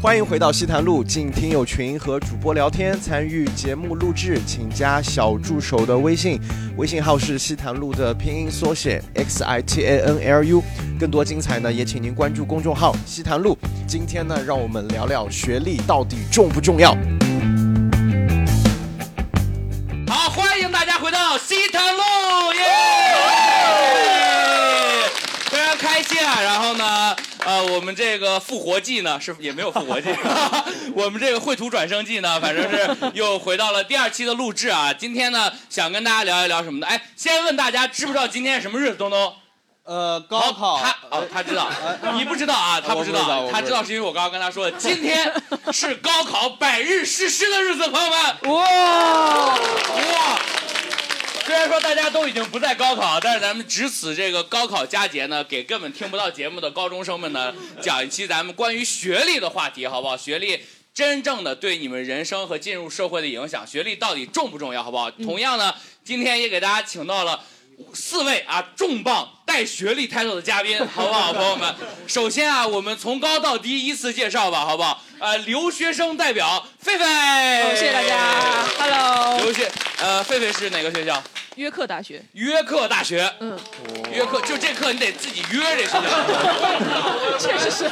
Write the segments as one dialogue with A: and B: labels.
A: 欢迎回到西坛路，进听友群和主播聊天，参与节目录制，请加小助手的微信，微信号是西坛路的拼音缩写 x i t a n l u。更多精彩呢，也请您关注公众号西坛路。今天呢，让我们聊聊学历到底重不重要。
B: 好，欢迎大家回到西坛路，耶！非常开心啊！然后呢，呃，我们这个复活季呢是也没有复活 季，我们这个绘图转生季呢，反正是又回到了第二期的录制啊。今天呢，想跟大家聊一聊什么的？哎，先问大家知不知道今天是什么日子？东东。
C: 呃，高考
B: 他哦，他知道，你不知道啊，他不
C: 我
B: 知
C: 不知道我不
B: 道，
C: 知道
B: 他知道是因为我刚刚跟他说，今天是高考百日誓师的日子，朋友们，
C: 哇，
B: 哇！虽然说大家都已经不在高考，但是咱们值此这个高考佳节呢，给根本听不到节目的高中生们呢，讲一期咱们关于学历的话题，好不好？学历真正的对你们人生和进入社会的影响，学历到底重不重要，好不好？同样呢，今天也给大家请到了。四位啊，重磅带学历 title 的嘉宾，好不好，朋友们？首先啊，我们从高到低依次介绍吧，好不好？呃，留学生代表狒狒、
D: 好，哦谢谢大家。Hello，
B: 留学，呃，狒狒是哪个学校？
D: 约克大学，
B: 约克大学。
D: 嗯，
B: 约克就这课你得自己约这事情。
D: 确实是。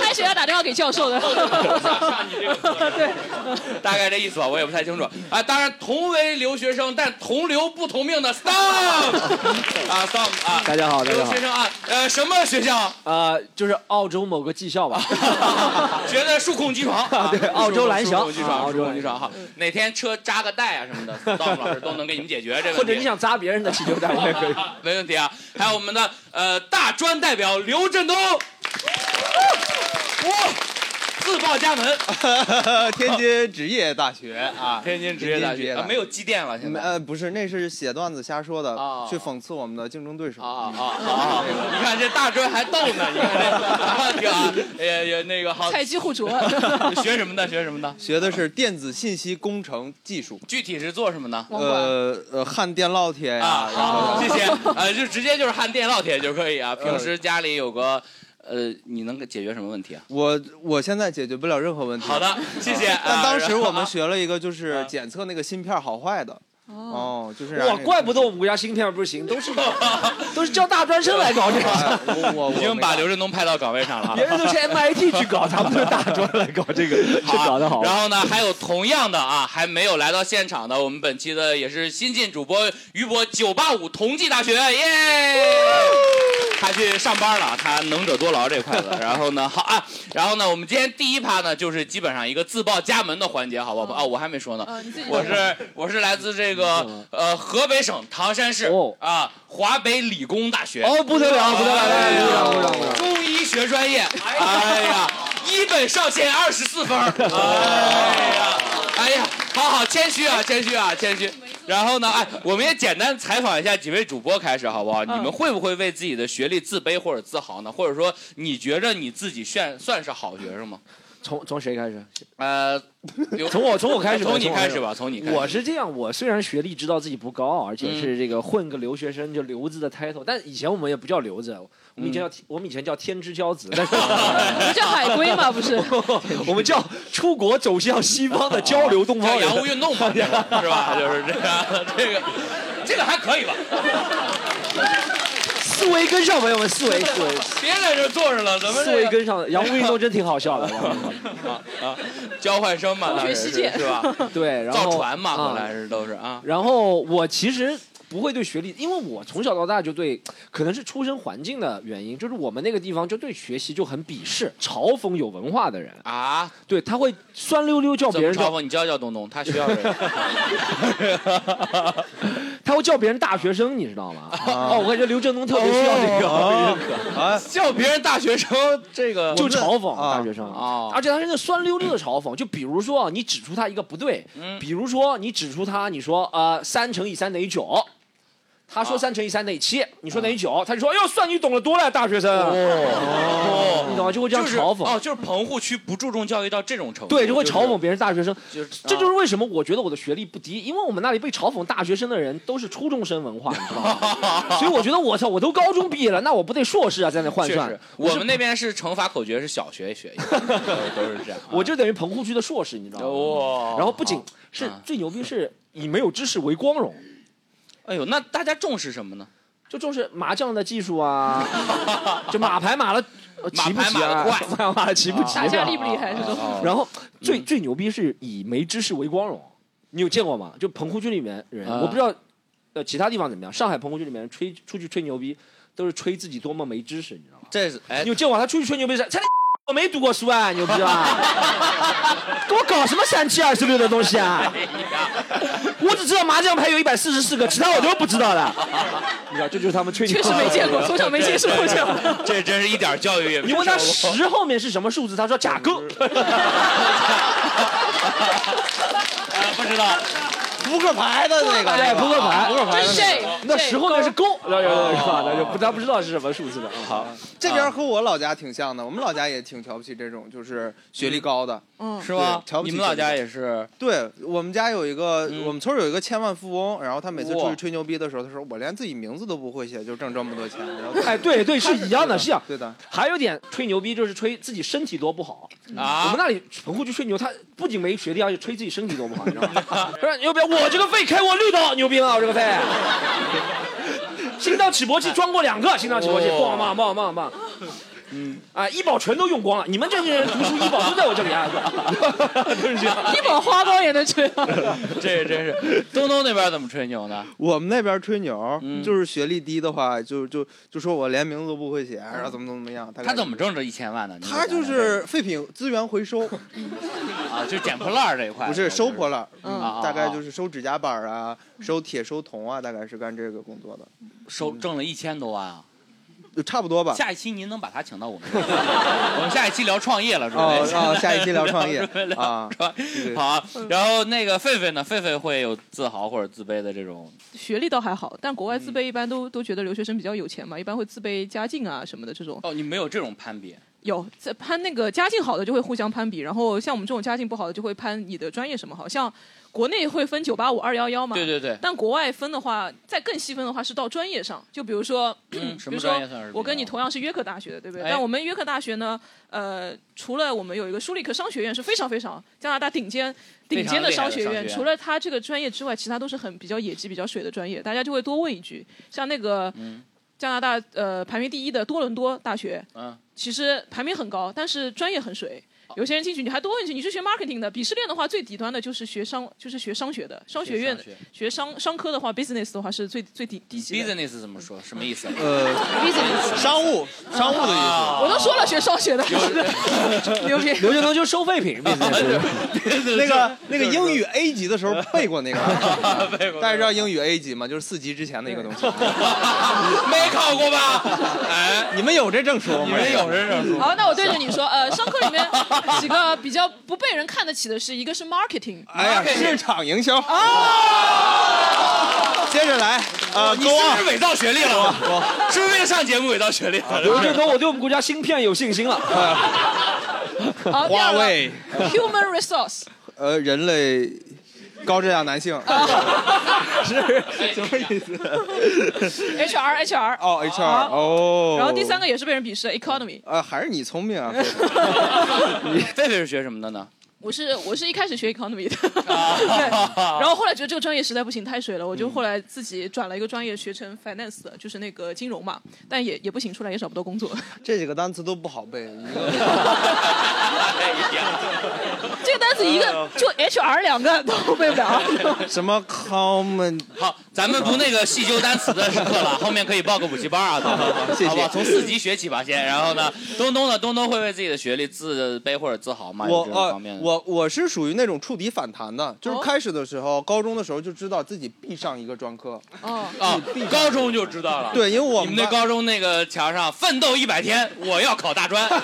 D: 开学要打电话给教授的。对，
B: 大概这意思吧，我也不太清楚啊。当然，同为留学生，但同流不同命的 Storm 啊，Storm 啊，
C: 大家好大家好
B: 留学生啊，呃，什么学校？
C: 呃，就是澳洲某个技校 吧，
B: 觉得数控机床，啊
C: 对澳洲蓝翔
B: 数控机床，
C: 啊
B: 数
C: 澳洲
B: 控机床哈。哪天车扎个带啊什么的，Storm 老师都能给你们解决这个
C: 或
B: 问题。
C: 者你想砸别人的汽车单位也可以。
B: 没问题啊。还有我们的呃大专代表刘振东，哇，自报家 门，
E: 天津职业大学啊，
B: 天津职业大学、啊、没
E: 有。
B: 有机电了，现在。啊
E: 呃，不是，那是写段子瞎说的
B: 哦，
E: 去讽刺我们的竞争对手。
B: 啊啊啊！你看这大专还逗呢，你看这啊，挺好，也也那个好，
D: 菜鸡互啄。
B: 学什么的？学什么 的？
E: 学的是电子信息工程技术，
B: 具体是做什么呢？
D: 网管。
E: 呃呃，焊电烙铁呀
B: 啊，，
E: 然后
B: 好，谢谢。呃，就直接就是焊电烙铁就可以啊。平时家里有个，呃，你能给解决什么问题啊？
E: 我我现在解决不了任何问题。
B: 好的，谢谢。
E: 但
B: 啊
E: 当时我
B: 然后
E: 们学了一个，就是
B: 啊
E: 检测那个芯片好坏的。哦，就是让
C: 哇
E: 那，个
C: 怪不得我们国家芯片不行，都 是都是叫大专生来搞这个，
E: 哎我我
B: 已经把刘振东派到岗位上了啊
C: 别。人都是 MIT 去搞，他们都是大专来搞这个， 这搞得好。
B: 然后呢，还有同样的啊，还没有来到现场的，我们本期的也是新晋主播于博，九八五同济大学，耶！他去上班了，他能者多劳这块子。然后呢，好啊，然后呢，我们今天第一趴呢，就是基本上一个自报家门的环节，好不好？
D: 嗯
B: 啊，我还没说呢。
D: 呃，你自己
B: 我是我是来自这个呃河北省唐山市
C: 嗯哦
B: 啊华北理工大学
C: 哦，不得了，不得
B: 哎
C: 了，
B: 呀
C: 不得了，不得了！
B: 中医学专业，哎呀，一本上线二十四 分儿，哎呀，哎呀，好好谦虚啊，谦虚啊，谦虚。然后呢，哎，我们也简单采访一下几位主播，开始好不好？你们会不会为自己的学历自卑或者自豪呢？或者说，你觉着你自己算算是好学生吗？
C: 从从谁开始？
B: 呃，刘
C: 从我从我开始吧，
B: 从你
C: 我
B: 开始。吧，从你开始。
C: 我是这样，我虽然学历知道自己不高，而且是这个混个留学生就留子的 title，但以前我们也不叫留子，我们以前
B: 嗯
C: 叫、我们以前叫天之骄 子，但是
D: 不叫海归嘛？不是，
C: 我们叫出国走向西方的交流东
B: 叫
C: 方
B: 洋务
C: 人。
B: 运动嘛，这个是吧？就是这个，这个，这个还可以吧？
C: 思维跟上，朋友们，思维思维
B: 别在这坐着了，咱们
C: 思
B: 这
C: 维
B: 个
C: 跟上，洋务运动真挺好笑的。
B: 啊啊，交换生嘛，
D: 同学
B: 当然
D: 世
B: 是
D: 界
B: 是吧？
C: 对，然
B: 造
C: 后
B: 船嘛，
C: 啊
B: 后来是都是啊。
C: 然后我其实不会对学历，因为我从小到大就对，可能是出身环境的原因，就是我们那个地方就对学习就很鄙视、嘲讽有文化的人，
B: 啊，
C: 对他会酸溜溜叫
B: 怎
C: 别
B: 么
C: 人
B: 嘲
C: 叫，
B: 讽？你教教东东，他需要人。
C: 他会叫别人大学生，你知道吗？ 哦，我感觉刘振东特别需要这个，哎
E: 啊，
B: 叫别人大学生这个
C: 就嘲讽
E: 啊
C: 大学生
B: 哦
C: 而且他是那酸溜溜的嘲讽，就比如说啊你指
B: 嗯
C: 出他一个不对，比如说你指出他，你说呃三乘以三等于九，他
B: 啊
C: 说三乘以三等于七，你说等于九，他就说哎呦算你懂得多了，大学生。哦，你懂吗？就会这样
B: 就是
C: 嘲讽。
B: 哦，就是棚户区不注重教育到这种啊程度，
C: 对，就会
B: 是
C: 嘲讽别人大学生，
B: 就是
C: 这就是为什么我觉得我的学历不低，因为我们那里被嘲讽大学生的人都是初中生文化，你知道 吗？所以我觉得我操，我都高中毕业了，那我不得硕士啊，在那换
B: 确
C: 算
B: 实，，我们那边是惩罚口诀是小学学 一下，都都是这样。
C: 我就等于棚户区的硕士，你知道吗？
B: 啊哇啊
C: 然后不仅是最牛逼，是以没有知识为光荣，
B: 哎呦，那大家重视什么呢？
C: 就重视麻将的技术 啊，就马牌马了，呃
B: 马
C: 齐不
B: 牌
C: 齐
B: 马
C: 啊
B: 得快？哦
C: 马马了齐不齐？
D: 打架厉不厉害？这种
C: 然后最
B: 嗯
C: 最牛逼是以没知识为光荣，你有见过吗？就棚户区里面人，
B: 啊
C: 我不知道，呃，其他地方怎么样？上海棚户区里面人吹出去吹牛逼，都是吹自己多么没知识，你知道吗？
B: 这是哎
C: 你，有见过他出去吹牛逼是？他我没读过书啊，牛逼啊！ 跟我搞什么三七二十六的东西 啊？我只知道麻将牌有一百四十四个，其他我都不知道的。你知道，这就是他们吹牛。
D: 确实没见过，从小没接触过这种。
B: 这真是一点教育也没
C: 你
B: 有。
C: 问他十后面是什么数字，他说甲
E: 嗯
C: 沟。
B: 啊不知道，
E: 扑克牌的那个，
C: 哎
E: 啊
C: 对，扑克牌，
E: 扑克牌
D: 这
E: 的
D: 是
E: 那个。哦
D: 这，
C: 那
D: 这
C: 时候呢是勾，然后然后那就不他不知道是什么数字的。好，
E: 嗯这边和我老家挺像的，我们老家也挺瞧不起这种就是学历高的。
C: 嗯
B: 是吗
E: 对瞧？不
B: 你
E: 起
B: 们老家也是
E: 对我们家有一个，
B: 嗯
E: 我们村儿有一个千万富翁，然后他每次出
B: 哇
E: 去吹牛逼的时候，他说我连自己名字都不会写，就挣这么多钱。然 后
C: 哎，对对，是一样的，是一样。
E: 对的，
C: 还有点吹牛逼，就是吹自己身体多不好。我
B: 啊
C: 们？那里棚户区吹牛，他不仅没学历，而且吹自己身体多不好，你知道 吗？他说牛逼，我这个肺开过六刀，牛逼啊吗？我这个肺，心脏起搏器装过两个，心脏起搏器，
B: 哇
C: 棒棒棒棒棒。 嗯啊，医保全都用光了，你们这些人读书医保都在我这里 啊，都是这样。
D: 一抹花苞也能吹。啊
B: 这真是东东那边怎么吹牛呢？
E: 我们那边吹牛
B: 嗯，
E: 就是学历低的话，就就就说我连名字都不会写，然后怎么怎么样。大概
B: 他怎么？挣着一千万呢？你给
E: 他就
B: 咱讲讲
E: 是废品资源回收，
B: 啊，就捡破烂儿这一块，
E: 不是收破
B: 烂。
E: 烂儿，
D: 嗯，
B: 啊，
E: 大概就是是收指甲板儿啊，收铁、收铜啊，大概是干这个工作的，嗯
B: 收挣了一千多万啊！
E: 就差不多吧。
B: 下一期您能把他请到我们这儿，我们下一期聊创业了，是吧？
E: 哦 哦，下一期聊创业
B: 聊
E: 啊，
B: 好啊，然后那个狒狒呢？狒狒会有自豪或者自卑的这种
D: 学历倒还好，但国外自卑一般都都觉得留学生比较有钱嘛，一般会自卑家境啊什么的这种。
B: 哦，你没有这种攀比
D: 有在攀那个家境好的就会互相攀比，然后像我们这种家境不好的就会攀你的专业什么好。像国内会分九八五、二幺幺嘛，
B: 对对对
D: 但国外分的话，再更细分的话是到专业上，就比如说，
B: 嗯什
D: 比
B: 么
D: 如
B: 专
D: 说
B: 业算是比较
D: 我跟你同样是约克大学的，对不对？
B: 哎
D: 但我们约克大学呢，呃，除了我们有一个舒利克商学院是非常非常加拿大顶尖顶尖的商学
B: 非常厉害的商学
D: 院，
B: 院
D: 除了它这个专业之外，其他都是很比较野鸡、比较水的专业，大家就会多问一句。像那个加拿大呃排名第一的多伦多大学，
B: 嗯
D: 其实排名很高，但是专业很水。有些人进去，你还多问一句，你是学 marketing 的？鄙视链的话，最底端的就是学商，就是学商学的，商学院的
B: 学商学
D: 学商商科的话，business 的话是最最底低级的。
B: business 怎么说？什么意思？
E: 呃，商务商务的意思。
D: 我都说了学商学的，牛 逼！
C: 留学生就收废品，毕竟是。
E: 那个那个英语 A 级的时候背过那 个，大家知道英语 A 级吗？就是四级之前的一个东西。
B: 没考过吧？哎，
E: 你们有这证书吗？
B: 你们有这种 说？
D: 好，那我对着你说，呃，商科里面几个比较不被人看得起的是，一个是 marketing，
E: 哎呀，市场营销。
D: 哦
E: 接着来，呃，
B: 你
E: 勾
B: 是
E: 二，
B: 不是 伪造学 历了？是不是为了上节目伪造学历了？
C: 留学生，我对我们国家芯片有信心了。
D: 好，啊第
E: 华
D: 二个
E: 为，
D: human resource，
E: 呃，人类高质量男性。
D: 哦 HR HR，
E: 哦，HR，哦。
D: 然后第三，个也是被人鄙视的 economy。
E: 呃，还是你聪明 啊。
B: 狒狒是学什么的呢？
D: 我是我是一开始学 economy 的， 对，
E: 啊
D: 然后后来觉得这个专业实在不行，太水了，我
E: 嗯
D: 就后来自己转了一个专业，学成 finance 的，就是那个金融嘛，但也也不行，出来也找不到工 作。
E: 这几个单词都不好背，一个
D: 这个单词
E: 哎
D: 一个就 HR 两个都背不 了。
E: 什么 common，
B: 好，咱们不那个细究单词的时刻 了，后面可以报个补习班啊，东东，
E: 谢谢
B: 好不好？从四级学起吧，先。然后呢，东东呢，东东会为自己的学历自卑或者自豪吗？有
E: 我
B: 这种
E: 呃
B: 方面，的
E: 我我是属于那种触底反弹的，就是
D: 哦
E: 开始的时候，高中的时候就知道自己必上一个专科。
D: 哦，
B: 啊，高中就知道了。
E: 对，因为我
B: 你们
E: 班
B: 那高中那个墙上“奋斗一百天，我要考大 专”，大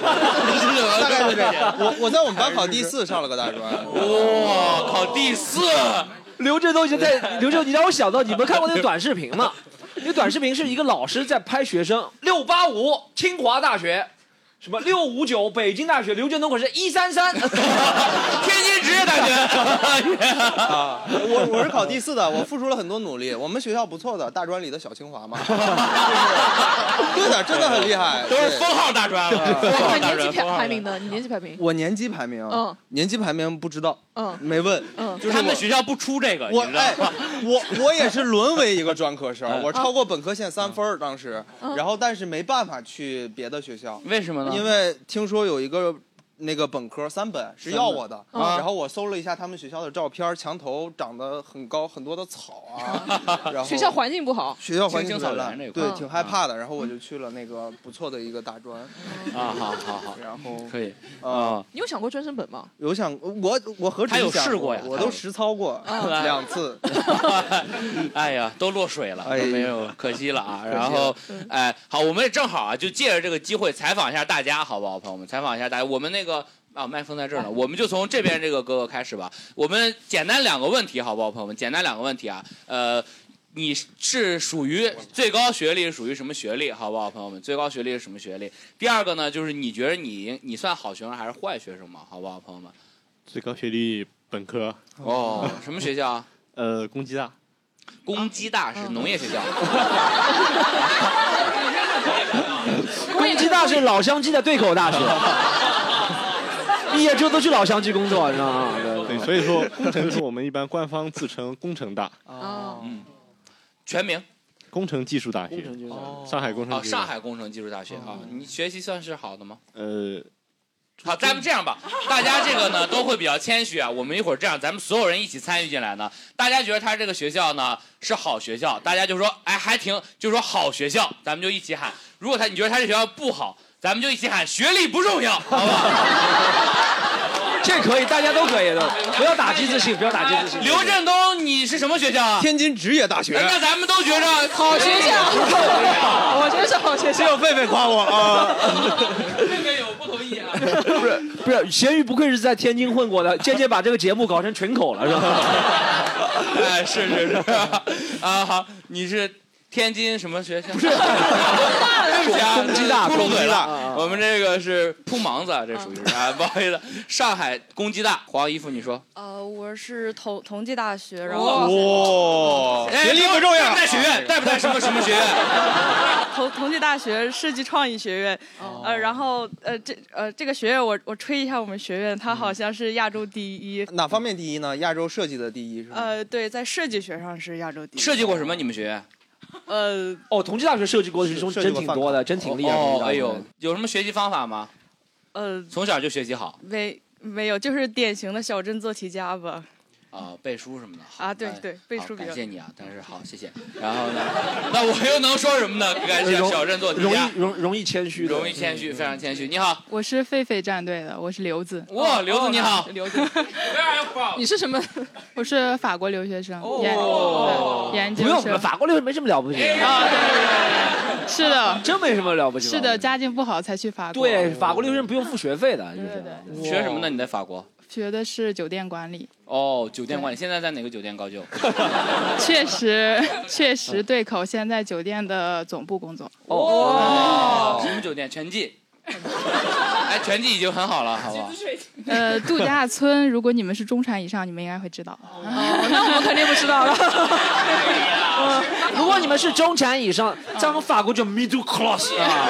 E: 大概是这样。我我在我们班考第四，上了个大专。
B: 哇，考第四，
C: 刘振东已经在刘振，你让我想到你们看过那个短视频吗？那个短视频是一个老师在拍学生，六八五清华大学，什么六五九北京大学，刘建东可是一三 三，天津职业大学，
E: 啊，我我是考第四的，我付出了很多努力。我们学校不错的，大专里的小清华嘛， 就是对的，真的很厉害，
B: 都是
E: 对
B: 封号大专了，封
D: 哎你
B: 号大
D: 年级
B: 专，
D: 排
B: 封号
D: 排
B: 大
D: 名
B: 专。
D: 的，你年级排名，
E: 我年级排名，
D: 嗯
E: 年级排名不知道，
D: 嗯
E: 没问，
D: 嗯
E: 就是
B: 他
E: 我
B: 们学校不出这个，你
E: 我
B: 知道
E: 哎
B: 吗？，
E: 我我也是沦为一个专科
F: 哎
E: 生，我超过本科线三分儿当时，
D: 嗯
E: 然后但是没办法去别的学校，
B: 为什么呢？
E: 因为听说有一个。那个本科三本是要我的，
D: 啊
E: 然后我搜了一下他们学校的照片，墙头长得很高，很多的草啊， 然后
D: 嗯学校环境不好，
E: 学校环境
B: 青青草
E: 很烂
B: 原这一块
E: 对，
D: 嗯
E: 挺害怕的。然后我就去了那个不错的一个大专，
B: 啊，好好好，
E: 然后
B: 可以
E: 啊，
B: 啊。
D: 你有想过专升本吗？
E: 有想我我何止
B: 他有
E: 是想
B: 试
E: 过
B: 过呀
E: 我
B: 他
E: 都
B: 有
E: 实操过
C: 啊
E: 两次。
B: 哎呀，都落水了，
E: 哎
B: 都没有，可惜了啊。然后，哎，好，我们也正好啊，就借着这个机会采访一下大家，好不好，朋友们？采访一下大家，我们那个。啊，麦克风在这儿呢，我们就从这边这个哥哥开始吧。我们简单两个问题，好不好，朋友们？简单两个问题啊，呃，你是属于最高学历是属于什么学历，好不好，朋友们？最高学历是什么学历？第二个呢，就是你觉得你你算好学生还是坏学生嘛，好不好，朋友们？
F: 最高学历本科，
B: 哦，什么学校啊？
F: 呃，公鸡大，
B: 公鸡大是农业学校。
C: 公鸡大是老乡鸡的对口 大学，毕业之后都去老乡鸡工作，你知道吗？
F: 对，所以说工程是我们一般官方自称工程大，哦
D: 啊，
B: 嗯全名
F: 工程技术大学，上海工程
B: 啊，
F: 技术大
B: 上
F: 学，
B: 海工程技术大学啊，你学习算是好的吗？
F: 呃，
B: 好，咱们这样吧，大家这个呢都会比较谦虚啊。我们一会儿这样，咱们所有人一起参与进来呢。大家觉得他这个学校呢是好学校，大家就说哎还挺，就说好学校，咱们就一起喊。如果他你觉得他这学校不好，咱们就一起喊学历不重要， 好不好？
C: 这可以，大家都可以的，不要打击自信，不要打击自信。
B: 刘振东，你是什么学校啊？哎
E: 天津职业 大学，
B: 那咱们都觉着
D: 好学校，我 觉得是好学校。
E: 有狒狒夸我啊！
B: 这个有不同意啊。
C: 不是不是，咸鱼不愧是在天津混过的，渐渐把这个节目搞成群口了，是吧？
B: 哎，是是是，啊好，你是天津什么学校？不 是，对不起啊，
C: 公鸡大
B: 秃噜
C: 公
B: 嘴
C: 鸡大
B: 了。我们这个是铺盲子啊，这属于是啊，不 好意思，上海公鸡大，黄衣服你说，
G: 呃，我是同同济大学，然
D: 哇
G: 后
E: 哦，
B: 哎
E: 学历不重
B: 带
E: 要
B: 不，啊带学 院，带不带什么什么学院？
G: 同同济大学设计创意学院，呃，然后呃这呃这个学院我我吹一下我们学院，它好像是亚洲第一，
E: 哪方面第一呢？亚洲设计的第一是吗？
G: 呃对，在设计学上是亚洲第一。
B: 呃设计过什么？你们学院？
G: 呃
C: 哦，同济大学设计过的学生
E: 是设
C: 真
E: 计过
C: 挺多的，真挺厉害。同济
B: 哦，
C: 大学
B: 哎呦，有什么学习方法吗？
G: 呃
B: 从小就学习好
G: 没没有，就是典型的小镇做题家吧。
B: 啊，背书什么的。
G: 啊对
B: 哎
G: 对背
B: 好
G: 书比
B: 感
G: 较
B: 谢你啊，但是好谢谢。然后呢， 那我又能说什么 呢？感谢小镇做题啊
C: 容
B: 家
C: 易，容容易谦虚的，
B: 容易谦
G: 哦
B: 虚，非常谦虚。你好，
H: 我是狒狒战队的，我是刘子，
B: 哇，刘子你好，
G: 哦刘总，
D: 你是什么？
H: 我是法国留学生，
C: 哦
H: 研
B: 哦
H: 哦对研
C: 不用
H: 究，生，哎啊
C: 法国留学没什么了不起，
H: 是的，
C: 真没什么了不起。
H: 是的，，家境不好才去法国，
C: 对，，法国留学生不用付学费的，就
H: 对
C: 是
H: 对
B: 学什么呢？你在法国？
H: 学的是酒店管理，
B: 哦，酒店管理，现在在哪个酒店高 就？
H: 确实 确实对口，现在酒店的总部工作，
B: 哦什么酒店？全季。哎，全季已经很好了，好不好？
H: 呃，度假村，如果你们是中产以上，你们应该会知道，
B: 哦
D: 那我们肯定不知道 了。
C: 嗯如果你们是中产以上，咱们法国叫 middle class 啊，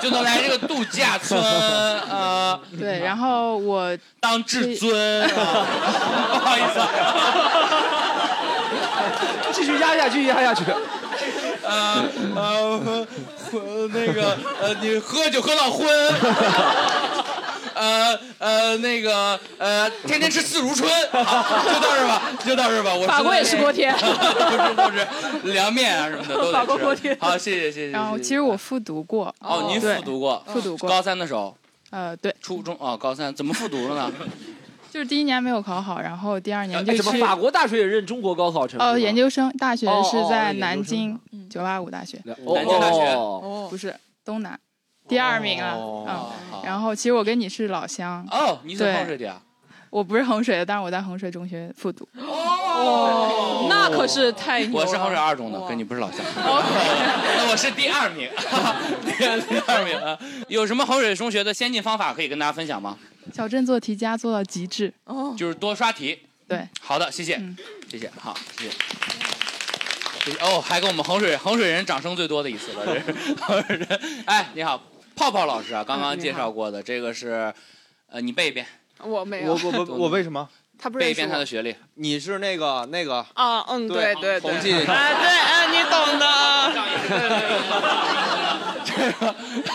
B: 就能来这个度假村，呃，
H: 对，然后我
B: 当至尊。啊不好意思啊，
C: 继续压下去，压下去。
B: 呃呃，昏那个呃，你喝酒喝到昏。呃呃，那个呃，天天吃四如春，好就到这儿吧，就到这儿吧。我，
D: 法国也是锅贴
B: 不是不是，凉面啊什么的都得吃
D: 法国锅贴
B: 好，谢谢谢谢谢谢。
H: 然后其实我复读过，
B: 哦，您
H: 对
B: 复读过，
H: 复读过
B: 高三的时候，
H: 呃，对，
B: 初中哦，高三怎么复读的呢？
H: 就是第一年没有考好，然后第二 年就
C: 哎，怎么
H: 去
C: 法国大学也认中国高考成绩吗？
H: 哦，研究生大学
C: 哦
H: 是
C: 哦
H: 在
C: 研究
H: 南
C: 生
H: 京九八五大学，
C: 嗯哦，
B: 南京大学
C: 哦
H: 不是东南，第二名啊，
B: 哦好
H: 嗯。然后其实我跟你是老乡，
B: 哦，你是
H: 对
B: 衡水的呀？
H: 我不是衡水的，但是我在衡水中学复读。
B: 哦，
D: 哦，那可是太牛
B: 我
D: 了。
B: 是衡水二中的，跟你不是老 乡。那我是第二名， 第二名啊。有什么衡水中学的先进方法可以跟大家分享吗？
H: 小镇做题家做到极致。
D: 哦，
B: 就是多刷题。
H: 对，
B: 好的，谢谢，谢谢，好，谢谢。谢谢哦，还给我们衡水衡水人掌声最多的一次了，这是 衡水人。哎，你好，泡泡老师啊，刚刚介绍过的，这个是，呃，你背一遍，
I: 我没有，
E: 我我我我为什么？
I: 他 不
B: 背一
I: 认识
B: 遍他
I: 我
B: 的学历。
E: 你是 那个那个
I: 啊，嗯，对对
E: 红
I: 对，
E: 记
I: 哎对 哎，你懂的。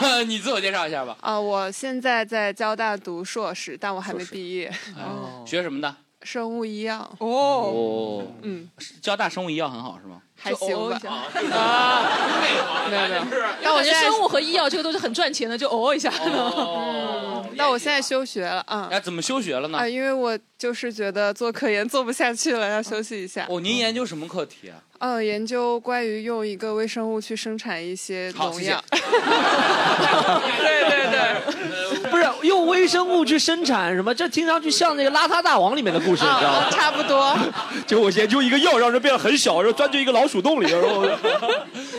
B: 你自我介绍一下吧，
I: 啊，我现在在交大读硕士，但我还没毕业，
E: 哦
B: 学什么的？
I: 生物医药，
D: 哦，
B: 哦，
I: 嗯，
B: 交大生物医药很好是吗？
I: 还行吧。
D: 吧。
I: 啊，没有没有，但我
D: 感觉
I: 现在
D: 生物和医药这个都是很赚钱的， 就偶尔 一下。
I: 啊
B: 哦
I: 嗯但我现在休学了啊
B: 哎，怎么休学了呢
I: 啊，？因为我就是觉得做科研做不下去了，要休息一下。
B: 哦，您研究什么课题啊？
I: 嗯，研究关于用一个微生物去生产一些
B: 好
I: 农
B: 谢谢
I: 药。对对对，
C: 不是用微生物去生产什么？这听上去像那个《邋遢大王》里面的故事，你知道
I: 啊，
C: 吗？
I: 差不多。
C: 就我研究一个药，让人变得很小，然后钻进一个老鼠洞里，然后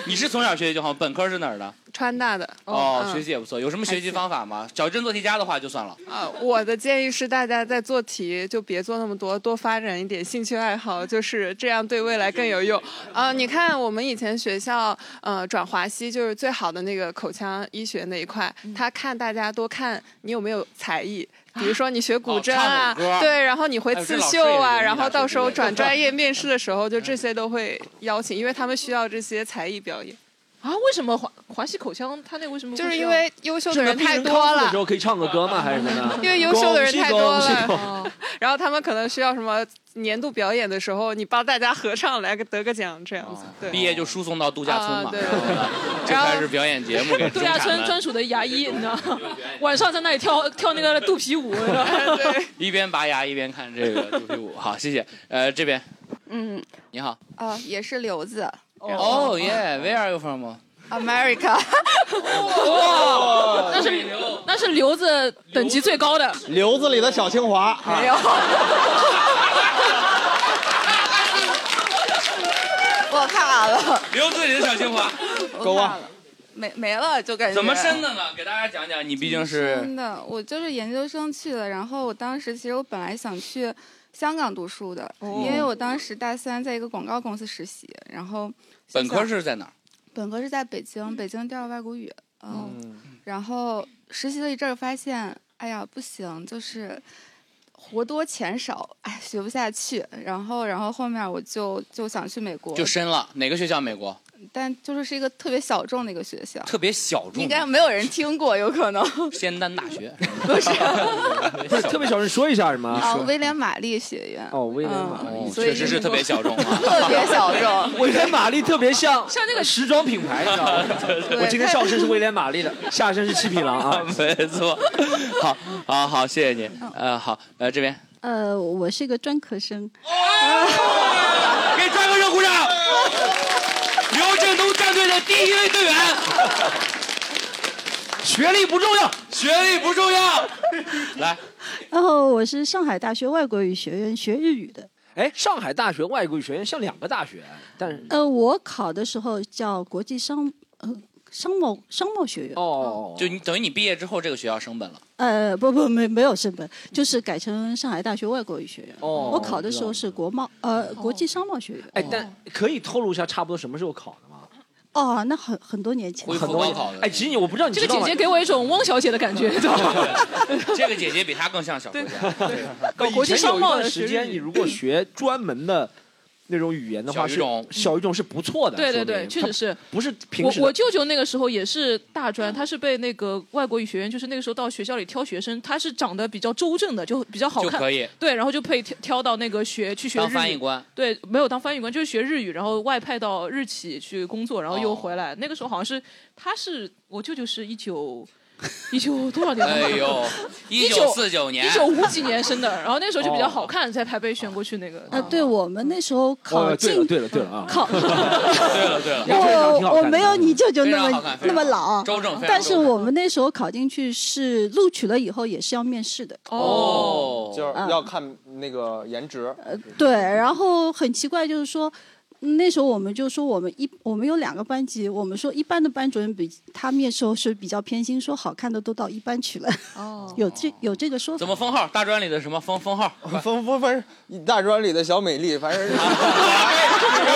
B: 你是从小学习就好，本科是哪儿的？
I: 川大的
B: 哦，
I: 嗯
B: 学习也不错。有什么学习方法吗？小镇做题家的话就算了。
I: 啊，我的建议是大家在做题就别做那么多，多发展一点兴趣爱好，就是这样对未来更有用。啊，你看我们以前学校，呃，转华西就是最好的那个口腔医学那一块，
D: 嗯
I: 他看大家多看你有没有才艺。
D: 啊
I: 比如说你学古筝
B: 哦唱
I: 啊，
B: 舞歌
I: 对，然后你会
B: 哎这
I: 刺
B: 老师也
I: 绣
B: 容易
I: 啊，
B: 啊
I: 然后到时候
B: 这个
I: 转专业面试的时候，就
D: 嗯
I: 这些都会邀请，因为他们需要这些才艺表演。
D: 啊，为什么华华西口腔他那为什么会
I: 就是
D: 这
I: 因
D: 样
I: 为优秀的人太多
C: 康复的
I: 了
C: 时，候可以唱个歌吗？还是怎么样？
I: 因为优秀的人太 多
C: 恭喜
I: 了哦
C: 恭喜。恭喜
I: 然后他们可能需要什么年度表演的时候，你帮大家合唱来个得个奖这样子。对，
B: 毕业就输送到度假村
I: 啊，
B: 嘛
I: 对，对对
B: 就开始表演节目给
D: 度
B: 中
E: 啊
D: 假
B: 产
D: 村
B: 们
D: 专属的牙医，你知道吗？晚上在那里跳跳那个肚皮舞，你知道吗
E: 哎
I: 对。
B: 一边拔牙一边看这个肚皮舞。好，谢谢。呃，这边
J: 嗯，
B: 你好。
J: 啊，也是留子
B: 哦耶，Where are you from？
J: ，America，
D: 那是那是留子等级最高的，
E: 瘤子里的小清华啊，
J: 没有。我卡了，
B: 留自己的小清华，
J: 我
E: 够啊
J: 卡了， 没没了，就感觉
B: 怎么申的呢？给大家讲讲，你毕竟是
J: 真的，我就是研究生去的。然后我当时其实我本来想去香港读书的，
B: 哦
J: 因为我当时大三在一个广告公司实习，然后
B: 本科
J: 想
B: 是在哪嗯儿？
J: 本科是在北京，北京调外国语，嗯，然后实习了一阵儿，发现哎呀不行，就是活多钱少，哎学不下去。然后，然后后面我就就想去美国，
B: 就申了哪个学校？美国
J: 但就是是一个特别小众的一个学校，
B: 特别小众
J: 应，该没有人听过，有可能
B: 仙丹大学。
J: 不是
C: 不是特别小声说一下什么？
J: 啊，威廉玛丽学院，
C: 哦，威廉玛丽，
B: 哦，
J: 所以
B: 确实 是特别小众啊。
J: 特别小 众。
C: 威廉玛丽特别像
D: 像那个
C: 时装品牌，你知道吗？ 我今天上身是威廉玛丽的，下身是七匹狼啊。
B: 没错，好，好，好，谢谢你。呃，好，呃，这边
K: 呃，我是一个专科生，
B: 给专科生鼓掌。刘振东战队的第一位队员，
C: 学历不重要，
B: 学历不重要。来，
K: 然后我是上海大学外国语学院学日语的。
C: 哎，上海大学外国语学院像两个大学，但是
K: 呃，我考的时候叫国际商呃商贸商贸学院。
C: 哦，
B: 就你等于你毕业之后，这个学校升本 了。
K: 呃，不不，没没有升本，就是改成上海大学外国语学院。
C: 哦
K: 我考的时候是国贸
D: 哦
K: 呃国际商贸学院。
C: 哎，但可以透露一下差不多什么时候考的吗？
K: 哦，那很很多年前
B: 恢。复
C: 很多
B: 高
C: 年
B: 考的。
C: 哎，其实你我不知道你
D: 这个
C: 知道
D: 姐
C: 吗
D: 姐给我一种汪小姐的感觉， 知道吗？
B: 这个姐姐比她更像小说家。对
C: 搞
D: 国际商贸的
C: 时
D: 学
C: 间，
D: 历
C: 你如果学专门的那种语言的话，
B: 小语
C: 是
B: 种
C: 小语种是不错的。
D: 对对
C: 说
D: 对，
C: 明
D: 确实是。
C: 它不是平
D: 我
C: 时
D: 我
C: 的哦
D: 舅舅那个时候也是大专，他是被那个外国语学院，就是那个时候到学校里挑学生，他是长得比较周正的，就比较好
B: 就
D: 看，
B: 可以
D: 对，然后就配挑挑到那个学去学
B: 当
D: 日
B: 翻译
D: 语，
B: 官。
D: 对，没有当翻译官，就是学日语，然后外派到日企去工作，然后
B: 哦
D: 又回来。那个时候好像是他是我舅舅是一九一九多少年
B: 哎
D: 的吧？
B: 呦，一九
D: 九
B: 四九 年哦
D: 一，九五几年生的，然后那时候就比较好看，才才被选过去那个。
K: 呃，对我们那时候考
C: 哦，对 了
K: 进
C: 对了对了啊，
K: 考，
B: 对了对了，
C: 挺好
K: 我
C: 看
K: 我
C: 的嗯
K: 没有你舅舅
B: 非
K: 那
B: 常好看
K: 么，那
B: 非常好
K: 么
B: 看
K: 老，啊
B: 周正非常周正，
K: 但是我们那时候考进去是录取了以后也是要面试的。
B: 哦，
K: 哦
E: 就是要看那个颜值。
K: 呃对，然后很奇怪就是说。那时候我们就说我们一我们有两个班级，我们说一班的班主任比他面授是比较偏心，说好看的都到一班去了。哦， 有这有这个说法
B: 怎。么封号？大专里的什么封封号？
E: 封封封，大专里的小美丽，反正是
B: 哎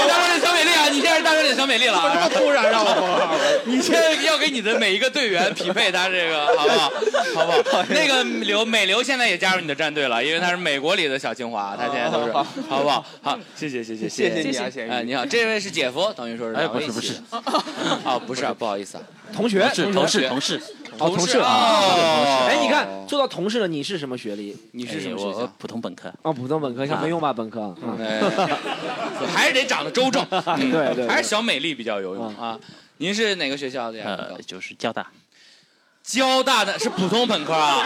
B: 大专里小美丽啊！你现在是大专里的小美丽了啊，
E: 怎么突然让我封号 了
B: 你现在要给你的每一个队员匹配他这个，好不好？好不好？那个刘美刘现在也加入你的战队了，因为他是美国里的小清华，他现在都是，
E: 好
B: 好不好？好，谢谢谢谢
E: 谢谢
B: 谢
E: 你啊谢谢你
B: 哎，你好，这位是姐夫，等于说是
L: 哎
B: 两位
L: 不是
B: 一起啊，不是啊，不好意思啊，
C: 同学
B: 是
C: 同
B: 同
C: 学
B: 事同事
C: 哦同事
B: 哦，
C: 哎，你看说到同事了，你是什么学历？你是什么学校？
L: 普通本科。
C: 哦，普通本科，像没用吧？本科。嗯
B: 哎还是得长得周正，嗯
C: 对对
B: 还是小美丽比较有用啊。您是哪个学校的呀？
L: 呃，就是交大。
B: 交大的是普通本科啊。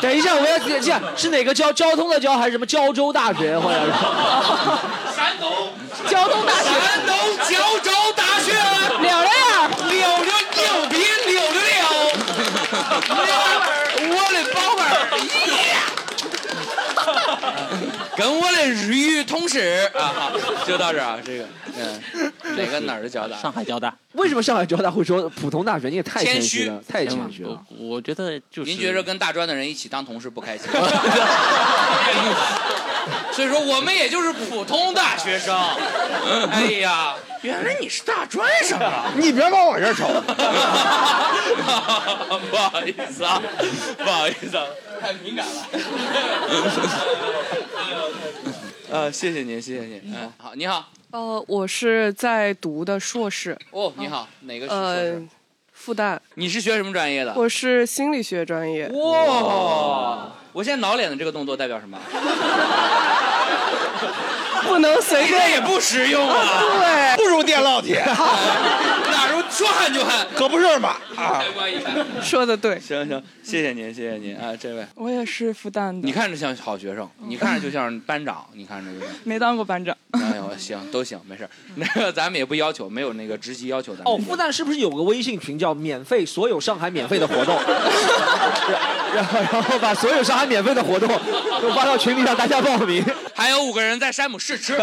C: 等一下，我要这样是哪个交交通的交还是什么胶州大学或者是？
B: 山东
C: 交通大学
B: 山东胶州大学，
C: 了了呀
B: 了了牛逼，了了了，了我的宝贝儿，耶跟我的日语通识啊，好，就到这儿啊，这个，嗯，哪个哪儿的交大？
L: 上海交大。
C: 为什么上海交大会说普通大学？你也太谦
B: 谦
C: 虚
B: 虚
C: 了，太谦虚了。
L: 我我觉得就是
B: 嗯您觉着跟大专的人一起当同事不开心？ 所以说我们也就是普通大学生。哎呀，原来你是大专生啊！
E: 你别往我这儿 瞅。
B: 不好意思啊，不好意思啊，太敏感了。 呃，谢谢您，谢谢您。嗯，好，你好，
M: 呃，我是在读的硕士，
B: 哦，你好，哪个学
M: 呃，复旦，
B: 你是学什么专业的？
M: 我是心理学专业。
B: 哇，我现在挠脸的这个动作代表什么？
M: 不能随
B: 这
M: 便
B: 也不实用啊，
M: 对，
E: 不如电烙铁
B: 哪如说焊就焊，
E: 可不是嘛
B: 啊！
M: 说的对，
B: 行行，谢谢您，谢谢您啊，这位，
M: 我也是复旦的。
B: 你看着像好学生，你看着就像班长，你看着就像。
M: 没当过班长，
B: 哎呦，行，都行，没事儿。那个咱们也不要求，没有那个职级要求咱们。
C: 哦，复旦是不是有个微信群叫“免费所有上海免费的活动”？然后然后把所有上海免费的活动都发到群里让大家报名。
B: 还有五个人在山姆试吃。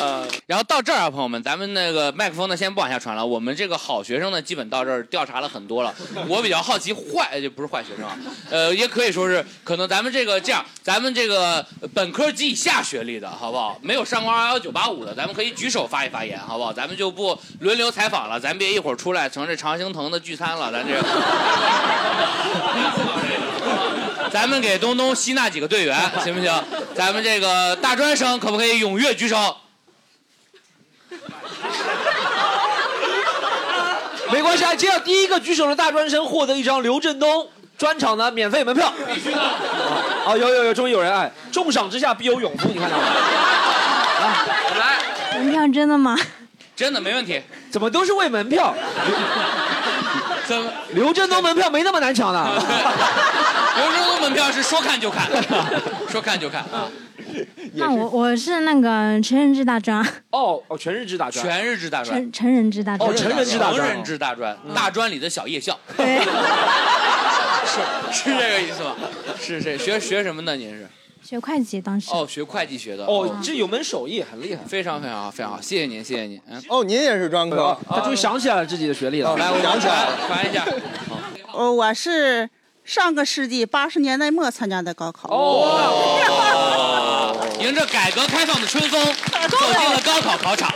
B: 呃，然后到这儿啊，朋友们，咱们那个麦克风呢，先不往下传了。我们这个好学生呢，基本到这儿调查了很多了。我比较好奇坏，就不是坏学生啊，呃，也可以说是，可能咱们这个这样，咱们这个本科及以下学历的，好不好？没有上过二幺九八五的，咱们可以举手发一发言，好不好？咱们就不轮流采访了，咱别一会儿出来成这常兴藤的聚餐了，咱这个。 咱们给东东吸纳几个队员，行不行？咱们这个大专生可不可以踊跃举手？
C: 没关系，啊，只要第一个举手的大专生获得一张刘振东专场的免费门票。哦，有有有，终于有人哎！重赏之下必有勇夫，你看到吗？
N: 啊门票真的吗？
B: 真的没问题。
C: 怎么都是为门票？
B: 怎么
C: 刘振东门票没那么难抢的？
B: 刘振东门票是说看就看，说看就看啊！
N: 那我我是那个成人制大专，啊
C: 哦哦，全日制大专，哦
B: 全日制大专
N: 成，成人制大专。
B: 哦成人制大专，
C: 嗯
B: 大专里的小夜校。 是是这个意思吗？是这学学什么呢？您是？
N: 学会计当时。
B: 哦，学会计学的。
C: 哦，这有门手艺很厉害，
B: 非常非常好，非常好，谢谢您，谢谢您。嗯，
E: 哦， 您也是专科，
C: 他终于想起来了自己的学历
E: 了。
B: 来，我
E: 想
B: 们
E: 起来
B: 传
E: 了，
B: 传一下。
O: 呃，我是上个世纪八十年代末参加的高考。
D: 哦
B: 迎着改革开放的春风，走进了高考考场。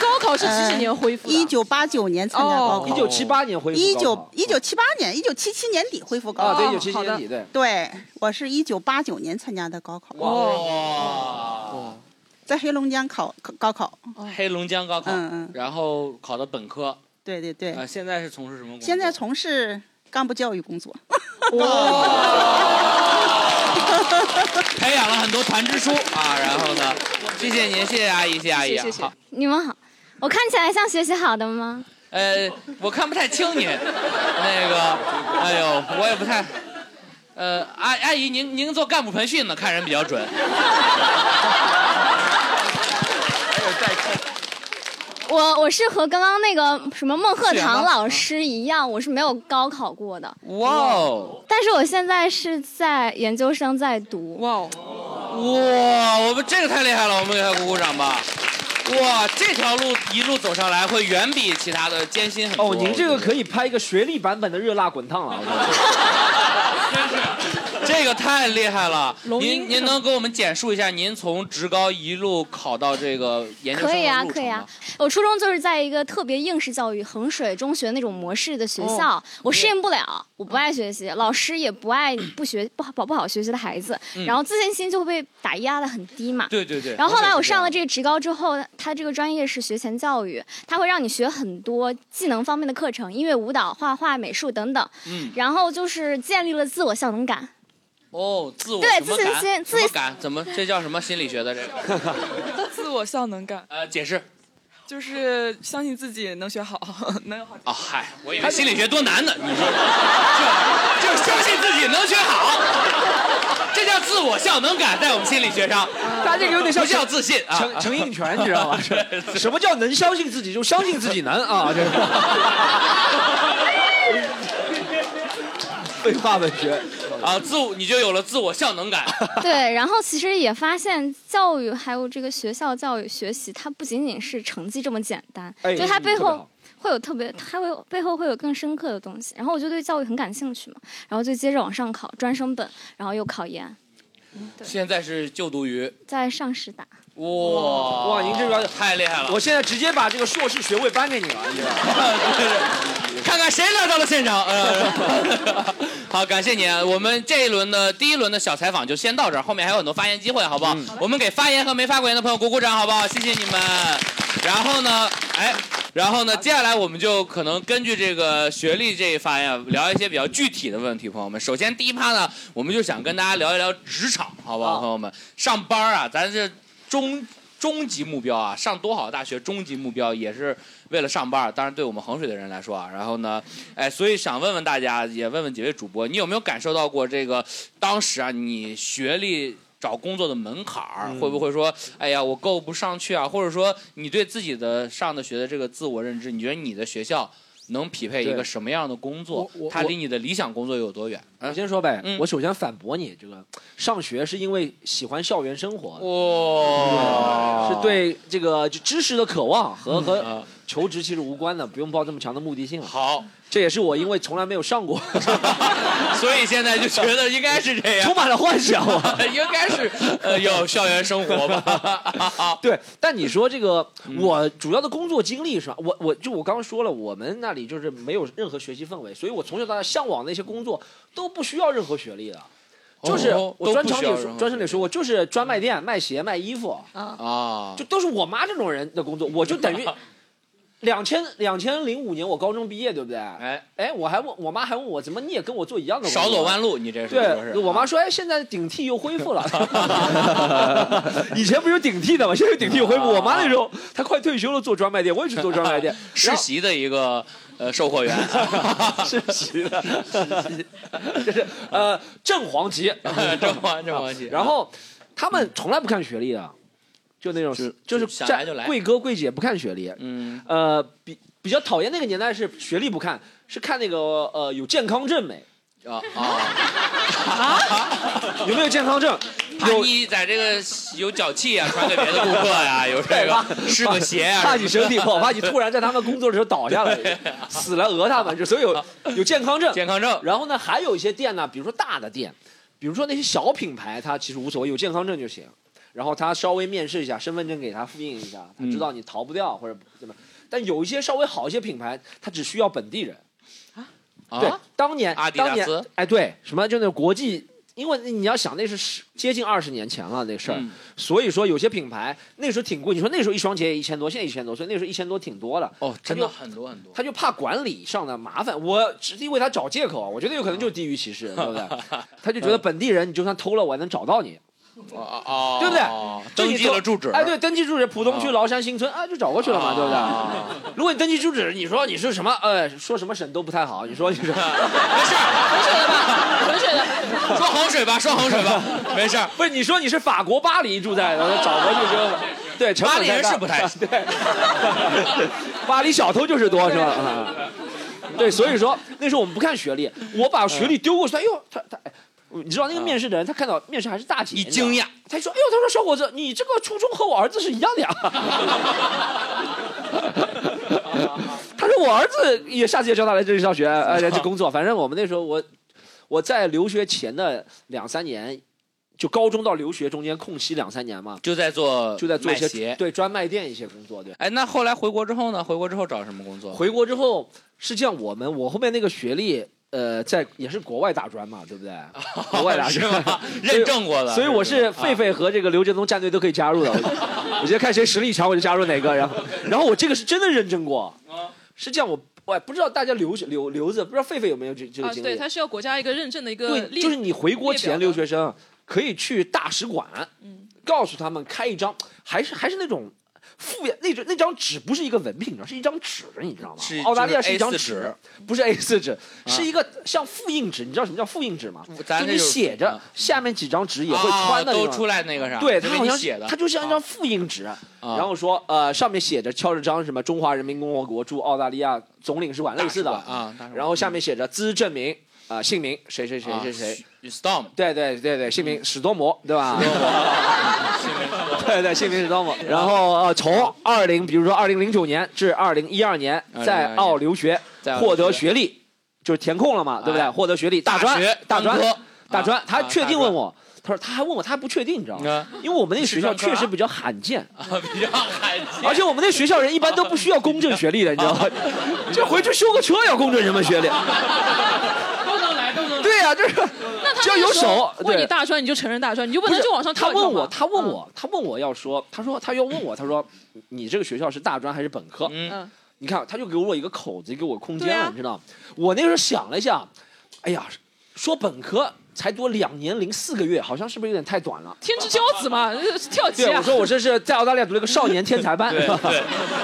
O: 高
D: 考是几几年恢复？
O: 呃
D: 哦
O: 一九八九年参加高考。
C: 1978年恢复
O: 一
C: 高
O: 九
C: 考
O: 一九七八年，一九七七年底恢复高考。
C: 啊
D: 哦
C: 对1977年底对
O: 对，我是一九八九年参加的高考。
C: 哦
B: 哇！
O: 在黑龙江考考高考。
D: 哦
B: 黑龙江高考，然后考的本科。
O: 对对对。
B: 啊，现在是从事什么工作？
O: 现在从事干部教育工 作。
B: 培养了很多团支书啊，然后呢，谢谢您，谢谢阿姨，谢谢阿姨啊。好，
N: 你们好，我看起来像学习好的吗？
B: 呃，我看不太清您， 那个，哎呦，我也不太，呃，阿阿姨，您您做干部培训呢，看人比较准。
P: 我我是和刚刚那个什么孟鹤
B: 是吗
P: 堂老师一样，我是没有高考过的。
B: 哇哦！
P: 但是我现在是在研究生在读。
M: 哇哦！
B: 哇，啊我们这个太厉害了，我们给他鼓鼓掌吧。哇，这条路一路走上来会远比其他的艰辛很多。
C: 哦，您这个可以拍一个学历版本的热辣滚烫了。我觉得
B: 这个太厉害了。
C: 龙
B: 您
C: 樱
B: 您能给我们简述一下您从职高一路考到这个研究生
P: 可
B: 的
P: 以啊，
B: 路
P: 可
B: 程
P: 以
B: 吗
P: 啊。我初中就是在一个特别应试教育衡水中学那种模式的学校，
Q: 哦
P: 我适应不了，我不爱学习，老师也不爱不学不好不不好学习的孩子，
Q: 嗯
P: 然后自信心就会被打压的很低嘛。
Q: 对对对
P: 然后后来
Q: 我也是
P: 我
Q: 这
P: 上
Q: 样
P: 了这个职高之后，它这个专业是学前教育，它会让你学很多技能方面的课程，音乐、舞蹈、画画、美术等等。
B: 嗯
P: 然后就是建立了自我效能 感。
B: 哦，自我
P: 对
B: 什
P: 自
B: 么
P: 信
B: 感
P: 心
B: 什么感怎么这叫什么心理学的这个？
M: 自我效能感
B: 呃，解释
M: 就是相信自己能学好，能有好。
B: 哦，嗨，我以为心理学多难呢，你说 这就是相信自己能学好，这叫自我效能感，在我们心理学上，
C: 他这个有点像
B: 不叫自信啊，
C: 成成硬 拳，你知道吗？什么叫能相信自己就相信自己能啊？这个废话文学。
B: 啊，自我你就有了自我效能感。
P: 对，然后其实也发现教育还有这个学校教育学习，它不仅仅是成绩这么简单，
Q: 哎
P: 就它背
Q: 特别
P: 后会有特别，它会有背后会有更深刻的东西。然后我就对教育很感兴趣嘛，然后就接着往上考专升本，然后又考研，
B: 现在是就读于
P: 在上师大。
B: 哇
C: 哇您这个
B: 太厉害了，
C: 我现在直接把这个硕士学位颁给你了，你知道吗？
B: 看看谁来到了现 场。呃，好，感谢您啊。我们这一轮的第一轮的小采访就先到这儿，后面还有很多发言机会，好不好？我们给发言和没发过言的朋友鼓鼓掌，好不好？谢谢你们。然后呢，哎。然后呢，接下来我们就可能根据这个学历这一发呀，聊一些比较具体的问题，朋友们。首先第一趴呢，我们就想跟大家聊一聊职场，好不好，朋友们？上班啊，咱这终终极目标啊，上多好大学终极目标也是为了上班儿，当然对我们衡水的人来说啊。然后呢，哎，所以想问问大家，也问问几位主播，你有没有感受到过这个当时啊，你学历？找工作的门槛儿
R: 嗯
B: 会不会说，哎呀，我够不上去啊？或者说，你对自己的上的学的这个自我认知，你觉得你的学校能匹配一个
C: 对
B: 什么样的工作
C: 我我？
B: 它
C: 我
B: 离你的理想工作有多远？
C: 我啊先说呗，
B: 嗯
C: 我首先反驳你，这个上学是因为喜欢校园生活，
B: 哇
C: 是对这个就知识的渴望和
B: 哦嗯
C: 和
B: 啊
C: 求职其实无关的，不用抱这么强的目的性。
B: 好，
C: 这也是我因为从来没有上过，
B: 所以现在就觉得应该是这样，
C: 充满了幻想啊
B: 应该是呃有校园生活吧。
C: 对，但你说这个，
B: 嗯
C: 我主要的工作经历是吧？我我就我刚刚说了，我们那里就是没有任何学习氛围，所以我从小到大向往那些工作都不需要任何学历的。就是
B: 哦
C: 我专
B: 都不
C: 场
B: 需
C: 里
B: 要
C: 有
B: 任
C: 说
B: 何
C: 专场里说过，就是专卖店卖鞋卖衣服，
B: 啊
C: 就都是我妈这种人的工 作，我就等于两千两千零五年我高中毕业，对不对？
B: 哎
C: 哎，我还问我妈还问我怎么你也跟我做一样的工作，
B: 少走弯路，你这是说
C: 对，
B: 是，
C: 我妈说，哎，现在顶替又恢复了。 以前不是有顶替的吗？现在有顶替又恢复。我妈那时候她快退休了，做专卖店，我也去做专卖店
B: 实习的一个呃售货员，啊
C: 实习 的，就是呃正黄旗，
B: 正黄正黄旗
C: 然后他们从来不看学历的，就那种就是
B: 想来
C: 站
B: 就来
C: 贵哥贵姐不看学历，
B: 嗯，
C: 呃比比较讨厌那个年代是学历不看，是看那个呃有健康证 没。
B: 啊啊！
C: 有没 有健康证？
B: 怕你在这个有脚气啊，传给别的顾客呀、有 这个试个鞋啊，
C: 怕你身体不好，怕你突
B: 然
C: 然在他们工作的时候倒 下了， 死了讹他们，就所以有有健康证，健
B: 啊康证。
C: 然后呢，还有一些店呢，比如说大的店，比如说那些小品牌，它其实无所谓，有健康证就行。然后他稍微面试一下，身份证给他复印一下，他知道你逃不掉或者怎么。但有一些稍微好一些品牌，它只需要本地人。对，当年
B: 啊阿迪
C: 当
B: 达
C: 年
B: 斯，
C: 哎，对，什么就那国际，因为你要想那是十接近二十年前了那事儿，
B: 嗯
C: 所以说有些品牌那时候挺贵，你说那时候一双鞋也一千多，现在一千多，所以那时候一千多挺多了。
B: 哦，
C: 他
B: 真
C: 就
B: 的很多很多。
C: 他就怕管理上的麻烦，我直接为他找借口啊，我觉得有可能就是地域歧视， 对不对？他就觉得本地人你就算偷了，我还能找到你，
B: 哦哦，
C: 对不对？就
B: 登
C: 你
B: 记
C: 偷
B: 了住址，
C: 哎，对，登记住址，浦东区
B: 哦
C: 崂山新村，啊，就找过去了嘛，对不
B: 哦
C: 对？如果你登记住址，你说你是什么，呃，说什么省都不太好，你说你是，
D: 衡水的，
B: 说衡水吧，说衡水吧，没事儿。
C: 不是，你说你是法国巴黎住在的，找过去之后，对，成
B: 巴
C: 本
B: 黎
C: 太
B: 人
C: 大
B: 是不太
C: 对，巴黎小偷就是多是 吧？啊对，所以说那时候我们不看学历，我把学历丢过
B: 嗯
C: 去，哎呦，他他。哎你知道那个面试的人，他看到面试还是大姐，
B: 嗯一
C: 你知道吗
B: 惊讶，
C: 他说：“哎呦，他说小伙子，你这个初中和我儿子是一样的 呀。”他说：“我儿子也下次也交大来这里上学，呃，来这工作。反正我们那时候我我在留学前的两三年，就高中到留学中间空隙两三年嘛，
B: 就在做
C: 就在做一
B: 卖鞋
C: 些对专卖店一些工作，对。
B: 哎，那后来回国之后呢？回国之后找什么工作？
C: 回国之后是这样，我们我后面那个学历，呃，在也是国外打专嘛，对不对？ 国外打
B: 是
C: 专
B: 吗
C: 所以
B: 认证 过的
C: 所以我
B: 是
C: 是
B: 吧啊
C: 狒狒和这个刘振东战队都可以加入的。我我觉得看谁实力强，我就加入哪个。然后， 然后我这个是真的认证过，
B: 啊
C: 是这样。我我不知道大家留学留留子，不知道狒狒有没有这这个
D: 啊，
C: 经历？
D: 对，它是要国家一个认证的一个
C: 对，
D: 列，
C: 就是你回国
D: 列
C: 前
D: 表
C: 留
D: 的嗯
C: 学生可以去大使馆，告诉他们开一张，还是还是那种复原那种那张纸，不是一个文凭，你知道，是一张纸，你知道吗
B: 是？
C: 澳大利亚
B: 就是
C: 一张纸
B: A4 纸，啊
C: 不是 A 4纸，是一个像复印纸，你知道什么叫复印纸吗？
B: 嗯咱
C: 就
B: 那
C: 你
B: 种
C: 写着下面几张纸也会
B: 嗯啊
C: 穿的那
B: 都
C: 种
B: 出来那个啥
C: 对，
B: 就
C: 它
B: 给
C: 好
B: 你
C: 像
B: 写的啊
C: 它就像一张复印纸，然后说呃上面写着敲着章什么中华人民共和国驻澳大利亚总领事馆类似的
B: 大使馆啊大使馆
C: 然后下面写着资质证明。啊、姓名谁谁谁谁谁、
B: Storm，嗯
C: 对对对对，姓名史多摩，对吧？史多摩， 对对，姓名史多摩。然后呃，从二零，比如说二零零九年至二零一二年，在澳留学
B: 在澳留学
C: 获得学历，就是填空了嘛，对不对？
B: 哎
C: 获得学历，
B: 大
C: 专
B: 学，
C: 大
B: 专
C: 专
B: 科，
C: 大专
B: 啊。
C: 他
B: 啊
C: 确
B: 大
C: 定
B: 专
C: 问我，他说他还问我，他还不确定，你知 道吗？因为我们那学校
B: 专科
C: 确
B: 啊
C: 实比较罕见，
B: 比较罕见。
C: 而且我们那学校人一般都不需要公证学历的，你知 道吗？就回去修个车要公证什么学历？
D: 都能来，都能来。
C: 对呀、就是
D: 那他
C: 只要
D: 那
C: 有
D: 时候
C: 手
D: 问
C: 对
D: 你大专，你就承认大专，你就不能
C: 是
D: 就往上
C: 他
D: 跳一
C: 问
D: 跳
C: 我，
D: 吗？嗯
C: 他问我，他问我要说，他说他要问我，他说你这个学校是大专还是本科？
D: 嗯，
C: 你看他就给我一个口子，给我空间
D: 对
C: 了，
D: 啊
C: 你知道？我那时候想了一下，哎呀，说本科才读两年零四个月，好像是不是有点太短了？
D: 天之骄子嘛，跳级
C: 对，
D: 啊！
C: 我说我这是在澳大利亚读了个少年天才班，
B: 对 对，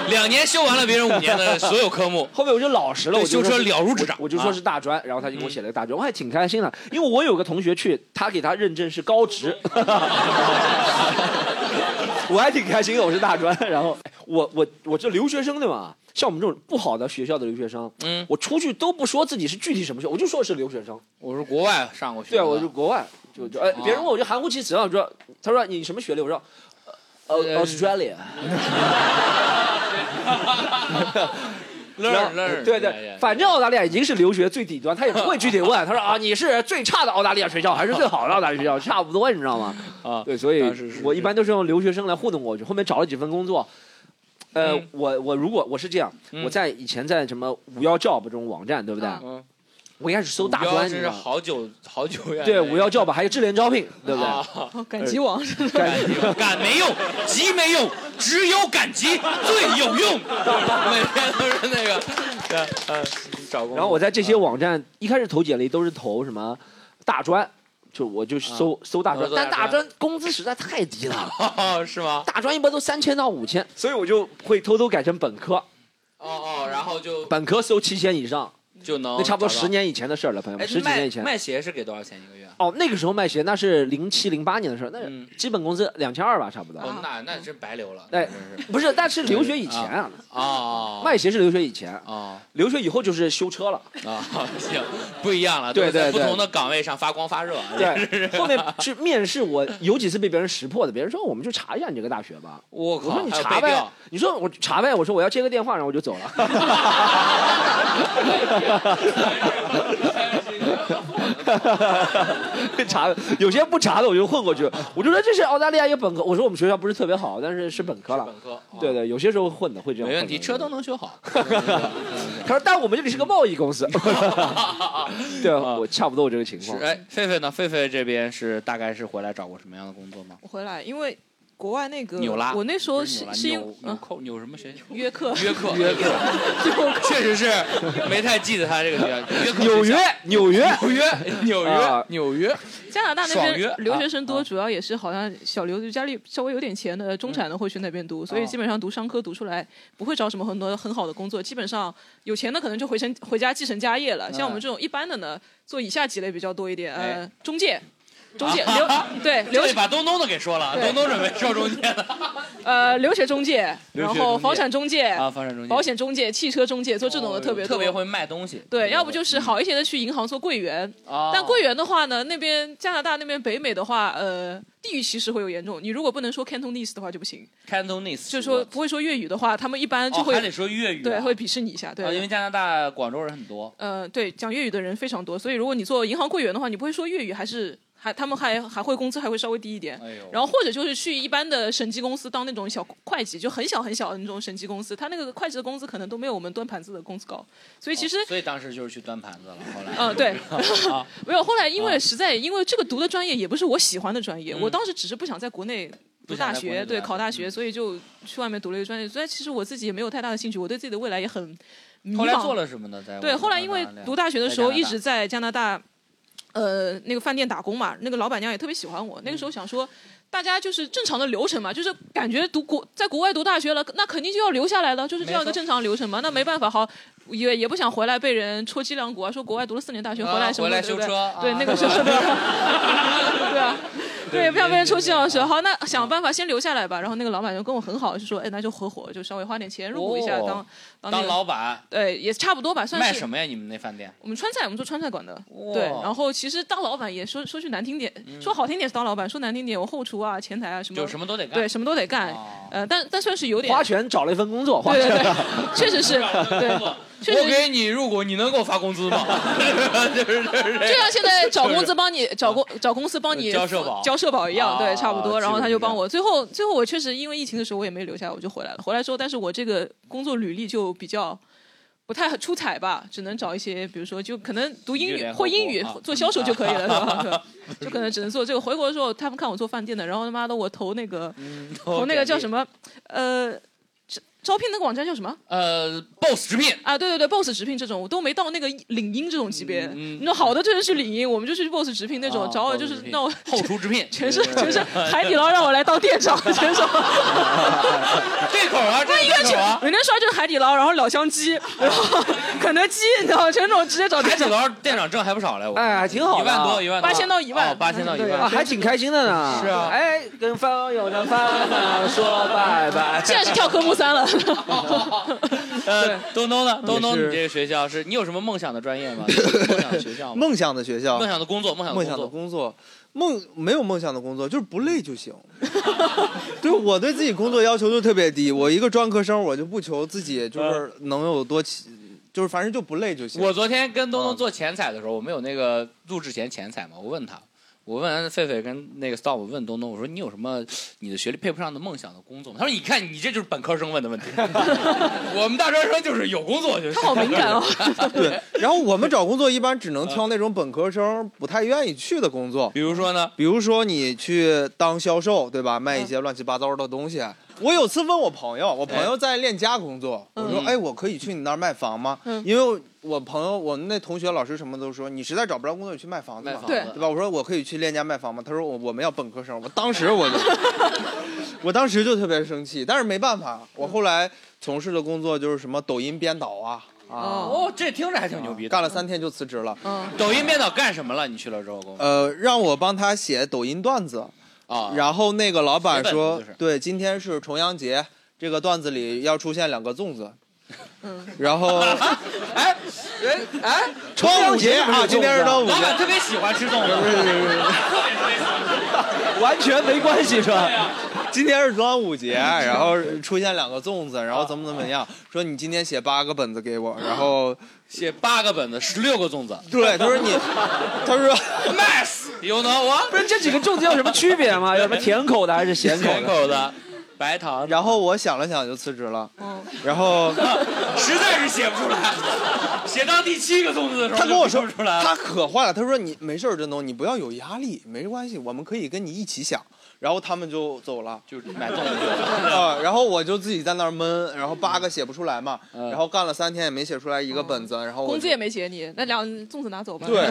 B: 两年修完了别人五年的所有科 目，
C: 后面我就老实了，
B: 对
C: 我就
B: 修车
C: 说
B: 了如指掌啊嗯
C: 我我就说是大专，然后他就给我写了个大专，我还挺开心的，因为我有个同学去，他给他认证是高 职，我还挺开心的，我是大专。然后哎我我我这留学生对吧？像我们这种不好的学校的留学生，嗯，我出去都不说自己是具体什么学，我就说是留学生。
B: 我是国外上过学的，啊
C: 对，我是国外，就就哎，别人问我就含糊其辞了，我说他说你什么学历？我说呃呃 Australia。然后
B: learn learn，
C: 呃对
B: 哎
C: 对
B: 呀，
C: 反正澳大利亚已经是留学最底端，他也不会具体 问，他说啊，你是最差的澳大利亚学校还是最好的澳大利亚学校，差不多，你知道吗？
B: 啊，
C: 对，所以我一般都是用留学生来糊弄我去。后面找了几份工作，呃，
B: 嗯
C: 我我如果我是这样，
B: 嗯
C: 我在以前在什么五幺 job 这种网站，对不对？
B: 嗯
C: 我一开始搜大
B: 五幺
C: 专，你
B: 真
C: 知
B: 是
C: 道吗？
B: 好久好久远了，
C: 对五幺 job 还有智联招聘，对不对？
B: 对？
D: 哦赶集网，
B: 赶集网，赶没用，集没用，只有赶集最有用。每天都是那个，对，嗯，找工作。
C: 然后我在这
B: 啊
C: 些网站一开始投简历都是投什么大专，就我就搜、搜大专，
B: 啊搜大
C: 但
B: 专
C: 大专工资实在太低了，
B: 哦，是吗？
C: 大专一般都三千到五千，所以我就会偷偷改成本科，
B: 哦哦，然后就
C: 本科搜七千以上，
B: 就能
C: 那差不多
B: 找到
C: 十。年以前的事儿了，朋友
B: 哎
C: 们，，十几年以前。
B: 卖卖鞋是给多少钱一个月？
C: 哦，那个时候卖鞋那是零七零八年的事儿，那基本工资两千二吧，差不多。
B: 哦，那那真白流了。
C: 哎，不是，但是留学以前啊，
B: 哦，
C: 卖鞋是留学以前
B: 哦，
C: 留学以后就是修车了。
B: 啊，行，不一样了，
C: 对
B: 都
C: 对
B: 在不
C: 对
B: 同的岗位上发光发热。啊
C: 对，后 面去面试，我有几次被别人识破的，别人说我们就查一下你这个大学吧。
B: 我靠
C: 说你
B: 还有
C: 查
B: 背
C: 呗
B: 调，
C: 你说我查呗，我说我要接个电话，然后我就走 了。 查有些不查的我就混过去，我就说这是澳大利亚一个本科，我说我们学校不是特别好，但是是本科了。
B: 本科哦
C: 对对，有些时候混的会这样。
B: 没问题，车都能修好。
C: 他说，但我们这里是个贸易公司。 对，我差不多我这个情
B: 啊是
C: 况。
B: 哎，狒狒呢？狒狒这边是大概是回来找过什么样的工作 吗？
D: 我回来，因为国外那个
B: 纽拉，
D: 我那时候
B: 不是
D: 是
B: 纽拉
D: 是因啊
B: 纽纽扣纽什么学校？
D: 约克，
B: 约克，约 克，确实是没太记得他这个学校。约克
C: 纽约，纽约，
B: 纽约，纽约
C: 啊，
B: 纽约，
D: 加拿大那
B: 爽约
D: 边留学生多，主要也是好像小留家里稍微有点钱的中产的会去那边读，所以基本上读商科读出来不会找什么很多很好的工作，基本上有钱的可能就回城回家继承家业了。像我们这种一般的呢，做以下几类比较多一点，呃
B: 哎，
D: 中介。中介留对留
B: 这得把东东的给说了，
D: 哎对
B: 东东 准备说中介了。
D: 呃留学中介，
B: 留
D: 然
B: 学中
D: 后
B: 介
D: 房产中介
B: 啊房产中介哦
D: 保险中介、汽车中介，做这种的特别多
B: 特别会卖东西。
D: 对，要不就是好一些的去银行做柜员，
B: 哦
D: 但柜员的话呢，那边加拿大那边北美的话，呃，地域歧视会有严重。你如果不能说 Cantonese 的话就不行，
B: Cantonese
D: 就是说不会说粤语的话，他们一般就
B: 哦
D: 会、
B: 还得说粤语啊
D: 对，会鄙视你一下，对，
B: 啊，因为加拿大广州人很多。
D: 呃，对，讲粤语的人非常多，所以如果你做银行柜员的话，你不会说粤语，还是还他们还还会工资还会稍微低一点。
B: 哎呦
D: 然后或者就是去一般的审计公司当那种小会计，就很小很小的那种审计公司，他那个会计的工资可能都没有我们端盘子的工资高。所以其实，
B: 哦所以当时就是去端盘子了，后来。
D: 嗯对
B: 啊嗯
D: 没有后来因为实在因为这个读的专业也不是我喜欢的专业，我当时只是不想在国内。读
B: 不想
D: 大
B: 在国内
D: 学
B: 读
D: 对
B: 大嗯
D: 考大学，所以就去外面读了一个专业。所以其实我自己也没有太大的兴趣，我对自己的未来也很 迷茫。
B: 后来做了什么呢？在
D: 对，后来因为读大学的时候一直
B: 在
D: 在加拿大，呃，那个饭店打工嘛，那个老板娘也特别喜欢我。那个
B: 嗯
D: 时候想说，大家就是正常的流程嘛，就是感觉读国在国外读大学了，那肯定就要留下来了，就是这样一个正常流程嘛。那没办法，好。也也不想回来被人戳脊梁骨啊，说国外读了四年大学
B: 啊
D: 回来什么
B: 回来
D: 的对不对
B: 修车啊
D: 对那个时 候对吧对啊，对也不想被人戳脊梁
B: 啊
D: 骨。好，那想办法先留下来吧。然后那个老板就跟我很好，就说，哎，那就合伙，就稍微花点钱入股一下，
B: 哦
D: 当当那
B: 当
D: 个
B: 老板。
D: 对，呃也差不多吧，算是
B: 卖什么呀？你们那饭店？
D: 我们川菜，我们做川菜馆的，对。然后其实当老板也说说句难听点，说好听点是当老板，说难听点，我后厨啊、前台啊什么，
B: 嗯就什么都得干哦
D: 对，什么都得干。呃，但但算是有点
C: 花钱找了一份工作，花
D: 对对
C: 钱
D: 对， 确 实是，对，确
B: 我
D: 实
B: 给
D: 是。
B: 你入股，你能给我发工资吗？ 就是就是
D: 就像现在找工资帮 你找公找公司帮你
B: 呃交社保
D: 交社保一样，
B: 啊
D: 对，差不
B: 基本
D: 多。然后他
B: 是
D: 就
B: 这样
D: 帮我，最后最后我确实因为疫情的时候我也没留下来，我就回来了。回来之后，但是我这个工作履历就比较不太出彩吧，只能找一些，比如说就可能读英
B: 有
D: 语
B: 点
D: 会英语
B: 后果啊
D: 做销售就可以了，是吧？
B: 啊
D: 对吧就可能只能做这个。回国的时候，他们看我做饭店的，然后他妈的我投那个、
B: 嗯
D: 投那个叫什么呃。招招聘那个网站叫什么？
B: 呃，Boss 直聘
D: 啊，对对对，Boss 直聘这种，我都没到那个领英这种级别。你说好的就是去领英，我们就去 Boss 直聘那种，
B: 嗯啊
D: 找我
B: Boss
D: 就是
B: 直聘
D: 那我
B: 后厨直聘，
D: 全是全是海底捞让我来当店长，全 是。
B: 这口啊，
D: 那
B: 这
D: 一个
B: 这
D: 去
B: 口啊，，
D: 人家说就是海底捞，然后老乡鸡，然后 肯德基，你知道，全是那种直接找
B: 海
D: 店
B: 底
D: 长。
B: 捞店长挣还不少嘞，我
C: 哎还挺好的
E: 啊
B: 一万多，一万多，
D: 八千到一万
B: 哦八千到一
C: 对
B: 万
C: 啊，，还挺开心的呢。
B: 是啊
C: 哎，跟饭友的烦恼说拜拜。
D: 现在是跳科目三了。
B: 呃，东东呢？东东，
E: 也是
B: 你这个学校是你有什么梦想的 专业吗？梦想的学校吗？
E: 梦想的学校，
B: 梦想的工作，梦想
E: 梦
B: 的
E: 想的
B: 工
E: 工
B: 作。
E: 作，梦没有梦想的工作，就是不累就行。 就是我对自己工作要求就特别低，我一个专科生，我就不求自己就是能有多起，就是反正就不累就行。
B: 我昨天跟东东做前采的时候，我们有那个录制前前采嘛，我问他，我问狒狒跟那个 Stop 问东东，我说你有什么你的学历配不上的梦想的工作吗？他说你看你这就是本科生问的问 题，我们大专生就是有工作就行。
D: 他好敏 感哦。
E: 对，然后我们找工作一般只能挑那种本科生不太愿意去的工作，
B: 比如说呢？
E: 比如说你去当销售，对吧？卖一
B: 嗯
E: 些乱七八糟的东西。我有次问我朋友，我
B: 哎
E: 朋友在链家工作，我
F: 嗯
E: 说：“哎，我可以去你那儿卖房吗？”因为我朋友，我们那同学、老师什么都说，你实在找不着工作，你去卖房子
B: 卖
E: 嘛，
B: 房子
E: 对
B: 对
E: 吧？我说我可以去链家卖房吗？他说我我们要本科生，我当时我就，我当时就特别生气，但是没办法，我后来从事的工作就是什么抖音编导啊啊，
B: 哦，嗯这听着还挺牛逼的。
E: 干了三天就辞职了。
B: 抖音编导干什么了？你去了之后，给我们
E: 呃，让我帮他写抖音段子
B: 啊
E: 然后那个老板
B: 写本
E: 说
B: 子就是，
E: 对，今天是重阳节，这个段子里要出现两个粽子。
D: 嗯
E: 然后
B: 哎哎哎，
E: 端午节啊，今天是端午节
B: 老，板特别喜欢吃粽
E: 不是不
B: 子，
E: 是不是
C: 完全没关系是吧？
E: 今天是端午节，然后出现两个粽子，然后怎么怎么样？说你今天写八个本子给我，然后
B: 写八个本子，十六个粽子。
E: 对，他说你，他说
B: nice，有呢我。
C: 不是这几个粽子有什么区别 吗？有什么甜口的还是咸口的？
B: 咸口的，白糖。
E: 然后我想了想就辞职了，
D: 嗯
E: 然后。
B: 实在是写不出来，写到第七个粽子的时候，
E: 他跟我说
B: 出来了。
E: 他可坏了。他说你没事儿，振东，你不要有压力，没关系，我们可以跟你一起想。然后他们就走了，
B: 就买粽子
E: 啊、然后我就自己在那儿闷，然后八个写不出来嘛，
B: 嗯
E: 然后干了三天也没写出来一个本子，然后我
D: 哦工
E: 就
D: 资也没结你，那两粽子拿走吧。
E: 对，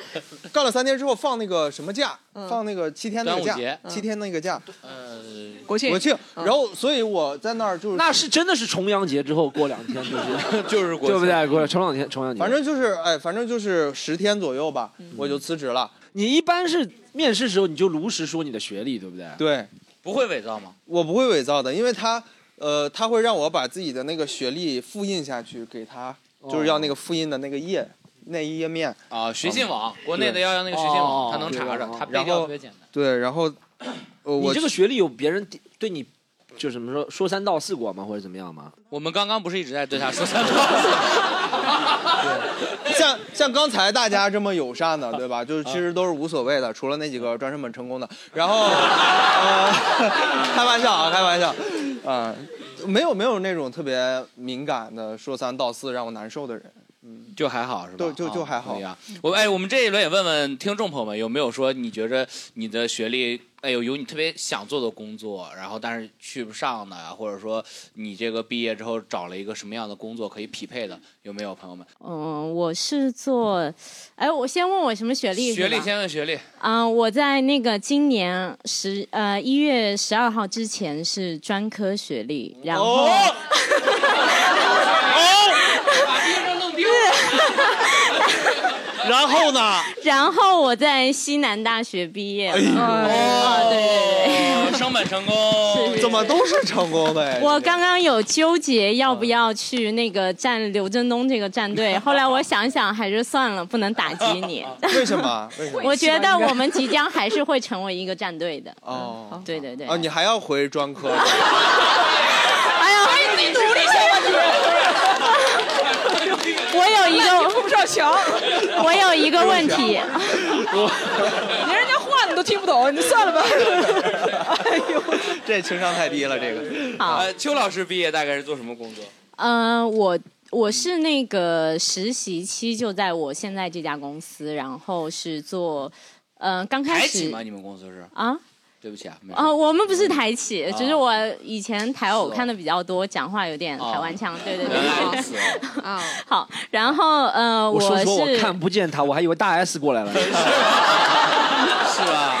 E: 干了三天之后放那个什么假，
D: 嗯
E: 放那个七天那个
B: 端午
E: 假
B: 节，
E: 七天那个假，
B: 呃，
D: 国庆嗯
E: 国庆。然后所以我在那儿就是
C: 那是真的是重阳节之后过两天，就是
B: 就是
C: 对不对？过重两天，重阳节。
E: 反正就是哎，反正就是十天左右吧，我就辞职了。
C: 嗯你一般是面试时候你就如实说你的学历，对不对？
E: 对，
B: 不会伪造吗？
E: 我不会伪造的，因为他，呃，他会让我把自己的那个学历复印下去给他，就是要那个复印的那个页，那一页面
B: 啊，学信网
E: 对，
B: 国内的要要那个学信
D: 哦
B: 网，他能查着，他背
E: 然
B: 调
E: 后
B: 特别简单。
E: 对，然后，呃，
C: 你
E: 我
C: 这个学历有别人对你就怎么说说三道四过吗，或者怎么样吗？
B: 我们刚刚不是一直在对他说三道 四？
E: 像像刚才大家这么友善 的，对吧？
B: 嗯
E: 就是其实都是无所谓的，除了那几个专升本成功的。然后，呃， 开玩笑啊，开玩笑，啊、没有没有那种特别敏感的说三道四让我难受的人，
B: 就还好是吧？
E: 对就就
B: 啊
E: 还好
B: 可以啊。我哎，我们这一轮也问问听众朋友们，有没有说你觉着你的学历，哎呦，有你特别想做的工作，然后但是去不上的，或者说你这个毕业之后找了一个什么样的工作可以匹配的，有没有朋友们？
Q: 嗯，我是做，哎，我先问我什么学历是
B: 学
Q: 吧？
B: 历先问学历，
Q: 嗯、我在那个今年十呃一月十二号之前是专科学历，然后、
B: 把别人 弄丢。
Q: 然
B: 后呢？
Q: 然后我在西南大学毕业了。哦，对对
B: 对，升本成功，
E: 怎么都是成功的呀？
Q: 我刚刚有纠结要不要去那个站刘振东这个战队，后来我想想还是算了，不能打击你。
E: 为什么？为什么？
Q: 我觉得我们即将还是会成为一个战队的。
E: 哦，
Q: 对对对。
E: 啊，你还要回专 科？
Q: 哎呀，
M: 哎你努力下去
Q: 我有一
M: 那
Q: 个，
M: 你碰不上墙
Q: 我有一个问题，
M: 连人家话你都听不懂，你算了吧。
E: 这情商太低了，这个。，
Q: 好
B: 呃，邱老师毕业大概是做什么工作？
Q: 嗯、我我是那个实习期就在我现在这家公司，然后是做，嗯、刚开
B: 台企
Q: 始
B: 吗？你们公司是？
Q: 啊。
B: 对不起啊，没事
Q: 啊、我们不是台企，
B: 啊
Q: 只是我以前台偶看的比较多，讲话有点台湾腔，对对
B: 哦原来如
Q: 对
B: 此哦
Q: 对。 好，然后呃，
C: 我说
Q: 是
C: 说我看不见他，我还以为大 S 过来了。
B: 是吧？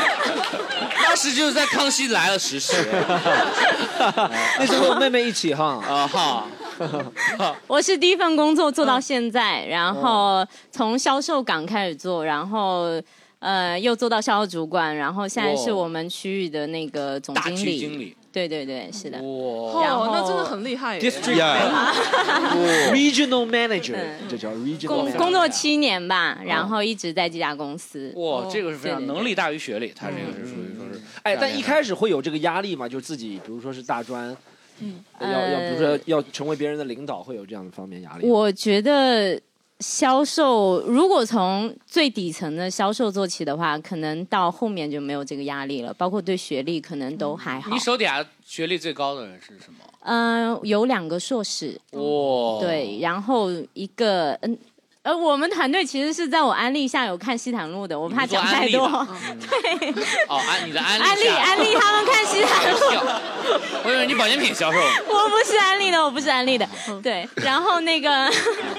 B: 当时就是在《康熙来了》实习，
C: 那时候和妹妹一起哈
B: 啊哈，
Q: 我是第一份工作做到现在，然
B: 嗯
Q: 后从销售岗开始做，然后呃又做到销售主管，然后现在是我们区域的那个总经
B: 大
Q: 理。
B: 区经理
Q: 对对对，是的。
B: 哇
Q: 然后
D: 哦，那真的很厉害耶。
C: District
B: 哦
C: Regional Manager，这叫
Q: 嗯
C: Regional
Q: 工
C: Manager
Q: 工作七年吧，然后一直在这家公司。
B: 嗯哇，这个是非
Q: 对
B: 常
Q: 对
B: 能力大于学历，他这个是属于说是，
C: 哎，但一开始会有这个压力嘛？就自己，比如说是大专，
Q: 嗯
C: 要要，比如说要成为别人的领导，会有这样的方面压力。
Q: 我觉得销售如果从最底层的销售做起的话，可能到后面就没有这个压力了，包括对学历可能都还好
B: 你。手底下学历最高的人是什么？
Q: 嗯、有两个硕士，
B: 哇，
Q: 对，然后一个嗯。呃，我们团队其实是在我安利下有看西坦路的，我怕
B: 你做
Q: 讲
B: 安
Q: 太
B: 利的
Q: 多。
B: 哦，安你的安利
Q: 安利
B: 下
Q: 安利他们看西坦路，
B: 我以为你保健品销售，
Q: 我不是安利的，我不是安利的。
B: 嗯
Q: 对，然后那个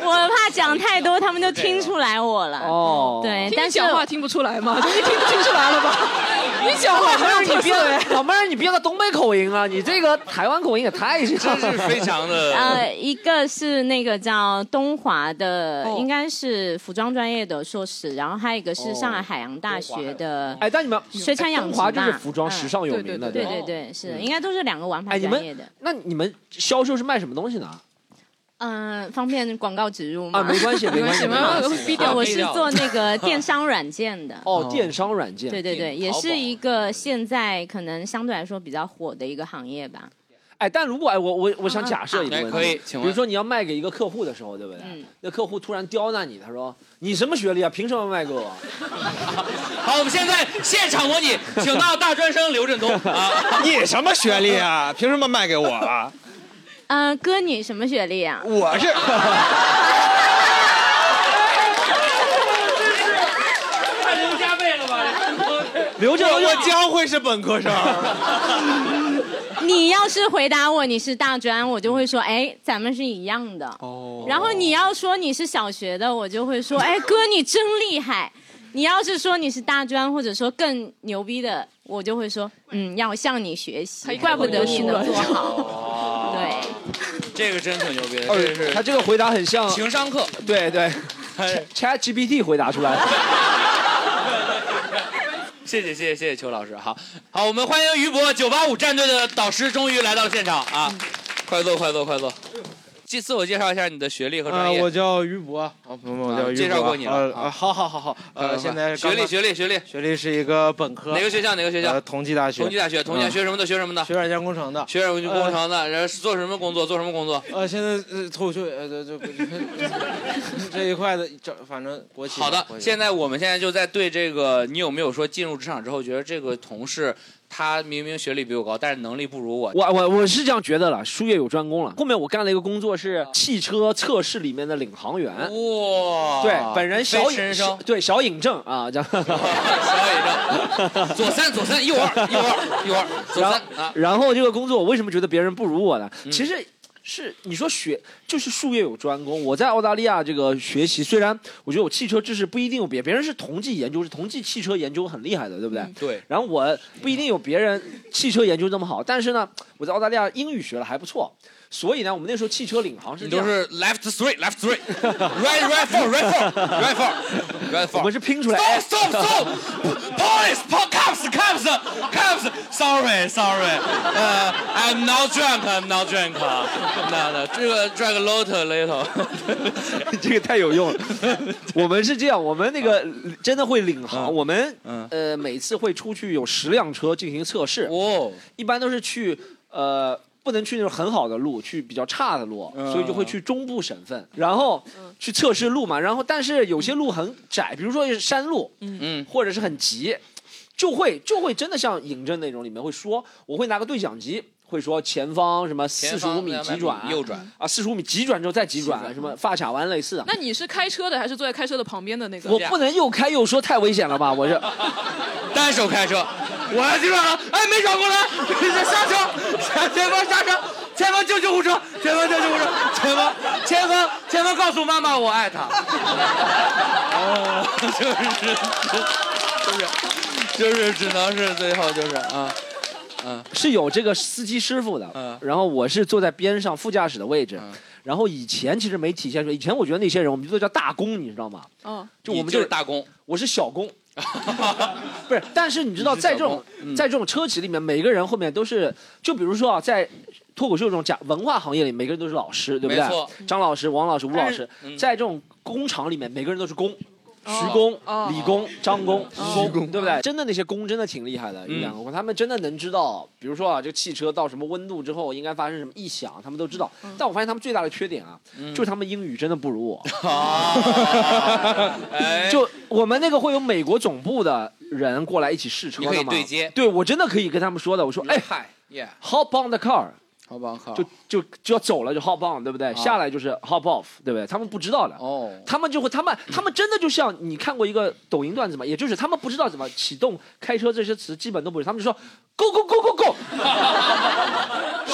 Q: 我怕讲太多，他们就听出来我了。
C: 哦
Q: 对，
D: 听
Q: 但
D: 你
Q: 是
D: 讲话听不出来 吗？你听不听出来了吧？ 你讲话
C: 老妹
D: 很
C: 儿，
D: 有
C: 你
D: 特
C: 别
D: 色哎。
C: 老妹儿，你别个东北口音啊！你这 个台湾口音也太像
B: 真是非常的
Q: 呃，一个是那个叫东华的，
C: 哦
Q: 应该是服装专业的硕士，然后还有一个是上海海洋大学的。
C: 哎，但你们
Q: 学产养殖
C: 中
Q: 吧
C: 华就是服装时尚有名的，
Q: 嗯对
C: 吧
Q: 对对，是的，应该都是两个王
C: 哎，
Q: 牌
C: 你
Q: 专业
C: 们
Q: 的。
C: 那你们销售是卖什么东西呢？
Q: 嗯，方便广告植入吗？呃
C: 啊没关 系没关系没关系没关系低调
Q: 我
C: 低
Q: 是
B: 哦
C: 调
Q: 做那个电商软件的。
C: 哦，电商软件。
Q: 对对对，
B: 嗯
Q: 也是一个现在可能相对来说比较火的一个行业吧。
C: 哎，但如果哎，我我我
Q: 嗯
C: 想假设一个
B: 哎
C: 问题，
B: 可以请问
C: 比如说你要卖给一个客户的时候，对不对？
Q: 嗯
C: 那客户突然刁难你，他说：“你什么学历啊？凭什么卖给我
B: 好，我们现在现场模拟，请到大 专生刘振东啊
E: 你什么学历啊？凭什么卖给我啊？
Q: 嗯、哥，你什么学历啊？
E: 我是。
B: 太刘加倍了吧？
C: 刘
E: 振，我将会是本科生。
Q: 你要是回答我你是大专，我就会说，哎，咱们是一样的。
P: 哦
Q: 然后你要说你是小学的，我就会说，哎，哥你真厉害。你要是说你是大专，或者说更牛逼的，我就会说，嗯，要向你学习，怪不得你能做好。对，
B: 这个真挺牛逼的，？”
C: 哦
B: 这是
C: 他这个回答很像
B: 情商课。 哎
C: 对对，Chat GPT 回答出来的。
B: 谢谢谢谢谢谢邱老师，好好，我们欢迎于博九八五战队的导师终于来到现场啊！
Q: 嗯
B: 快坐快坐快坐，介自我介绍一下你的学历和专
F: 啊，
B: 业。
F: 我叫于博，啊，朋友们，我
B: 啊
F: 叫于博。
B: 介绍过你了
F: 呃
B: 啊
F: 呃，好好好好，
B: 快
F: 呃，
B: 快
F: 现在
B: 学历学历学历
F: 学历是一呃个本科。
B: 哪个学校哪个学校
F: 呃，同济大学。嗯
B: 同济大学，同济大学学什么的？学什么的？学
F: 软件工程的。
B: 学软件工程的，然后是做什么工作？做什么工作？
F: 呃，现在呃，脱口秀呃，这这 这一块的，这反正国企。
B: 好的
F: 国，企
B: 现在我们现在就在对这个，你有没有说进入职场之后，觉得这个同事他明明学历比我高，但是能力不如我？
C: 我我我是这样觉得了，术业有专攻了。后面我干了一个工作是汽车测试里面的领航
B: 啊
C: 员。
B: 哇
C: 对，本人小
B: 非直
C: 尹
B: 升，
C: 对小尹正啊， 这样。
B: 左三左三右二右二右二 左
C: 然
B: 三
C: 后
B: 啊！嗯
C: 然后这个工作，我为什么觉得别人不如我呢？其实是你说学就是术业有专攻。我在澳大利亚这个学习，虽然我觉得我汽车知识不一定有别别人是同济研究，是同济汽车研究很厉害的，对不对？
B: 嗯对。
C: 然后我不一定有别人汽车研究那么好，但是呢，我在澳大利亚英语学的还不错，所以呢，我们那时候汽车领航是
B: 你
C: 这
B: 都
C: 样
B: 是 left three left three right right four right four right four right four，
C: 我们是拼出来。
B: stop stop police po- cops cops cops sorry sorry 呃、I'm not drunk I'm not drunk 那那这个 drunk later later
C: 这个太有用 了。我们是这样，我们那
B: 啊
C: 个真的会领航，我们
B: 嗯
C: 呃每次会出去有十辆车进行测试。
B: 哦，
C: 一般都是去呃。不能去那种很好的路，去比较差的路，
B: 嗯
C: 所以就会去中部省份，然后去测试路嘛。然后，但是有些路很窄，比如说是山路，
B: 嗯，
C: 或者是很急，就会就会真的像尹正那种，里面会说，我会拿个对讲机，会说前方什么四
B: 前
C: 十
B: 方
C: 五米
B: 200
C: 急转，
B: 米右转
C: 啊，四十五米急转之后再急转，什么
B: 嗯
C: 发卡弯类似 的。啊
D: 那你是开车的还是坐在开车的旁边的那个？
C: 我不能又开又说，太危险了吧？我是
B: 单手开车，我要急转了，哎，没转过来，下车， 前方下车，前方救救护车，前方救救护车，前方前方前方告诉妈妈我爱她。 哦，就是就是就是只能是最后就是啊。嗯，
C: 是有这个司机师傅的，然后我是坐在边上副驾驶的位置，
B: 嗯
C: 然后以前其实没体现出来，以前我觉得那些人我们就叫大工，你知道吗？
D: 哦，
C: 就我们
B: 你
C: 这
B: 就是大工，
C: 我是小 工，不是，但是你知道，
B: 你是小
C: 在这种
B: 工、嗯
C: 在这种车企里面，每个人后面都是，就比如说啊，在脱口秀这种讲文化行业里，每个人都是老师，对不
B: 没错
C: 对？张老师、王老师、吴老师
B: 但是嗯，
C: 在这种工厂里面，每个人都是工。徐工、
B: 哦
C: 李工、张工、
B: 徐工哦
C: 对不对？真的那些工真的挺厉害的，有
B: 嗯
C: 两个工，他们真的能知道，比如说啊，这个汽车到什么温度之后应该发生什么异响，他们都知道。
B: 嗯
C: 但我发现他们最大的缺点啊，就是他们英语真的不如我。
B: 啊哎
C: 就我们那个会有美国总部的人过来一起试车的嘛
B: 你可以对接嗯
C: 对我真的可以跟他们说的，我说哎
B: 嗨，Yeah，
C: ，hop on the car，
B: 好棒好
C: 就就就要走了就 hop on，对不对？下来就是 hop off，对不对？他们不知道的，
B: 哦，
C: 他们就会他们他们真的就像你看过一个抖音段子嘛，也就是他们不知道怎么启动开车这些词，基本都不是，他们就说 go go go go go，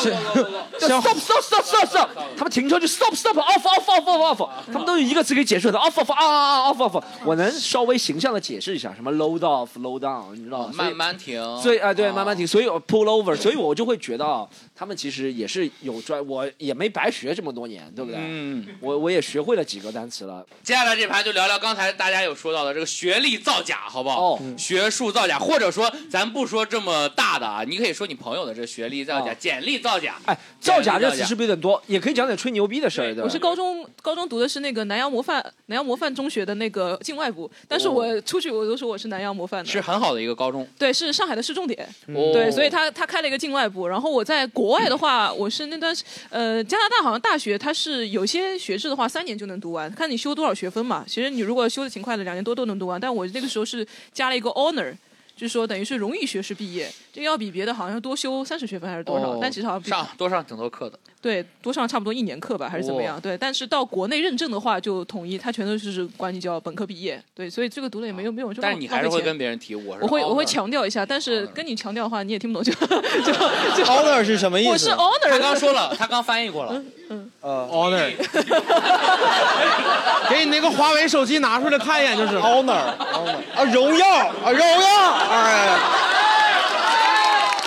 B: 像
C: stop stop stop stop stop，他们停车就 stop stop off off off off off，他们都有一个词给解释的 off off 啊啊啊 off off，我能稍微形象的解释一下什么 load off load down，你知道吗？所以
B: 慢慢停，
C: 所以啊，对，慢慢停，所以我 pull over，所以我就会觉得啊他们其实也是有专，我也没白学这么多年，对不对？
B: 嗯，
C: 我我也学会了几个单词了。
B: 接下来这盘就聊聊刚才大家有说到的这个学历造假，好不好？
C: 哦
B: 学术造假，或者说咱不说这么大的啊，你可以说你朋友的这学历造假、
C: 哦
B: 简历造假。
C: 哎，
B: 简
C: 造
B: 历
C: 假这词是不是有点多？也可以讲点吹牛逼的事儿，对吧？
D: 我是高中高中读的是那个南洋模范南洋模范中学的那个境外部，但是我出去我都说我是南洋模范的，
B: 是很好的一个高中。
D: 对，是上海的市重点。
B: 哦
D: 对，所以他他开了一个境外部。然后我在国外的话，我是那段时呃加拿大好像大学它是有些学制的话三年就能读完，看你修多少学分嘛。其实你如果修的勤快的，两年多都能读完。但我那个时候是加了一个 honor。就是说，等于是荣誉学士毕业，这要比别的好像多修三十学分还是多少？
B: 哦
D: 但其实好像比
B: 上多上挺多课的。
D: 对多上差不多一年课吧，还是怎么样？
B: 哦
D: 对，但是到国内认证的话就统一，它全都是管你叫本科毕业。对，所以这个读了也没有、没有这么
B: 但是你还是
D: 浪费
B: 会
D: 钱
B: 跟别人提，我是
D: 我会我会
B: honor
D: 强调一下，但是跟你强调的话，你也听不懂，就 就
E: honor 是什么意思？
D: 我是 honor
B: 哦他刚说了，他刚翻译过 了。
E: 呃，honor，
F: 给你那个华为手机拿出来看一眼就是
E: honor，honor 啊，荣耀啊，荣耀，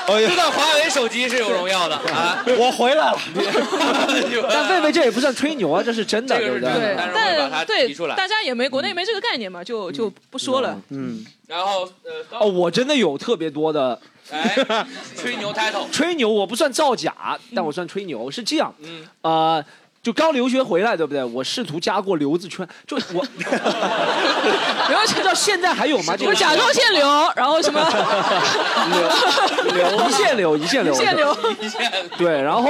E: 哎，
B: 知道华为手机是有荣 耀的啊。
C: 我回来了。
B: 但
C: 魏魏这也不算吹牛啊，这是真的，对不对？
B: 对但是我会把它
D: 但对
B: 提出来。
D: 大家也没国内没这个概念嘛，就就不说了。
C: 嗯，
B: 然后呃，高
C: 哦，我真的有特别多的。
B: 哎，吹牛 title，
C: 吹牛我不算造假，但我算吹牛。是这样，嗯，呃，就刚留学回来，对不对？我试图加过留子圈，就我，
D: 留
C: 知道现在还有吗？这
D: 就
C: 个
D: 甲状腺瘤，然后什么？
C: 瘤，一线瘤，一线瘤，
D: 一线瘤。
B: 嗯
C: 对，然后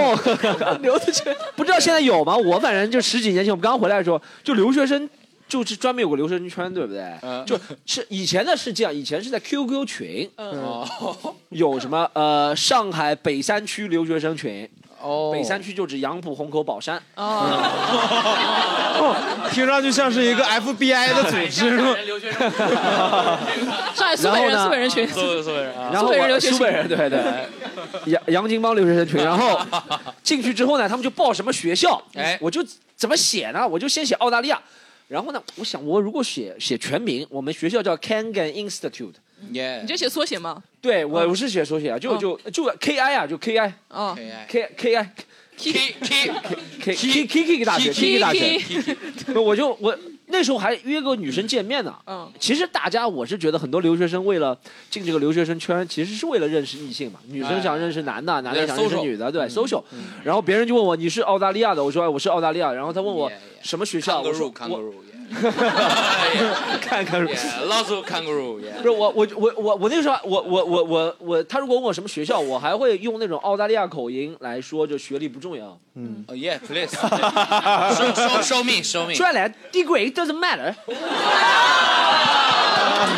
D: 留子圈，
C: 不知道现在有吗？我反正就十几年前我们刚回来的时候，就留学生。就是专门有个留学生圈，对不对？
D: 嗯
C: 就是以前呢是这样，以前是在 QQ 群，
B: 嗯，
D: 哦
C: 有什么呃上海北山区留学生群，
E: 哦
C: 北山区就指杨浦、虹口、宝山，
D: 哦
E: 听上去像是一个 FBI 的组织，
D: 上海苏北人，
C: 然后呢
D: 苏北人群，
B: 苏苏北人
C: 然后
D: 苏北人
C: 我
D: 留学
C: 啊苏北人对对， 杨杨金帮留学生群，然后进去之后呢，他们就报什么学校，
B: 哎，
C: 我就怎么写呢？我就先写澳大利亚，然后呢，我想我如果写写全名，我们学校叫 Kangan Institute，
D: 你就写缩写嘛。
C: 对我我是写缩写啊，就就就 K I 啊，就 K I
D: 哦
C: K K I
B: K K
C: K K K K 大学 K 大学，不 我就我那时候还约个女生见面呢。
D: 嗯，
C: 其实大家我是觉得很多留学生为了进这个留学生圈，其实是为了认识异性嘛，女生想认识男的，男的想认识女的，对，social。然后别人就问我你是澳大利亚的，我说哎我是澳大利亚，然后他问我什么学校，我说我 看看。
B: 老祖 kangaroo，yeah
C: 不是我我我我我那个时候我我我我我他如果问我什么学校，我还会用那种澳大利亚口音来说，就学历不重要。
B: 哦 yeah please，收收收命收命。
C: 虽然 degree doesn't matter，
D: 啊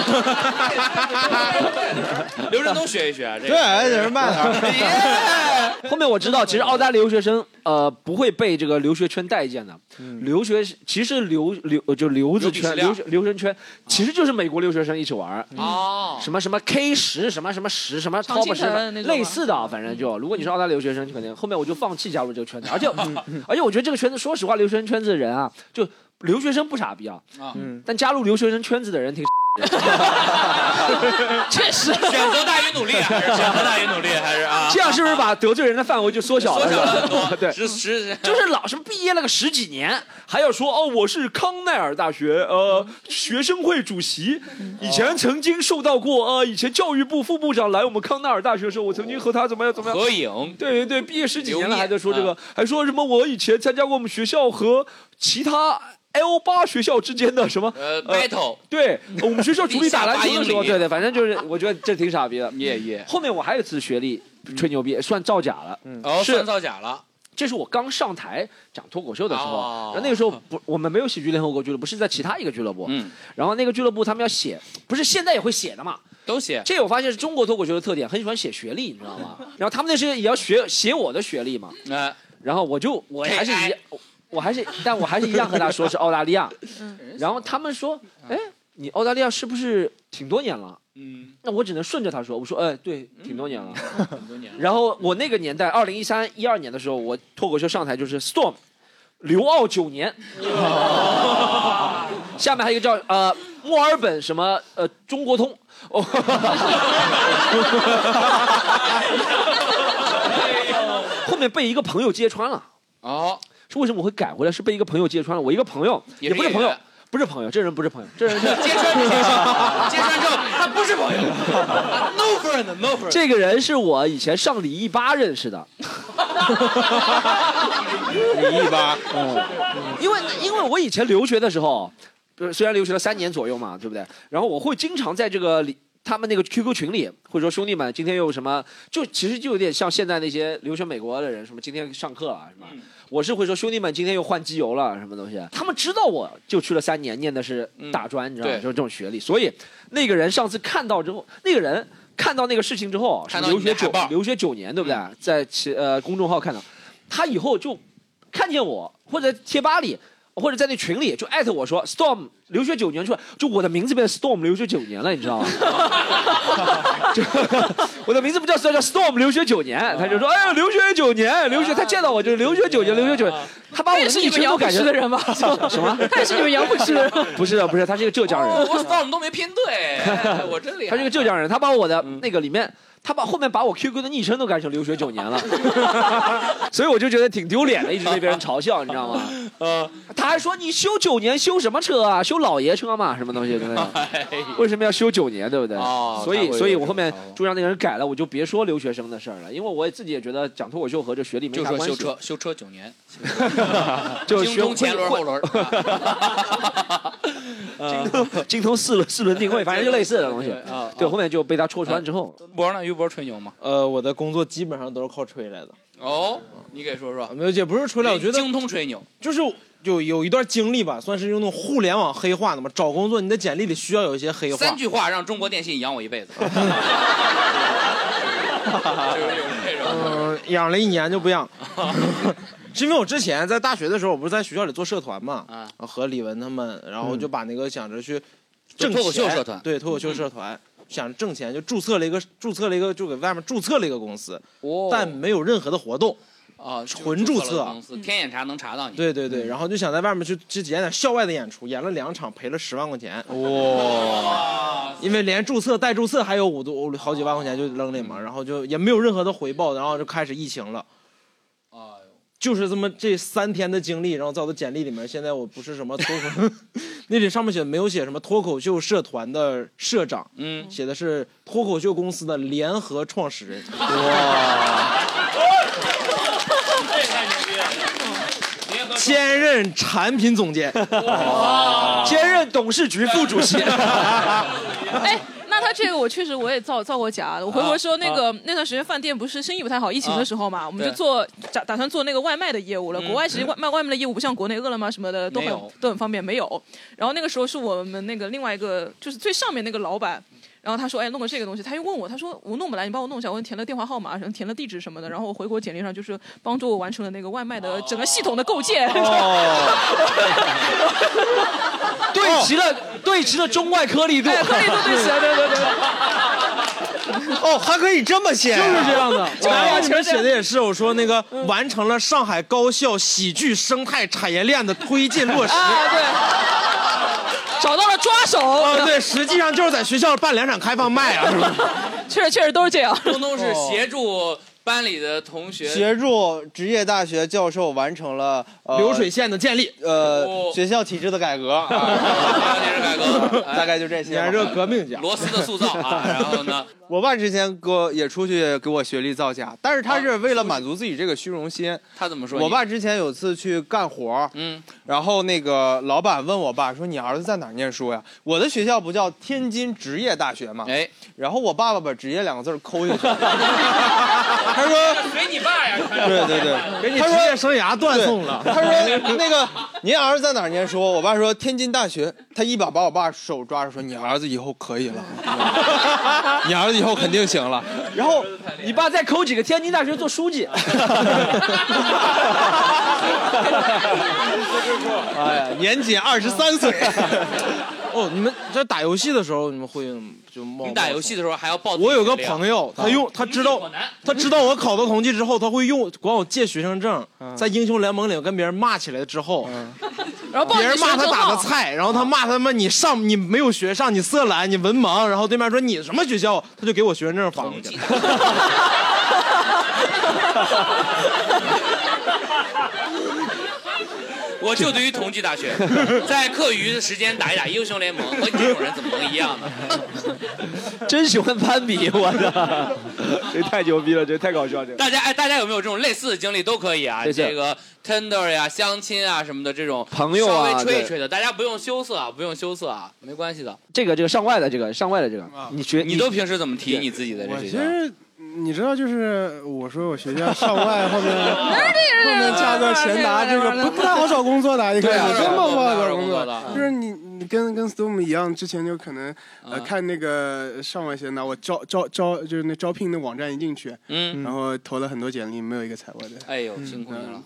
B: 刘振东学一学啊，这个
C: 对有人骂 他。后面我知道，其实澳大利亚留学生呃不会被这个留学圈待见的。留学其实留留就留子圈、
B: 嗯留啊
C: 留
B: 子
C: 学留学生圈，其实就是美国留学生一起玩儿。嗯
B: 哦
C: 什么什么 K 十什么什么十什么
B: 常青
C: Top
B: 藤
C: 十
B: 那种吗嗯
C: 类似的啊，反正就如果你是澳大利亚留学生，可能后面我就放弃加入这个圈子。而且
B: 嗯
C: 而且我觉得这个圈子，说实话，留学生圈子的人啊，就留学生不傻逼啊，
B: 啊，
C: 但加入留学生圈子的人挺
D: 确实，
B: 选择大于努力啊，还是选择大于努力，还是 啊？
C: 这样是不是把得罪人的范围就缩小了？
B: 缩小了
C: 是吧
B: 很多
C: 对，
B: 十十
C: 就是老什么毕业了个十几年，还要说哦，我是康奈尔大学呃学生会主席，
B: 嗯
C: 以前曾经受到过呃，以前教育部副部长来我们康奈尔大学的时候，我曾经和他怎么样怎么样
B: 合影
C: 对对对，毕业十几年
B: 留
C: 了
B: 念
C: 还在说这个，
B: 啊
C: 还说什么我以前参加过我们学校和其他。L 八学校之间的什么
B: 呃 battle
C: 对，我们学校主力打篮球的时候，
B: 地下八英里
C: 对对，反正就是我觉得这挺傻逼 的。耶耶。后面我还有一次学历吹牛逼，算造假了。嗯
B: 哦，
C: 是
B: 算造假了。
C: 这是我刚上台讲脱口秀的时候，
B: 哦
C: 然后那个时候不，我们没有喜剧联合国俱乐部，是在其他一个俱乐部。
B: 嗯
C: 然后那个俱乐部他们要写，不是现在也会写的嘛？
B: 都写。
C: 这我发现是中国脱口秀的特点，很喜欢写学历，你知道 吗？然后他们那时候也要学写我的学历嘛。
B: 那
C: 然后我就我还是一样，我我还是，但我还是一样和他说是澳大利亚。
B: 嗯
C: 然后他们说，哎，你澳大利亚是不是挺多年了？
B: 嗯，
C: 那我只能顺着他说，我说，哎，对，挺多 年了。
B: 很多年
C: 然后我那个年代，二零一三一二年的时候，我脱口秀上台就是 Storm，留澳九 年，下面还有一个叫呃墨尔本什么呃中国通， 哦，后面被一个朋友揭穿了。
B: 哦，
C: 是为什么我会改回来？是被一个朋友揭穿了。我一个朋友
B: 也
C: 也
B: 是
C: 不是
B: 演
C: 朋友
B: 员，
C: 不是朋友，这人不是朋友，这 人是
B: 揭穿啊之 前，揭穿之后，他不是朋友，no friend no friend。
C: 这个人是我以前上李一吧认识的。李一吧，嗯，因为因为我以前留学的时候，呃虽然留学了三年左右嘛，对不对？然后我会经常在这个里。他们那个 QQ 群里会说兄弟们，今天又有什么？就其实就有点像现在那些留学美国的人，什么今天上课啊，什么。我是会说兄弟们，今天又换机油了，什么东西？啊嗯他们知道我就去了三年，念的是大专，你知道吗？
B: 对
C: 就是这种学历。所以那个人上次看到之后，那个人看到那个事情之后，是
B: 看到
C: 留
B: 你的
C: 学
B: 海
C: 九留学九年，对不对？在其呃公众号看到，他以后就看见我，或者在贴吧里，或者在那群里就艾特我说 Storm 留学九年出来，就我的名字变成 Storm 留学九年了，你知道吗？ 就 我的名字不叫 Storm，叫 Storm 留学九年，他就说哎呦留学九年，留学他见到我就是留学九年，留学九年，他把我
D: 他也
C: 的
D: 是
C: 昵
D: 你们
C: 称都
D: 杨
C: 改
D: 浦
C: 成？
D: 区的人吗
C: 什么？
D: 他也是你们杨浦区的人吗？哦
C: 不是的不是，他是一个浙江人。
B: 我 storm 都没拼对，哎我真厉
C: 他
B: 害。
C: 是
B: 嗯
C: 个浙江人，他把我的那个里面，他把后面把我 QQ 的昵称都改成留学九年 了，所以我就觉得挺丢脸的，一直被别人嘲笑，你知 道吗？呃，他还说你修九年修什么车啊？修老爷车嘛，什么东西之类 的。为什么要修九年，对不对？
B: 哦
C: 所
B: 他
C: 以
B: 会
C: 所以
B: 有
C: 我
B: 这
C: 后面就让那个人改了，我就别说留学生的事儿了，因为我也自己也觉得讲脱口秀和这学历没
B: 就
C: 啥
B: 说
C: 关系。
B: 修车，修车九年，
C: 就
B: 精
C: 学
B: 通前轮后轮，
C: 呃精通精通四轮四轮定位， 反正就类似的东西
F: 对对啊。
C: 对，后面就被他戳穿之后，
B: 博呢？于博吹牛吗？
F: 呃，我的工作基本上都是靠吹来的，
B: 哦，你给说说，
F: 没有，也不是吹来，我觉得
B: 精通吹牛，
F: 就是有有一段经历吧，算是用那种互联网黑话的嘛。找工作，你的简历里需要有一些黑话。
B: 三句话让中国电信养我一辈 子。
F: 嗯，养了一年就不养， 是因为我之前在大学的时候，我不是在学校里做社团嘛，
B: 啊
F: 和李文他们，然后就把那个想着去挣
B: 嗯脱口秀
F: 钱
B: 社团
F: 对脱口秀社团，想挣钱就注册了一个注册了一个就给外面注册了一个公司，
B: 哦
F: 但没有任何的活动，
B: 啊，
F: 纯注
B: 了
F: 册
B: 公，司天眼查能查到你。
F: 对对对，然后就想在外面去去演点校外的演出，演了两场，赔了十万块钱。哇、
B: 哦
F: 哦因为连注册带注册还有五多好几万块钱就扔里嘛，然后就也没有任何的回报，然后就开始疫情了。就是这么这三天的经历，然后在我的简历里面，现在我不是什么脱口， 那里上面写没有写什么脱口秀社团的社长，
B: 嗯，
F: 写的是脱口秀公司的联合创始人。
B: 这太牛逼了！
F: 兼任产品总监，兼任董事局副主 席。
D: 哎，那他这个我确实我也造造过假。我回
R: 啊
D: 国时候那个、那段时间饭店不是生意不太好，疫情的时候嘛，我们就
R: 对嗯
D: 做打打算做那个外卖的业务了。国外其实外卖外卖的业务不像国内饿了么什么的都
R: 没
D: 很
R: 有
D: 都很方便，没有。然后那个时候是我们那个另外一个就是最上面那个老板。然后他说：“哎，弄个这个东西。”他又问我，他说：“我弄不来，你帮我弄一下。”我填了电话号码，然后填了地址什么的。然后我回国简历上就是帮助我完成了那个外卖的整个系统的构建。
R: 哦
C: 对齐了对齐了中外哎颗粒度，
D: 颗粒度对齐了对对对。
F: 哦，还可以这么写、就是这样的。
C: 就是这样
F: 前面写的也是，我说那个完成了上海高校喜剧生态产业链的推进落实。
D: 啊，对，找到了抓手。
F: 啊，对，实际上就是在学校办两场开放麦啊，是吧？
D: 确实确实都是这样。
B: 东东是协助班里的同学
E: 协助职业大学教授完成了、呃、
B: 流水
F: 线的建立，
B: 哦
E: 呃，学校体制的改革，
B: 啊
E: 大概就这些吧。
B: 你还是个
F: 革命家，
B: 罗斯哎的塑造啊，然后呢，
E: 我爸之前给我也出去给我学历造假，但是他是为了满足自己这个虚荣心。
B: 他啊怎么说你？
E: 我爸之前有次去干活，
B: 嗯，
E: 然后那个老板问我爸说：“你儿子在哪儿念书呀？”我的学校不叫天津职业大学吗？
B: 哎，
E: 然后我爸爸把“职业”两个字儿抠下去，他说
B: 随你爸呀，
E: 对对对，
F: 给你
E: 他
F: 职
E: 说
F: 业生涯断送了。
E: 他说那个您儿子在哪儿念书？我爸说天津大学。他一把把我爸手抓着说：“你儿子以后可以了，你儿子以后肯定行了。”然后
C: 你爸再抠几个天津大学做书记，
F: 哎呀，
E: 年仅二十三 岁。
F: 哦，你们在打游戏的时候，你们会就冒？
B: 你打游戏的时候还要报。
F: 我有个朋友，他用他知道他知道我考到同济之后，他会用管我借学生证，在英雄联盟里跟别人骂起来之后，
D: 然后报
F: 别
D: 你
F: 人
D: 学
F: 骂
D: 生
F: 他
D: 证
F: 打
D: 号
F: 的菜，然后他骂他们你上你没有学上，你色懒，你文盲，然后对面说你什么学校，他就给我学生证发过去了。
B: 我就对于同济大学，在课余的时间打一打英雄联盟，和你这种人怎么能一样呢？
C: 真喜欢攀比，我操，这太牛逼了，这太搞笑了，这个。
B: 大家哎，大家有没有这种类似的经历都可以啊？
C: 对对
B: 这个 Tinder 呀、相亲啊什么的这种
C: 朋友啊
B: 稍微吹一
C: 对
B: 吹的，大家不用羞涩啊，不用羞涩啊，没关系的。
C: 这个这个上外的这个上外的这个，你学
B: 你都平时怎么提你自己的这
R: 我
B: 学
R: 其
B: 校？
R: 实你知道，就是我说我学校校外后面
B: 这
R: 后面加个钱达，这个不不太好找工作的啊，一开对啊始真不好找不太好找工工作作的嗯就是你你跟跟 Storm 一样，之前就可能呃看那个上外些呢，我招招招就是那招聘的网站一进去，
B: 嗯
R: 然后投了很多简历，没有一个采外的。
B: 哎呦，辛苦你了。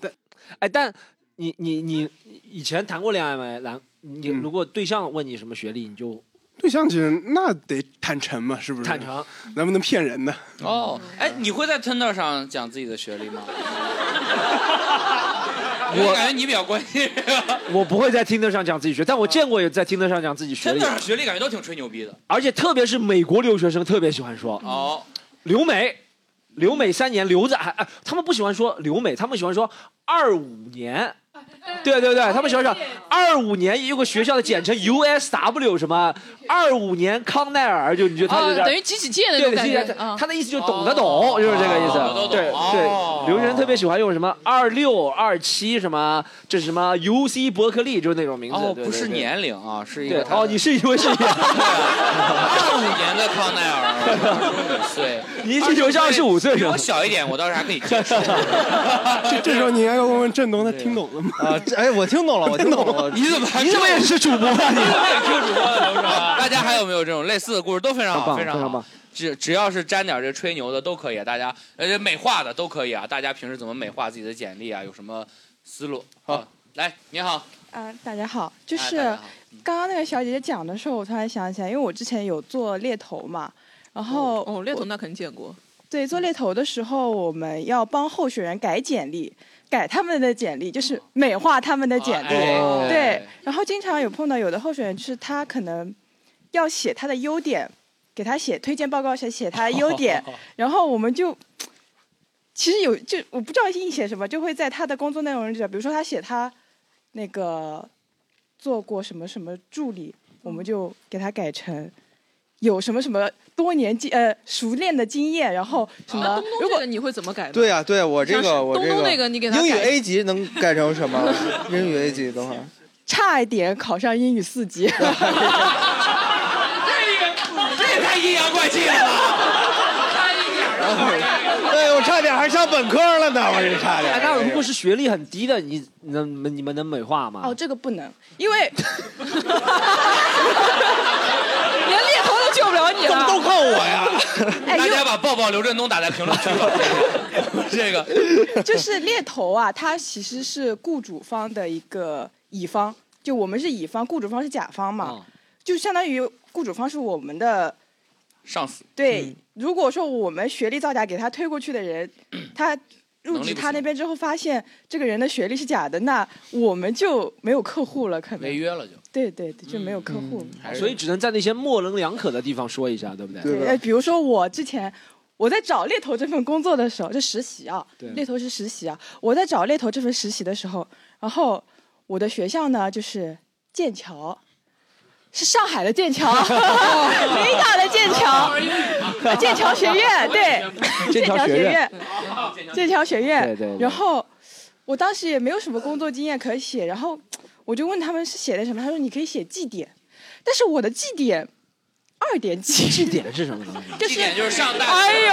C: 哎，嗯但你你你以前谈过恋爱没？然你如果对象问你什么学历，你就
R: 嗯对象其实那得坦诚嘛，是不是？
C: 坦诚，
R: 能不能骗人呢？
B: 哦，哎，你会在 Tinder 上讲自己的学 历吗？我感觉你比较关心
C: 我不会在听得上讲自己学，但我见过有在听得上讲自己学历
B: Tinder 上
C: 的，
B: 学历，感觉都挺吹牛逼的。
D: 嗯
C: 而且特别是美国留学生特别喜欢说。
B: 哦，
C: 留美，留美三年留着，哎哎，他们不喜欢说留美，他们喜欢说二五年。
D: 哎
C: 对对对，他们喜欢说二五年有个学校的简称 USW 什么二五年康奈尔，就你觉得他有点
D: 哦等于集体界的那
C: 对
D: 种感觉
C: 集体界
D: 嗯
C: 他的意思就是懂得懂，就是这个意思
B: 哦懂得懂。
C: 对
B: 哦
C: 对，留学生特别喜欢用什么二六二七什么，这是什么 UC 伯克利，就是那种名字。
B: 哦，
C: 对
B: 不是。年龄啊，是一
C: 对对
B: 个
C: 对，哦，你是因为是一个。
B: 二五年的康奈尔， 二十五岁，
C: 你一进学校25岁
E: 啊
B: 比我小一 点，我倒是还可以接受。
R: 这这时候你应该要问问振东，他听懂了吗？
E: 啊，这哎，我听懂了，我听懂了。
B: 你怎么还你怎么也
C: 是主播啊？
B: 你怎么也 Q 主播了，刘主播 大家还有没有这种类似的故事？都非常
C: 好
B: 好，
C: 棒
B: 非常
C: 非常
B: 好
C: 棒。
B: 只只要是沾点这吹牛的都可以，大家呃美化的都可以啊。大家平时怎么美化自己的简历啊？有什么思路？好，来，你好，
S: 啊，大家好，就
B: 哎
S: 是
M: 啊
B: 大家好
M: 嗯
S: 刚刚那个小姐姐讲的时候，我突然想起来，因为我之前有做猎头嘛，然后
D: 哦，猎头那肯定见过。
S: 对
T: 嗯
S: 做猎头的时候，我们要帮候选人改简历，改他们的简历，就是美化他们的简历。
T: 哦哎，
S: 对，然后经常有碰到有的候选人，就是他可能要写他的优点，给他写推荐报告写写他的优点 然后我们就其实有就我不知道硬写什么，就会在他的工作内容里边，比如说他写他那个做过什么什么助理，我们就给他改成有什么什么多年经呃熟练的经验，然后什么、
D: 啊
S: 如果
D: 你会怎么改呢？
E: 对啊呀、对、我这
S: 像是
E: 个我这
S: 东东那个你给他
E: 英语
S: 改
E: A 级能改成什么？英语 A 级的话，
S: 差一点考上英语四级。
B: 这也太阴阳怪气了吧！差一点儿
E: 哎，我差点还上本科了呢，我这差点。
C: 哎，那如果是学历很低的，你能你们能美化吗？
S: 哦，这个不能，因为 连猎头都救不了你了，
E: 都靠我呀！
B: 大家把抱抱刘振东打在评论区了。 这个
S: 就是猎头啊，它其实是雇主方的一个乙方，就我们是乙方，雇主方是甲方嘛，
B: 嗯
S: 就相当于雇主方是我们的
B: 上司
S: 对。如果说我们学历造假给他推过去的人，他入
B: 能力
S: 职
B: 不
S: 他那边之后发现这个人的学历是假的，那我们就没有客户了，可能
B: 违约了就。
S: 对对对，就没有客户了。
C: 所以只能在那些模棱两可的地方说一下，对不对？
S: 对，呃，比如说我之前我在找猎头这份工作的时候，这实习啊
C: 对，
S: 猎头是实习啊。我在找猎头这份实习的时候，然后我的学校呢就是剑桥，是上海的剑
K: 哦
S: 桥， 北大的剑
B: 哦
S: 桥，剑桥学院，对，
C: 剑
S: 剑
C: 桥
S: 桥
C: 学
S: 学
C: 院
S: 院，剑桥学院。
C: 对对对
S: 然后我当时也没有什么工作经验可写，然后我就问他们是写的什么，他说你可以写绩点，但是我的绩点二点几，
C: 绩点是什么？
B: 一点就是上大。
S: 哎呦！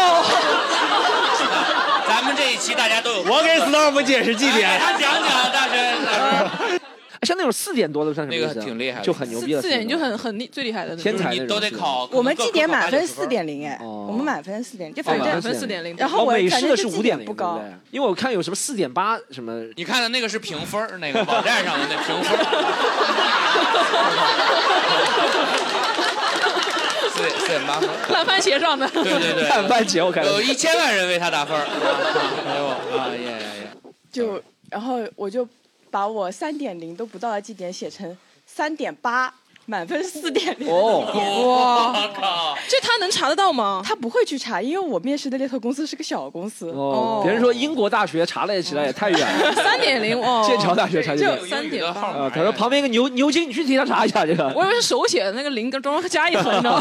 B: 咱们这一期大家都有。
C: 我给 Storm 解释绩点
B: 来给他讲讲大学。
C: 哎像那种四点多的算什么意思啊？
B: 那个挺厉害的
C: 就很牛逼了。
D: 四点你就很很厉最厉害的那种，
C: 天才那种
B: 都得考
S: 我们绩点满分四点零哎，
C: 哦
S: 我们满分四点，就
C: 哦
S: 反正
C: 满分4.0
S: 然后我
C: 哦美
S: 反
C: 式
S: 正就
C: 的
S: 是绩
C: 五点零，
S: 不高
C: 对不对，因为我看有什么四点八什么，
B: 你看的那个是评分儿那个网站上的那 评分儿。四点四点八分。
D: 烂番茄上的。
B: 对对对，
C: 烂番茄我看
B: 有一千万人为他打分儿。 哎呦啊耶耶耶！
S: 就然后我就把我三点零都不到的绩点写成三点八，满分四点 零。
D: 哦
S: 哇！
B: 靠！
S: 这他能查得到吗？他不会去查，因为我面试的猎头公司是个小公司。
C: 哦，别人说英国大学查了起来也太 远了，
D: 3.0哦
C: 剑桥大学查起来
D: 就3.8
C: 啊，他说旁边一个牛牛津，你去替他查一下这个。
D: 我以为是手写的那个零跟中间加一横，你知 道吗？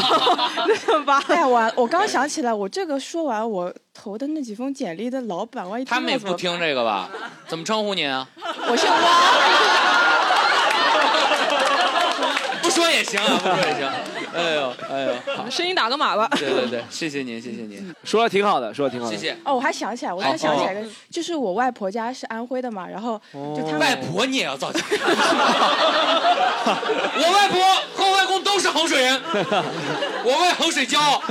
S: 吧？哎，我我刚想起来，我这个说完，我投的那几封简历的老板，万一
B: 他们也
S: 到怎
B: 不
S: 么办
B: 听这个吧？怎么称呼您啊？
S: 我姓汪。
B: 不说也行啊，不说也行。 哎呦哎呦，好，
D: 声音打个码吧。
B: 对对对，谢谢您，谢谢您，
C: 说的挺好的，说的挺好的。
B: 谢谢。
S: 哦，我还想起来，我突
B: 哦
S: 然想起来一个，就是我外婆家是安徽的嘛，然后就他们
B: 外婆你也要 造假？我外婆和我外公都是衡水人，我为衡水骄傲。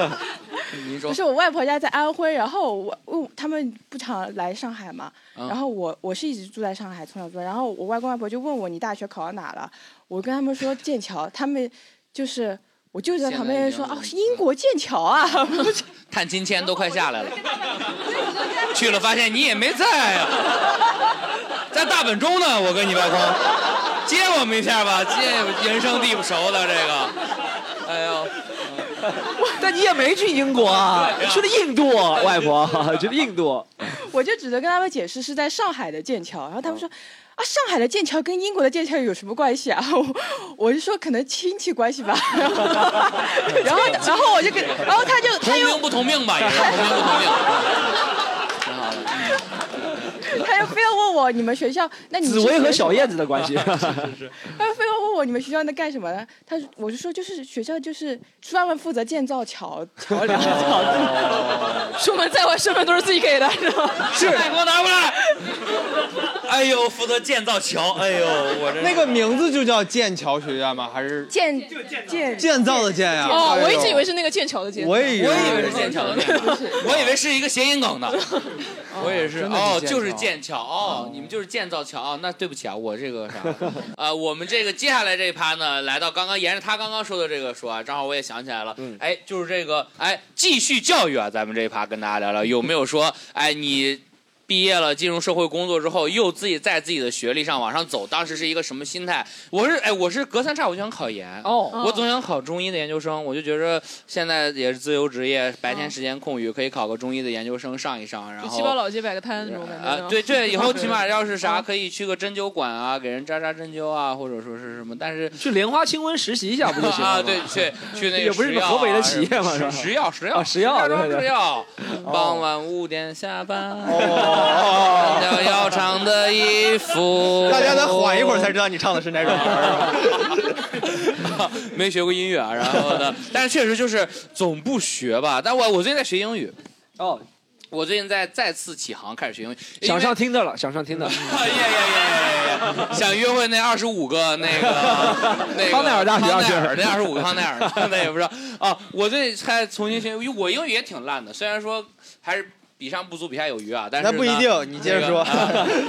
B: 您说
S: 不是我外婆家在安徽，然后我我他们不常来上海嘛，
B: 嗯
S: 然后我我是一直住在上海，从小住在，然后我外公外婆就问我你大学考到哪了，我跟他们说剑桥，他们就是我舅舅在旁边说哦是英国剑桥啊，
B: 探亲签都快下来了，去了发现你也没在呀、在大本钟呢。我跟你外公接我们一下吧，接人生地不熟的这个，哎呦，
C: 但你也没去英国啊，你去了印度，外婆去了印度。
S: 我就只能跟他们解释是在上海的剑桥，然后他们
C: 哦
S: 说。啊，上海的剑桥跟英国的剑桥有什么关系啊？ 我我就说可能亲戚关系吧。然后，然后然后我就跟，然后他就
B: 同
S: 他又
B: 名不同命吧，也是同名不同命。挺好的。
S: 他又非要问我你们学校，那你们
C: 紫薇和小
S: 学校
C: 燕子的关系，
S: 他非要问我你们学校在干什么呢？他说我就说就是学校就是专门负责建造桥桥 梁桥
C: 哦
D: 子， 出门在外身份都是自己给的，是吧？
B: 是给我拿过来。 哎呦，负责建造桥，哎呦，我这
E: 那个名字就叫剑桥学院吗？还是哎
D: 建
S: 建
E: 建造的建呀？
D: 哦，我一直以为
E: 是。
D: 是那个剑桥的剑，
E: 我也以为
B: 我以为是剑桥的剑我以为是一个谐音梗呢。我也是
E: 真的是
B: 哦，
E: 剑
B: 就是
E: 桥
B: 剑桥哦，你们就是建造桥哦。那对不起啊，我这个啥啊，我们这个接下来这一趴呢，来到刚刚沿着他刚刚说的这个说啊，正好我也想起来了，哎，就是这个哎，继续教育啊，咱们这一趴跟大家聊聊有没有说哎你。毕业了，进入社会工作之后，又自己在自己的学历上往上走，当时是一个什么心态？我是哎，我是隔三差五就想考研
C: 哦
B: 我总想考中医的研究生，我就觉着现在也是自由职业，白天时间空余可以考个中医的研究生上一上，然
D: 就嗯
B: 后
D: 七宝老街摆个摊那种感觉。
B: 啊，对 对，以后起码要是
D: 嗯
B: 啥，可以去个针灸馆啊，给人扎扎针灸啊，或者说是什么，但是
C: 去莲花清瘟实习一下不就行了吗
B: 啊，对， 去去那个
C: 也不是
B: 食
C: 你们
B: 药
C: 河北的
B: 啊
C: 企业嘛，是吧？
B: 食药食药
C: 啊食药，
B: 庄
C: 对哦对
B: 制
C: 对
B: 药，傍晚 五点下班，穿着腰长的衣服，
E: 大家得缓一会儿才知道你唱的是哪首歌。
B: 没学过音乐啊，然后呢，但是确实就是总不学吧。但我我最近在学英语，
C: 哦，
B: 我最近在再次起航，开始学英语，因
C: 想
B: 为
C: 上听的了，想上听的。
B: 想约会那二十五个那 个那个
C: 康奈尔大学
B: 康奈
C: 二
B: 尔
C: 十
B: 那二十五康奈尔 的，那也不知道啊。我这才重新学，因为我英语也挺烂的，虽然说还是比上不足，比下有余啊。但是
E: 那不一
B: 呢
E: 定你接着
B: 那个
E: 说
B: 啊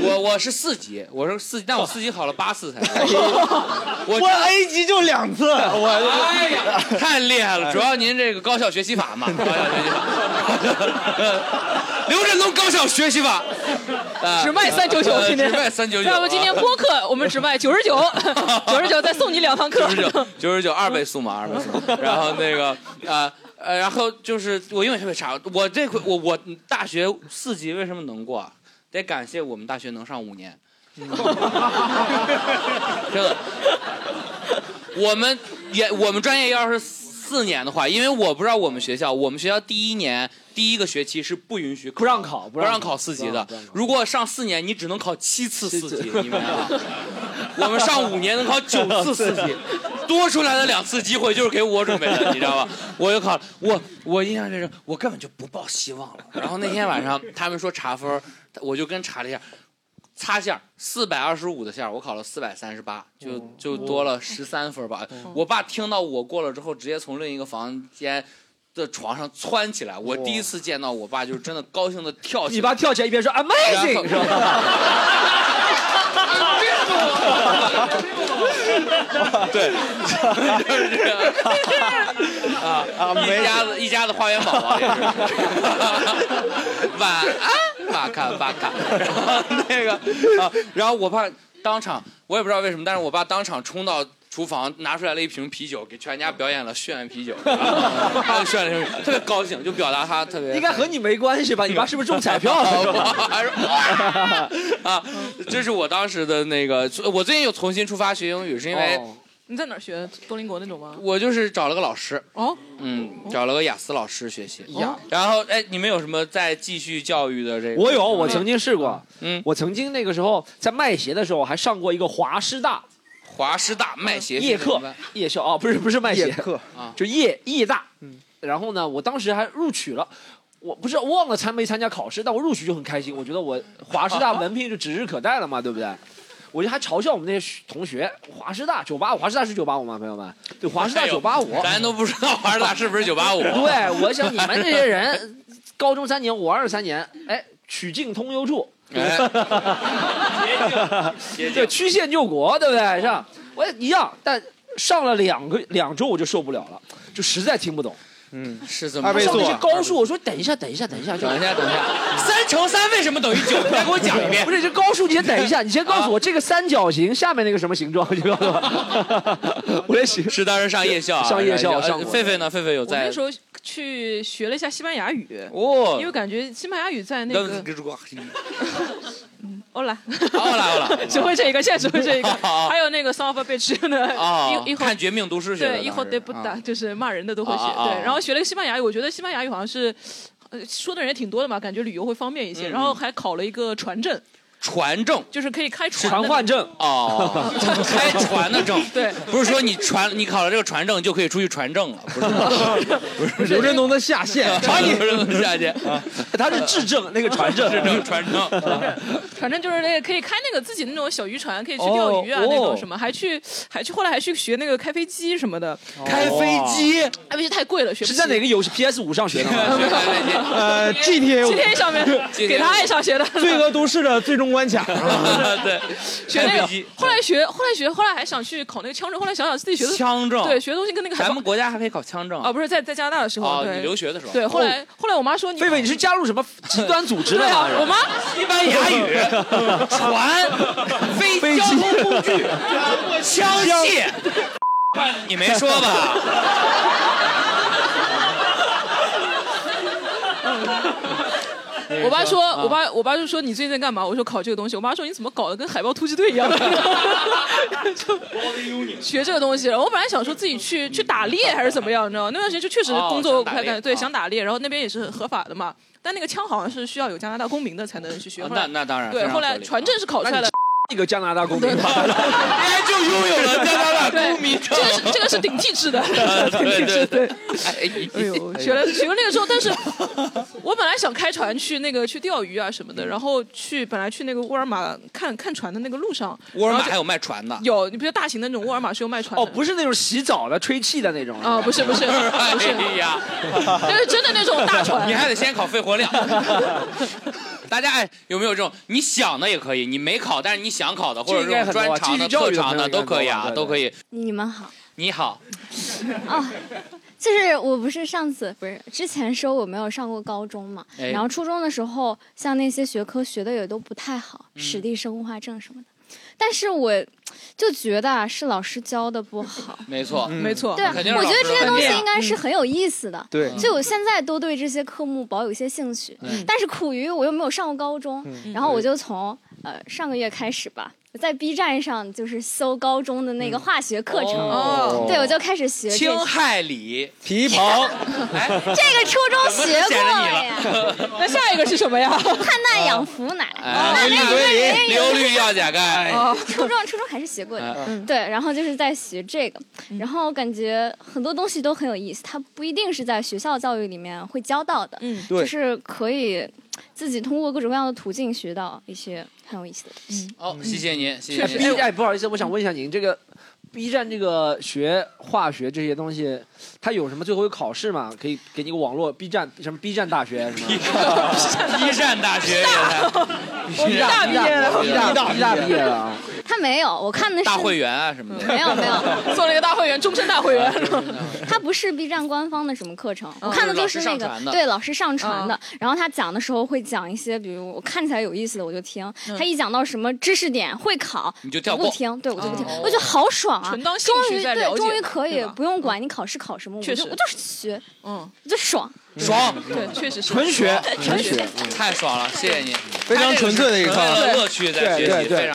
B: 我我是四级，我是四级，但我四级考了八 次才。我
E: 我 A 级就两次，我
B: 哎呀，太厉害了！主要您这个高效学习法嘛，高效学 习法。刘振东高效学习法，啊
D: 只卖三九九，
B: 呃
D: 今天
B: 只卖三九啊 九。
D: 那我们今天播客，我们只卖九十九，九十九再送你两堂课。
B: 九十九，九十九，二倍速嘛，二倍速。然后那个呃呃，然后就是我英语特别差，我这回我我大学四级为什么能过啊？得感谢我们大学能上五年， 真的。我们也我们专业要是四年的话，因为我不知道我们学校，我们学校第一年第一个学期是不允许不让考不让考四级的。如果上四年，你只能考七次四级，你明白 吗？我们上五年能考九次四级，多出来的两次机会就是给我准备的，你知道吧？我就考了，我我印象就是我根本就不抱希望了。然后那天晚上他们说查分儿，我就跟查了一下，擦线四百二十五的线儿，我考了四百三十八，就
C: 哦
B: 就多了十三分儿吧。我爸听到我过了之后，直接从另一个房间。的床上窜起来，我第一次见到我爸，就是真的高兴的跳起来。
C: 你 爸跳起来一边说 amazing 是吧？
B: 对，就是这样啊一家子一家子花园宝宝也是， 晚 安，巴卡巴卡，然后那个啊，然后我爸当场，我也不知道为什么，但是我爸当场冲到。厨房拿出来了一瓶啤酒，给全家表演了炫啤酒，啊炫了一瓶啤酒，特别高兴，就表达他特 别
C: 应该和你没关 系吧？你爸是不是中彩票了？
B: 啊，这是我当时的那个，我最近又重新出发学英语，是因为
C: 哦
D: 你在哪儿学？多邻国那种吗？
B: 我就是找了个老师，
D: 哦，
B: 嗯，找了个雅思老师学习。
D: 呀
B: 然后哎，你们有什么再继续教育的这个？
C: 我有，我曾经试过。
B: 嗯，
C: 我曾经那个时候在卖鞋的时候，我还上过一个华师大
B: 华师大卖鞋
C: 夜课夜校啊，不是不是卖鞋
B: 夜课
C: 啊，就夜夜大。然后呢，我当时还录取了。我不是忘了参没参加考试，但我录取就很开心。我觉得我华师大文凭就指日可待了嘛，对不对？我就还嘲笑我们那些同学，华师大九八五，华师大是九八五吗？朋友们，对，华师大
B: 哎呦
C: 九八五，
B: 咱都不知道华师大是不是九八 五。
C: 对，我想你们这些 人，高中三年，我二十三年，哎，曲径通幽处，
B: 哎
C: 对，曲线救国，对不对？是吧？我也一样，但上了两个两周我就受不了了，就实在听不懂。
E: 嗯，
B: 是这
E: 么二倍速
C: 那些
E: 啊
C: 高数，我说等一下，等一下，等一下，就
B: 等一下，等一下，三乘三为什么等于九？你再给我讲一遍。 啊
C: 不是，这高数你先等一下，你先告诉我这个三角形下面那个什么形状，你告诉我。 我在想，
B: 是当时上夜校啊，
C: 上夜校
B: 呃
C: 上过
B: 狒狒呢？狒狒有
D: 我那
B: 在
D: 时。候去学了一下西班牙语，
B: 哦
D: 因为感觉西班牙语在那个，欧啦，
B: 欧哦啦欧 啦
D: 只会这一个，现在只会这一个
B: 好好，好
D: 还有那个 s o f a bitch 的，
B: 哦
D: 一一，会
B: 看《绝命毒师》学的
D: 对，一会儿
B: 当时
D: 得不打，就是骂人的都会
B: 啊啊
D: 学。
B: 啊
D: 对，然后学了个西班牙语，我觉得西班牙语好像是，呃，说的人也挺多的嘛，感觉旅游会方便一些。
B: 嗯
D: 然后还考了一个船证，
B: 船证，
D: 就是可以开船的。
C: 传唤证
B: 哦，开船的证，
D: 对，
B: 不是说你船你考了这个船证就可以出去船证了，不 是，不是
F: 刘振东的下线，
B: 把你刘振东下 线，
C: 啊他是质证那个船证，
B: 质证船证，
D: 反正就是那个可以开那个自己的那种小渔船，可以去钓鱼啊、
B: 哦
D: 那
B: 哦
D: 种什么，还去还去后来还去学那个开飞机什么的。
B: 哦
C: 开飞机，
D: 哎，不是太贵了，学不
C: 是
D: 起
C: 在哪个 游戏 PS 五上学的吗？
F: 呃，GTA
D: GTA 上面 GTA 给他爱上学的
F: 罪恶都市的最终关 卡。
B: 对，
D: 学那个，后来学，后来学，后来还想去考那个枪证，后来想想自己学的
B: 枪证
D: 对，学的东西跟那个还
B: 咱们国家还可以考枪证
D: 啊，不是在在加拿大的时候，
B: 哦，
D: 对，
B: 你留学的时候，
D: 对，后来后来我妈说你，
C: 狒狒，你是加入什么极端组织
D: 对
C: 了
D: 啊
C: 吗？，
D: 我妈
B: 西班牙语、 船、飞
C: 飞机
B: 交通工 具、枪械，你没说吧？
D: 我爸说，
B: 啊
D: 我爸我爸就说你最近在干嘛？我说考这个东西。我妈说你怎么搞得跟海豹突击队一样？ 学这个东西。然后我本来想说自己去去打猎还是怎么样，你知道吗？那段时间就确实
Q: 哦
D: 工作
Q: 想打
D: 不太
Q: 猎
D: 干，对，
Q: 啊
D: 想打猎。然后那边也是合法的嘛，但那个枪好像是需要有加拿大公民的才能去学。
B: 啊
D: 后来
B: 那那当然非
D: 对，
B: 常
D: 后
B: 合
D: 来
B: 理
D: 船证是考出来的。
C: 一个加拿大公民吧，
B: 哎，就拥有了加拿大公民证
D: 这个是这个是顶替制的，
B: 啊
D: 顶 替
B: 对对
D: 制
B: 对
D: 对。
B: 哎呦
D: 学了学了那个之后，但是我本来想开船去那个去钓鱼啊什么的，然后去本来去那个沃尔玛看看船的那个路上，
B: 沃尔
D: 然
B: 玛
D: 后就
B: 还有卖船的，
D: 有，你比如大型的那种沃尔玛是有卖船的。
C: 哦，不是那种洗澡的、吹气的那种。
D: 啊不是不 是不是
B: 哎呀，
D: 但是真的那种大船
B: 你还得先考肺活量。 大家哎，有没有这种你想的也可以，你没考但是你想考的，或者
C: 这应该很
B: 种
C: 多啊
B: 专长
C: 继
B: 的、
C: 续教
B: 特
C: 育的
B: 长的
C: 朋友
B: 都可以啊，
C: 应该多
B: 都可以。
P: 你们好，
B: 你好，
P: 哦，就是我不是上次不是之前说我没有上过高中嘛，
Q: 哎
P: 然后初中的时候像那些学科学的也都不太好，
B: 嗯
P: 史地、生物化证什么的，但是我就觉得啊是老师教的不 好。
B: 没错，
D: 嗯没错
P: 对啊，
B: 肯定是
P: 我
B: 老
P: 觉得
B: 师
P: 这些
B: 很
P: 东西
B: 厉害
P: 应该是很有意思的。
B: 对
P: 所以我现在都对这些科目保有一些兴趣，
B: 嗯
P: 但是苦于我又没有上过高中，
B: 嗯
P: 然后我就从呃上个月开始吧，我在 B 站上就是搜高中的
B: 嗯
P: 那个化学课程，
B: 哦
P: 对我就开始学这
B: 氢
P: 个。
B: 氦锂
E: 皮蓬，
B: 哎，
P: 这个初中学过了呀。
B: 呀。
D: 那下一个是什么呀？
P: 碳氮氧氟奶，
B: 哎，
P: 哦那那那哦
B: 硫氯药钾钙，
P: 初中初中还是学过的，
B: 嗯
P: 对，然后就是在学这个，然后感觉很多东西都很有意思，它不一定是在学校教育里面会教到的，
D: 嗯
P: 就
B: 对
P: 是可以自己通过各种各样的途径学到一些很有意思的东西。
B: 哦，谢谢您，谢
C: 确实，
B: 谢您。
C: 哎，不好意思，我想问一下您这个 B 站这个学化学这些东西，它有什么最后有考试吗？可以给你个网络 B 站什么 B 站大学什么
B: 哎一战大学也在，
C: 哦？B 大
B: 毕业了
C: B 大哦 B 大毕业了啊！
P: 他没有，我看的是
B: 大会员啊 什么的，
P: 没有没有，
D: 做了一个大会员，终身大会员。
P: 他不是 B 站官方的什么课程，我
D: 哦
P: 看的
D: 就是
P: 就
D: 老师
P: 是
D: 上
P: 那个
D: 传的啊
P: 对老师上传的。然后他讲的时候会讲一些，比如我看起来有意思的我就听，
D: 嗯
P: 他一讲到什么知识点会考，
B: 你就跳
P: 我
B: 过
P: 不听，对我就不听，我觉得好爽啊！
D: 哦纯当兴
P: 终
D: 趣
P: 于
D: 在了
P: 对，
D: 解
P: 终于可以
D: 对吧嗯
P: 不用管你考试考什么，我
D: 确
P: 就
D: 实
P: 我就是学，
D: 嗯，
P: 我就爽。
B: 爽，
D: 对，确实是
B: 纯学
D: 对纯学。
B: 太爽了，谢谢您，
E: 非常纯粹的一个
B: 他这是纯
E: 对
B: 为了乐趣在
E: 对
B: 学习，
E: 对对
B: 非常。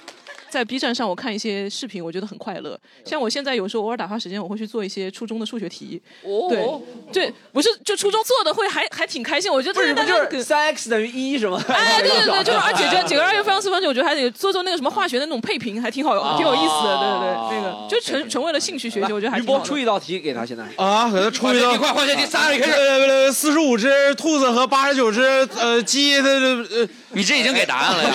D: 在 B 站上，我看一些视频，我觉得很快乐。像我现在有时候偶尔打发时间，我会去做一些初中的数学题。
C: 哦
D: 对对，不是就初中做的会还还挺开心。我觉得
C: 不
D: 大
C: 是
D: 家
C: 不
D: 大家
C: 就是三 x 等于一是吗？
D: 哎，对对 对，就是而且这几个二又非常四方形，我觉得还得做做那个什么化学的那种配平，还挺好，
C: 哦
D: 挺有意思的。对对对，那个就纯纯为了兴趣学习，我觉得还
C: 哎余
D: 挺好
C: 波
D: 的。
C: 出一道题给他，现在
F: 啊，给他出一道，呃，四十五只兔子和八十九只呃鸡，它这呃，
B: 你这已经给答案了呀？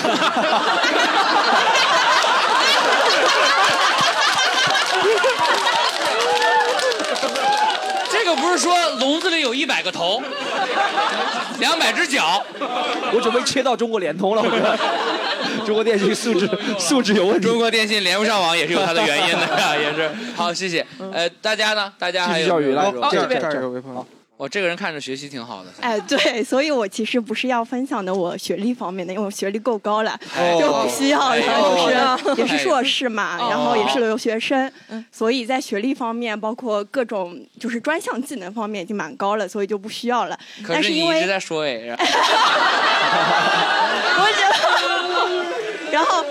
B: 这个不是说笼子里有一百个头，两百只脚，
C: 我准备切到中国联通了，我觉 得中国电信素质素质有问题。
B: 中国电信连不上网也是有它的啊原 因的呀，也是。好，谢谢。呃，大家呢？大家还有
C: 继续教育来
B: 哦
C: 这
B: 哦
C: 边
B: 这边
C: 这边
E: 有位朋友，
B: 我这个人看着学习挺好的，
T: 哎，对，所以我其实不是要分享的我学历方面的，因为我学历够高了，
B: 哎
T: 就不需要了，
B: 哎
T: 就是、也是硕士嘛，
B: 哎嗯
T: 然后也是留学生，所以在学历方面，包括各种就是专项技能方面已经蛮高了，所以就不需要了。
B: 可
T: 但
B: 是
T: 是
B: 你
T: 因
B: 一
T: 为
B: 直在说哎，
T: 然后，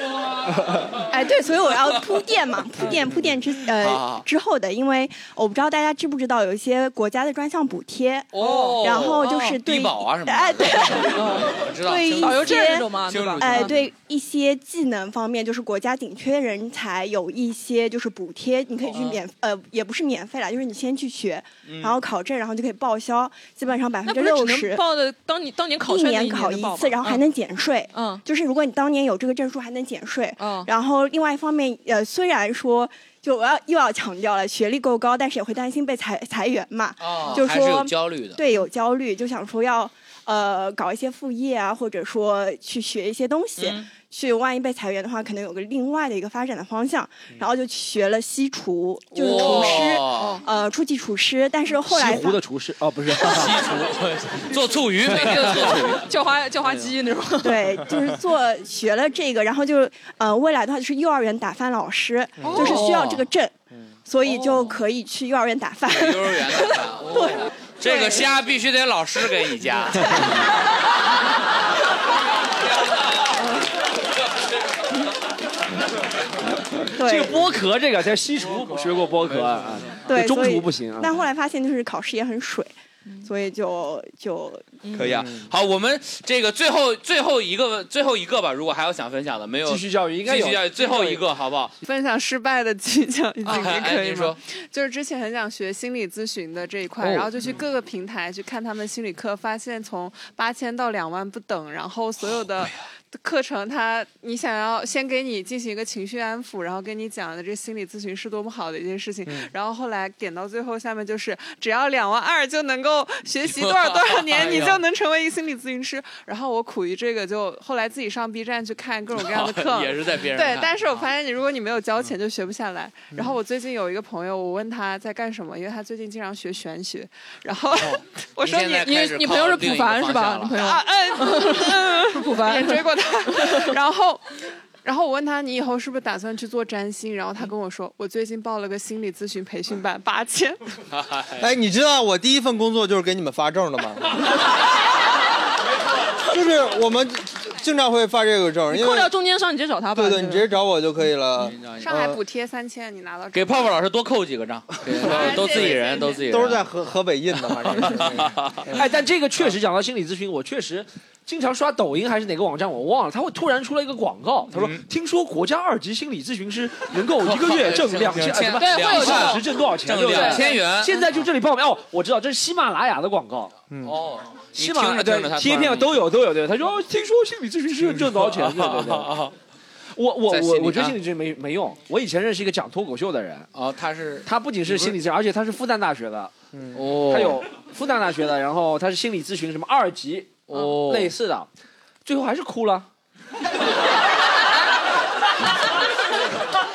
T: 哎，对，所以我要铺垫嘛，铺垫铺垫之
B: 好好
T: 呃
B: 好
T: 之后的，因为我不知道大家知不知道，有一些国家的专项补贴，
B: 哦
T: 然后就是对
B: 低保啊什么的，哦
T: 哎对，
B: 我知道
T: 对一些
B: 清楚清楚
T: 哎、对一些技能方面，就是国家紧缺人才有一些就是补贴，你可以去
B: 哦
T: 免、呃，也不是免费啦，就是你先去学，
D: 嗯
T: 然后考证，然后就可以报销，基本上百
D: 那
T: 分之
D: 不是只
T: 六十
D: 能。报的当你当年考
T: 一
D: 出来的
T: 年考
D: 的
T: 一
D: 报
T: 次，
D: 吧
T: 然后还
D: 嗯
T: 能减税。嗯，就是如果你当年有这个证书，还能减税。嗯，然后另外一方面，呃，虽然说。就我要又要强调了，学历够高，但是也会担心被裁裁员嘛，
B: 哦
T: 就是
B: 还是
T: 说
B: 有焦虑的
T: 对，有焦虑，就想说要呃搞一些副业啊，或者说去学一些东西，
B: 嗯
T: 去万一被裁员的话，可能有个另外的一个发展的方向，然后就去学了西厨，就是厨师，
B: 哇
T: 呃，初级厨师，但是后来
C: 西
T: 发
C: 湖的厨师哦，不是
B: 做醋鱼，每天做醋鱼，
T: 叫花叫花鸡那种。 对，就是做学了这个，然后就是呃，未来的话就是幼儿园打饭老师，
B: 嗯
T: 就是需要这个证，所以就可以去幼儿园打饭。
B: 幼儿园的饭， 哦这个虾必须得老师给你夹。
C: 这个剥壳，这个在西厨学过剥壳啊，
T: 对，
C: 中
T: 所以
C: 厨不行啊。
T: 但后来发现就是考试也很水，所以就就
B: 可以啊，
C: 嗯
B: 好，我们这个最后最后一个最后一个吧，如果还有想分享的，没有
C: 继续教育应该
B: 继
C: 有
B: 续教育最后一个好不好？
I: 分享失败的技巧已经
B: 哎哎
I: 可以
B: 您
I: 吗
B: 说？
I: 就是之前很想学心理咨询的这一块，
B: 哦
I: 然后就去各个平台去看他们心理课，发现从八千到两万不等，然后所有
B: 哦
I: 的。
B: 啊
I: 课程它，你想要先给你进行一个情绪安抚，然后跟你讲的这心理咨询是多么好的一件事情，
B: 嗯
I: 然后后来点到最后，下面就是只要两万二就能够学习 多少多少
B: 哎
I: 年，
B: 呦
I: 你就能成为一个心理咨询师。然后我苦于这个就，后来自己上 B 站去看各种各样的 课，
B: 也是在别人
I: 对
B: 看，啊嗯
I: 但是我发现你如果你没有交钱就学不下来。然后我最近有一个朋友，我问他在干什么，因为他最近经常学玄学，然后 我说
B: 哦你现在
I: 你
B: 开始你你朋友是靠另一个普凡方是吧向了 你朋友
I: 啊， 嗯，是普
D: 凡
I: 追过 他，然后。然后我问他，你以后是不是打算去做占星？然后
B: 嗯
I: 他跟我说，我最近报了个心理咨询培训班，八千。
E: 哎，你知道我第一份工作就是给你们发证的吗？就是我们经常会发这个证，
D: 你
E: 因
D: 扣
E: 为
D: 掉中间商，你直接找他吧。
E: 对对，你直接找我就可以了。呃
I: 上海补贴三千，你拿到
B: 给泡泡老师多扣几个账，给泡泡都自己人，都自己人，
E: 都是在河河北印的，反正是。
C: 哎，但这个确实讲到心理咨询，我确实经常刷抖音还是哪个网站，我忘了，他会突然出来一个广告，他说：“
B: 嗯
C: 听说国家二级心理咨询师能够一个月挣
B: 挣
C: 两千，
B: 两
C: 哎什
B: 千
C: 么
B: 对会有
C: 一
B: 这种
C: 小时挣多少钱？
B: 挣
C: 对不对
B: 两千元
C: 现在就这里报名哦，我知道这是喜马拉雅的广告，
B: 哦，你
C: 喜
B: 听
C: 马拉
B: 着
C: 雅
B: 听着他
C: 对贴片都有都有，对，他说哦听说心理咨询师挣多 少钱？对对对。我我
B: 在心
C: 我
B: 理
C: 我觉得
B: 啊
C: 心理咨询没没用。我以前认识一个讲脱口秀的人，
B: 哦，他是
C: 他不仅是心理咨询，而且他是复旦大学的，
B: 哦
C: 他有复旦大学的，然后他是心理咨询什么二级，
B: 哦
C: 类似的，最后还是哭 了。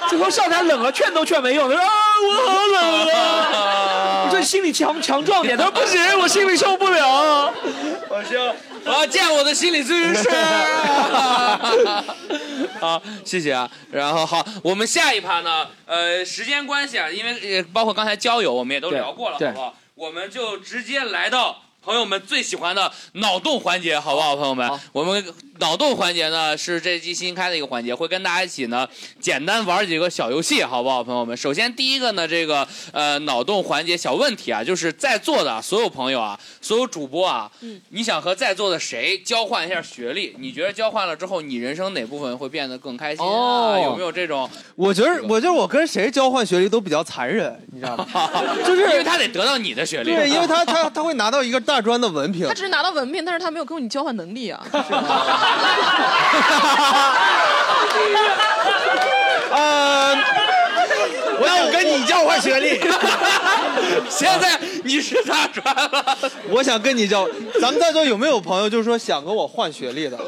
C: 最后上台冷了，劝都劝没用，他说啊，我好冷 啊！我说你心理强强壮点，他说不行，我心里受不了。
B: 我说我要见我的心理咨询师。好，谢谢啊。然后好，我们下一趴呢，呃，时间关系啊，因为呃包括刚才交友我 们也都聊过了，
C: 对
B: 好不好？我们就直接来到。朋友们最喜欢的脑洞环节，好不好？朋友们，我们脑洞环节呢是这季新开的一个环节，会跟大家一起呢简单玩几个小游戏，好不好？朋友们，首先第一个呢，这个呃脑洞环节小问题啊，就是在座的所有朋友啊，所有主播啊，
E: 嗯
B: 你想和在座的谁交换一下学历？你觉得交换了之后，你人生哪部分会变得更开心啊？
E: 哦
B: 有没有这种？
E: 我觉得，我觉得我跟谁交换学历都比较残忍，你知道吗？就是
B: 因为他得得到你的 学历，啊
E: 对，因为他他他会拿到一个大专的文凭
D: 他，只是拿到文凭，但是他没有跟你交换能力 啊。
E: 呃，那我跟你交换学历。
B: 现在你是大专了，
E: 我想跟你交，咱们在座有没有朋友就是说想跟我换学历的？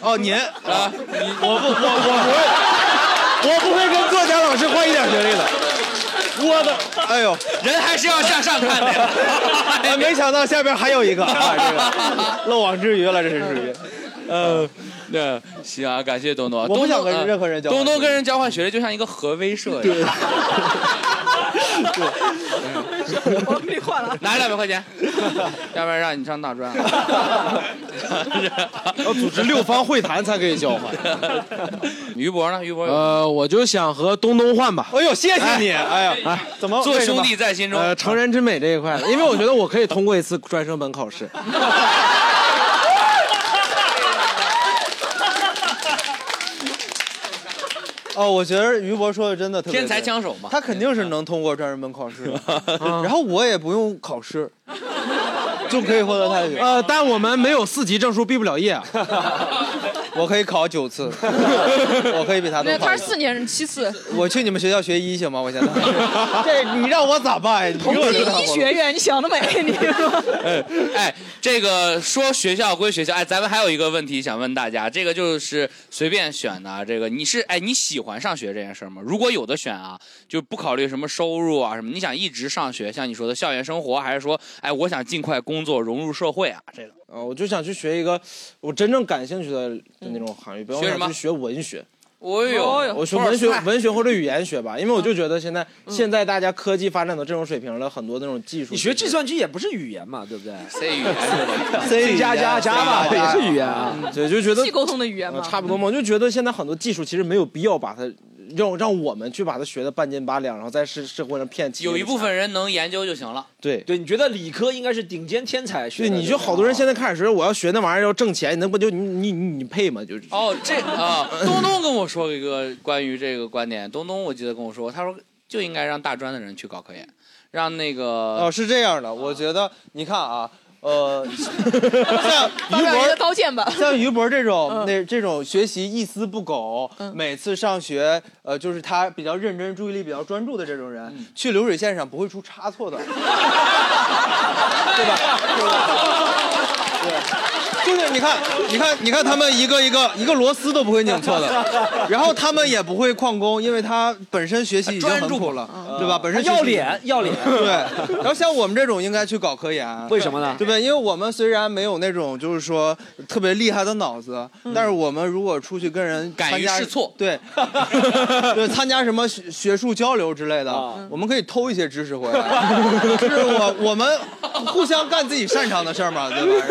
E: 哦，您啊，你 我不我我不会，我不会跟作家老师换一点学历的。说的，哎呦，
B: 人还是要向上看的呀。
E: 哎没想到下边还有一 个，啊、这个 漏网之鱼了，这是属于。
B: 呃，那行啊，感谢东东啊。
E: 我不想
B: 东东
E: 跟任何人交
B: 呃
E: 换
B: 东东跟人交换学历就像一个核威社 一样。
D: 我给你换了。
B: 拿两百块钱， 要不然让你上大专。 啊
F: 要组织六方会谈才可以交换。
B: 于博呢？于博有。
F: 呃，我就想和东东换吧。
E: 哎呦，谢谢你哎呀
F: 哎，
E: 怎么
B: 做兄弟在心中
F: 呃，成人之美这一块，因为我觉得我可以通过一次专升本考 试。
E: 哦，我觉得于博说的真的特别对
B: 天才枪手嘛嗯
E: 他肯定是能通过专升本考试 的，然后我也不用考 试，就可以获得他的学。
F: 呃，但我们没有四级证书，毕不了业啊。
E: 我可以考九 次，我可以比他
U: 那
E: 多考
U: 他
E: 一
U: 是
E: 次。
U: 四年七次，
E: 我去你们学校学医行吗？我现在， 这你让我咋办呀？你给我这个
U: 院，你想得美， 你。
B: 哎哎，这个说学校归学校，哎，咱们还有一个问题想问大家，这个就是随便选的啊，这个你是哎你喜欢上学这件事儿吗？如果有的选啊，就不考虑什么收入啊什么，你想一直上学，像你说的校园生活，还是说哎我想尽快工作融入社会啊这个？
F: 呃，我就想去学一个我真正感兴趣的的那种行业，比方
B: 嗯学
F: 说
B: 什么
F: 我去学文学。
B: 哦呦
F: 哎我学文学
B: 托尔斯泰
F: 文学或者语言学 吧，因为我就觉得现在现在大家科技发展到这种水平了，很多那种技术。嗯你学计算机也不是语言嘛，对不对
B: C 语言
F: C
C: 加加加吧也是语言啊
F: 对，就觉得
C: 既沟通的语言嘛
F: 呃差不多嘛。我就觉得现在很多技术其实没有必要把它让让我们去把它学的半斤八两，然后在社社会上骗企业
B: 有一
F: 的
B: 部分人能研究就行了。
F: 对
C: 对，你觉得理科应该是顶尖天才学
F: 对，
C: 的？
F: 你就好多人现在开始说我要学那玩意儿要挣钱，那不就你你你你配吗？就是
B: 哦，这啊，东东跟我说一个关于这个观点，东东我记得跟我说，他说就应该让大专的人去搞科研，让那个啊
E: 哦，是这样的，我觉得你看啊， 呃，
U: 发
E: 像于
U: 表一
E: 博
U: 个高见吧。
E: 像于博这种
U: 嗯
E: 那这种学习一丝不苟，
F: 嗯
E: 每次上学呃就是他比较认真、注意力比较专注的这种
F: 嗯
E: 人，去流水线上不会出差错 的，对吧？对，就是你看，你看，你看他们一个一个一个螺丝都不会拧错的，然后他们也不会旷工，因为他本身学习已经很苦了，对吧？本身学习
C: 嗯要脸要脸
E: 对。然后像我们这种应该去搞科
F: 啊
E: 研，
C: 啊为什么呢
E: 对不对？因为我们虽然没有那种就是说特别厉害的脑子，但是我们如果出去跟人
B: 嗯敢
E: 参
B: 于
E: 加
B: 试错，
E: 对，对，参加什么学学术交流之类的，
B: 啊
E: 我们可以偷一些知识回来。就是我我们互相干自己擅长的事儿嘛，对吧？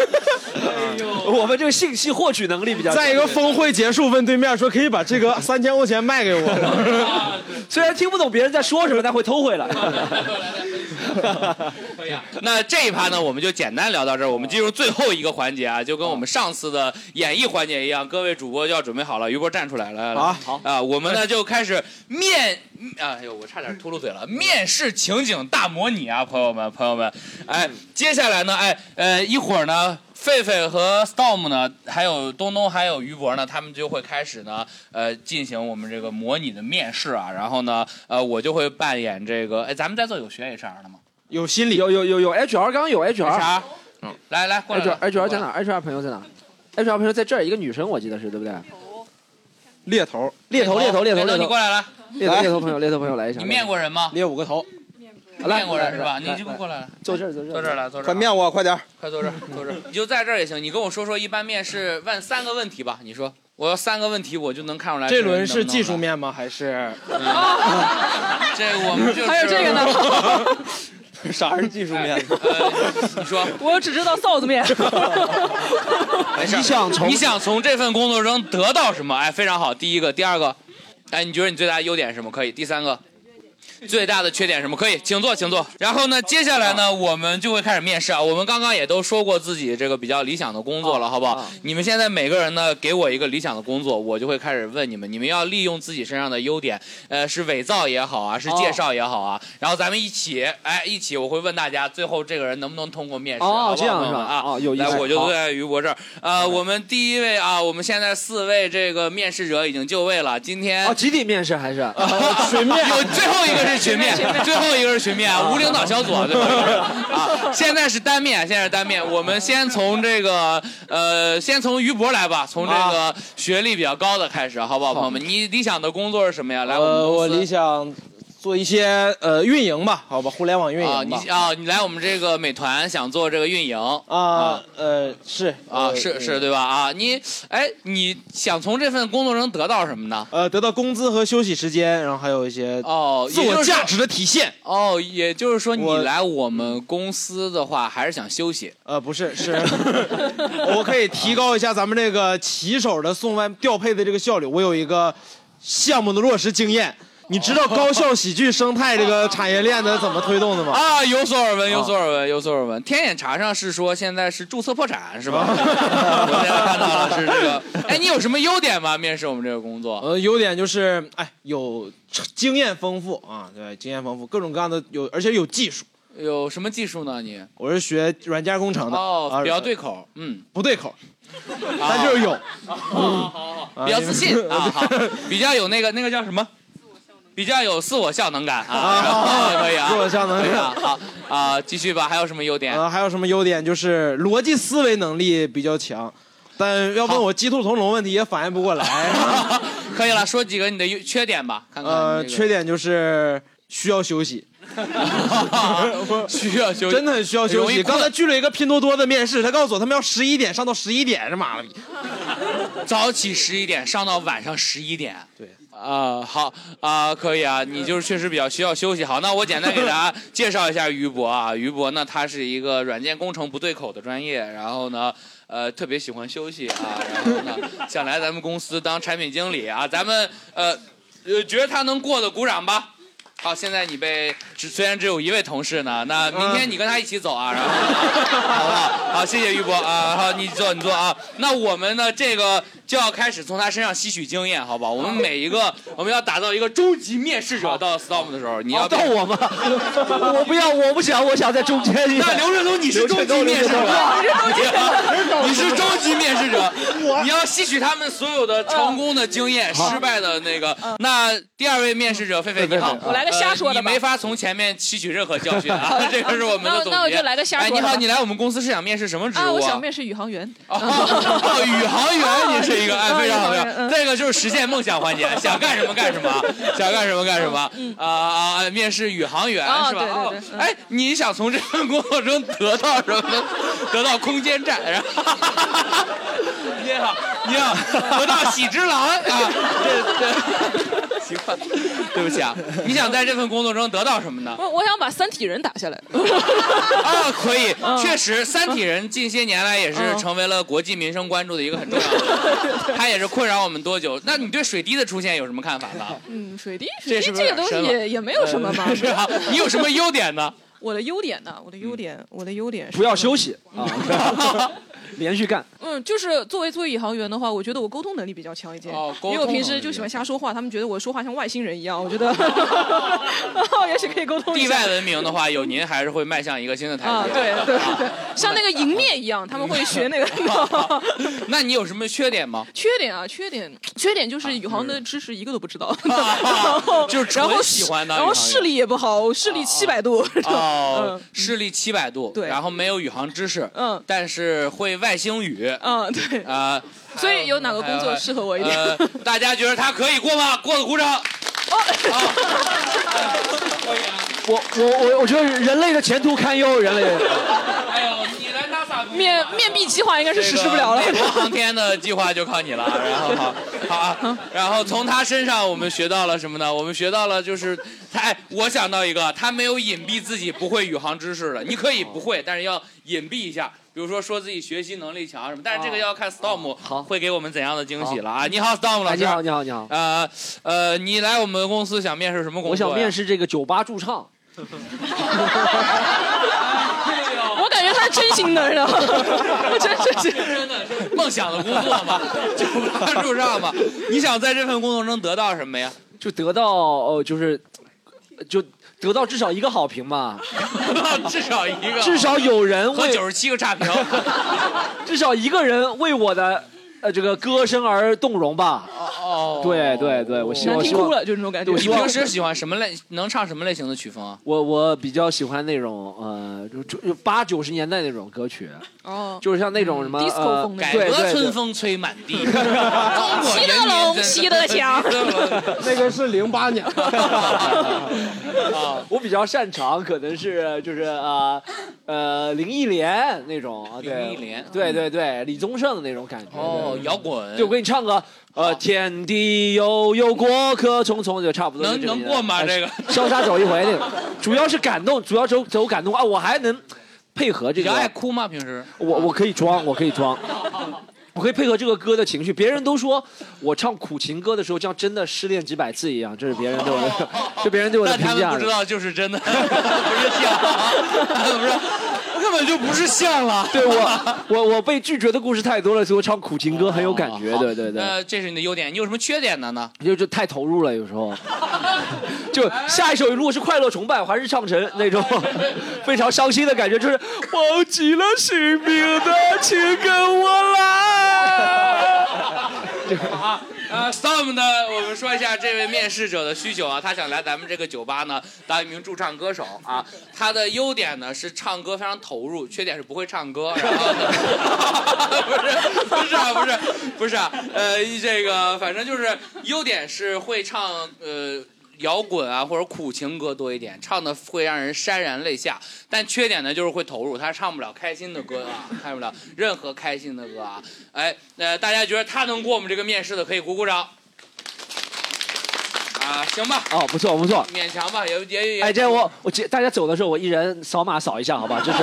B: 哎
C: 我们这个信息获取能力比较。
F: 在一个峰会结束，问对面说可以把这 个三千块钱卖给我吗。
C: 虽然听不懂别人在说什么，但会偷回来。
B: 那这一趴呢，我们就简单聊到这儿，我们进入最后一个环节啊，就跟我们上次的演绎环节一样，各位主播就要准备好了，于波站出来了，
F: 好
B: 好啊， 我们呢就开始面，哎呦，我差点秃噜嘴了，面试情景大模拟啊，朋友们，朋友们，哎，接下来呢，哎，呃，一会儿呢。狒狒和 Storm 呢，还有东东，还有于博呢，他们就会开始呢，呃，进行我们这个模拟的面试啊。然后呢，呃，我就会扮演这个，哎，咱们在座有学 HR 的吗？
C: 有心理，有有有有 HR，刚刚有 HR，HR
B: 来来，过来来
C: HR 在哪儿？HR 朋友在哪儿？HR 朋友在这儿，一个女生我记得是对不对？
F: 猎头，
C: 猎头，猎头，猎头，猎头，
B: 你过来来，
C: 猎头，猎头朋友，猎头朋友来一下。
B: 你面过人吗？
F: 猎五个头，
C: 来
B: 面过人是吧？
C: 来
B: 你
C: 来
B: 就过来了，
C: 坐这儿，坐这儿，
B: 坐这儿来，坐这儿。
E: 快面我，快点儿！
B: 快坐 这儿，坐这儿。你就在这儿也行。你跟我说说，一般面试问三个问题吧。你说，我要三个问题，我就能看出来。
F: 这轮是技术，面吗？还是
B: 这我们 就是。
U: 还有这个呢，
E: 啥是技术面？
B: 呃你说，
U: 我只知道臊子面。
B: 没事儿。
C: 你想从
B: 哎你想从这份工作中得到什么？哎，非常好。第一个，第二个，哎，你觉得你最大的优点是什么？可以。第三个。最大的缺点是什么？可以，请坐，请坐。然后呢，接下来呢，我们就会开始面试啊。我们刚刚也都说过自己这个比较理想的工
C: 啊
B: 作了，好不好？你们现在每个人呢，给我一个理想的工作，我就会开始问你们，你们要利用自己身上的优点，呃，是伪造也好啊，是
C: 哦
B: 介绍也好啊。然后咱们一起，哎，一起，我会问大家，最后这个人能不能通过面试？
C: 哦
B: 好不好
C: 这样
B: 朋友们
C: 是吧
B: 啊，
C: 哦有意思
B: 来，我就
C: 好
B: 在于博这儿。
F: 嗯
B: 呃，我们第一位啊，我们现在四位这个面试者已经就位了，今天
C: 哦，集体面试 还是？
B: 群面，有最后一个是 群面，最后一个是群面，无领导小组啊，对吧？啊，现在是单面，现在是单面。我们先从这个呃，先从于博来吧，从这
F: 啊
B: 个学历比较高的开始，好不好，朋友们？你理想的工作是什么呀？来，我
F: 呃，
B: 们
F: 我
B: 公司
F: 理想做一些呃运营吧，好吧，互联网运营吧。
B: 啊，你啊，你来我们这个美团想做这个运营
F: 啊，呃，是
B: 啊，
F: 呃
B: 是是
F: 嗯
B: 对吧？啊，你哎，你想从这份工作中得到什么呢？
F: 呃，得到工资和休息时间，然后还有一些
B: 哦，
F: 自我价值的体现。
B: 哦，也就是说你
F: 我
B: 来我们公司的话，还是想休息？
F: 呃，不是，是 我可以提高一下咱们这个骑手的送外调配的这个效率。我有一个项目的落实经验，你知道高校喜剧生态这个产业链的怎么推动的吗？
B: 啊，有所耳闻，有所耳闻，有所耳闻。天眼查上是说现在是注册破产是 吧？我现在看到了是这个。哎，你有什么优点吗？面试我们这个工作？
F: 呃，优点就是哎，有经验丰富啊，对，经验丰富，各种各样的有，而且有技术。
B: 有什么技术呢？你
F: 我是学软件工程的，
B: 哦，
F: 啊
B: 比较对口， 嗯，
F: 不对口，但 就是有。
B: 比较 自信啊，好，比较有那个那个叫什么？比较有自我效能感 啊，可以啊，
F: 自我效能感
B: 可以啊好啊，继续吧，还有什么优点？
F: 呃，还有什么优点？就是逻辑思维能力比较强，但要问我鸡兔同笼问题也反应不过 来。
B: 可以了，说几个你的优缺点吧，看看。
F: 呃，缺点就是需要休息，
B: 需要休息
F: 真的很需要休
B: 容易
F: 息。
B: 困
F: 刚才去了一个拼多多的面试，他告诉我他们要十一点上到十一点，这 妈了逼！
B: 早起十一点，上到晚上十一点。对。啊、好啊、可以啊，你就是确实比较需要休息。好，那我简单给大家介绍一下于博啊。于博呢，他是一个软件工程不对口的专业，然后呢，呃，特别喜欢休息啊， 然后呢，想来咱们公司当产品经理啊。 咱们呃，呃，觉得他能过的，鼓掌吧。好，现在你被只虽然只有一位同事呢，那明天你跟他一起走啊，然后 好不好？好，谢谢于博啊，好，你坐你坐啊。那我们呢，这个就要开始从他身上吸取经验，好不好？我们每一个我们要打造一个终极面试者。到 storm 的时候，你要
C: 哦到我 吗？我不要，我不想，我想在中间。
B: 那刘振东，你是终极面试者， 你是终极面试者，你要吸取他们所有
D: 嗯
B: 的成功的经验、失败的那个。那第二位面试者，狒狒你好，
D: 我来个瞎说的
B: 呃你没法从前面吸取任何教训
D: 好
B: 啊
D: 的，
B: 这个是我们的总结。
D: 那那我就来个瞎说
B: 哎，
D: 的吧
B: 你好，你来我们公司是想面试什么职
D: 啊，
B: 务
D: 我想面试宇航员。
B: 哦，宇航员，你是一个，哎，非常好，
D: 宇航
B: 非
D: 员
B: 常。这个就是实现梦想环 节，想干什么干什么，想干什么干什么。啊啊，啊面试宇航员
D: 嗯哦
B: 是吧？
D: 对对
B: 哦
D: 对嗯
B: 哎，你想从这份工作中得到什 么？得到空间站，然后。你好，你好，得到喜之郎 啊！这这， 行吧，对不起啊，你想在这份工作中得到什么呢？
D: 我我想把三体人打下来。
B: 啊，可以，
D: 嗯
B: 确实，三体人近些年来也是成为了国际民生关注的一个很 重要的，它也是困扰我们多久。那你对水滴的出现有什么看法呢？
D: 嗯，水滴，水
B: 这
D: 滴
B: 是不是
D: 这个东西
B: 有点深了
D: 也也没有什么嘛
B: 呃。 是吧？你有什么优点 呢？
D: 我的优点呢？我的优点，我的优点是
C: 不要休息啊， 连续干。
D: 嗯，就是作为作为宇航员的话，我觉得我沟通能力比较强一点，
B: 哦
C: 沟
D: 因
C: 通
D: 为我平时就喜欢瞎说话，他们觉得我说话像外星人一样，我 觉得 也许可以沟通一
B: 地
D: 下。
B: 外文明的话，有您还是会迈向一个新的台阶。
D: 啊，对对对，像那个迎面一样，他们会学那个。
B: 啊那你有什么缺点吗？
D: 缺点啊，缺点，缺点
B: 啊
D: 就是宇航的知识一个都不知道，
B: 然
D: 后
B: 就是纯
D: 然后
B: 喜
D: 视
B: 欢当宇
D: 然后
B: 航员
D: 视力也不好，视力七百 度。
B: 啊哦，视力七百度，
D: 对
B: 然后没有宇航知识，
D: 嗯，
B: 但是会外星语，
D: 嗯，对，
B: 啊，
D: 所以有哪个工作适合我一点？
B: 哎呃大家觉得他可以过吗？过的鼓掌。啊
C: 我我我我觉得人类的前途堪忧，人类。
D: 面面壁计划应该是实施不了了。
B: 这个美国航天的计划就靠你了，然后好，好啊，然后从他身上我们学到了什么呢？我们学到了就是他，哎，我想到一个，他没有隐蔽自己不会宇航知识的，你可以不会，但是要隐蔽一下，比如说说自己学习能力强什么，但是这个要看 Storm 会给我们怎样的惊喜了啊！你好，Storm
C: 哎
B: 老师，
C: 你好，你好，你好。
B: 呃呃，你来我们公司想面试什么工
C: 我
B: 作呀？
C: 想面试这个酒吧驻唱。
D: 我感觉他是真心的，是吧？ 我真真心。
B: 真的是梦想的工作嘛， 就不住上嘛。你想在这份工作中得到什么呀？
C: 就得到哦，就是就得到至少一个好评嘛，
B: 至少一个，
C: 至少有人
B: 和
C: 为
B: 九十七个差评。
C: 至少一个人为我的呃这个歌声而动容吧。
B: 哦哦
C: 对对对，我希望
D: 难听
C: 希望
D: 哭了，就是那种感觉。
C: 对我
B: 你
C: 希望
B: 平时喜欢什么类？能唱什么类型的曲风啊？
C: 我我比较喜欢那种呃，就就八九十年代那种歌曲，
D: 哦，
C: 就是像那种什么呃
B: 改
C: 对
B: 革
C: 对
B: 春
C: 对
B: 风吹满地，
D: 骑 得龙，骑得强。
C: 那个是零八 年。啊，我比较擅长可能是就是啊呃林忆莲那种啊，对
B: 林忆莲
C: 对对对，李宗盛那种感觉。
B: 哦摇滚
C: 对，我给你唱个呃天地悠悠，过客匆匆，就差不多就
B: 能
C: 这个意思。
B: 能过吗
C: 呃
B: 这个
C: 潇洒走一回那个，主要是感动，主要走走感动啊，我还能配合这
B: 比
C: 个。
B: 较爱哭吗？平时？
C: 我我可以装，我可以装，我可以配合这个歌的情绪。别人都说我唱苦情歌的时候，像真的失恋几百次一样，这是别人对我 的，这别人对我的
B: 那
C: 评
B: 他们
C: 价
B: 不知。道就是真的， 不是像，不是，根本就不是像了。
C: 对我，我我被拒绝的故事太多了，所以我唱苦情歌很有感觉。对对对，
B: 呃，这是你的优点，你有什么缺点呢？呢？
C: 就就太投入了，有时候。 就下一首如果是快乐崇拜，我还是唱成那种非常伤心的感觉，就是忘记了性命的，请跟我来。
B: 啊啊，Storm 呢？我们说一下这位面试者的需求啊，他想来咱们这个酒吧呢当一名驻唱歌手啊。他的优点呢是唱歌非常投入，缺点是不会唱歌。然后呢， 不是不是啊不是不是啊，呃，这个反正就是优点是会唱呃。摇滚啊，或者苦情歌多一点，唱的会让人潸然泪下。但缺点呢，就是会投入，他唱不了开心的歌啊，唱不了任何开心的歌啊。哎，呃，大家觉得他能过我们这个面试的，可以鼓鼓掌。啊，行吧，
C: 哦，不错不错。
B: 勉强吧，也也也。
C: 哎，这我我这大家走的时候，我一人扫码扫一下，好吧？这是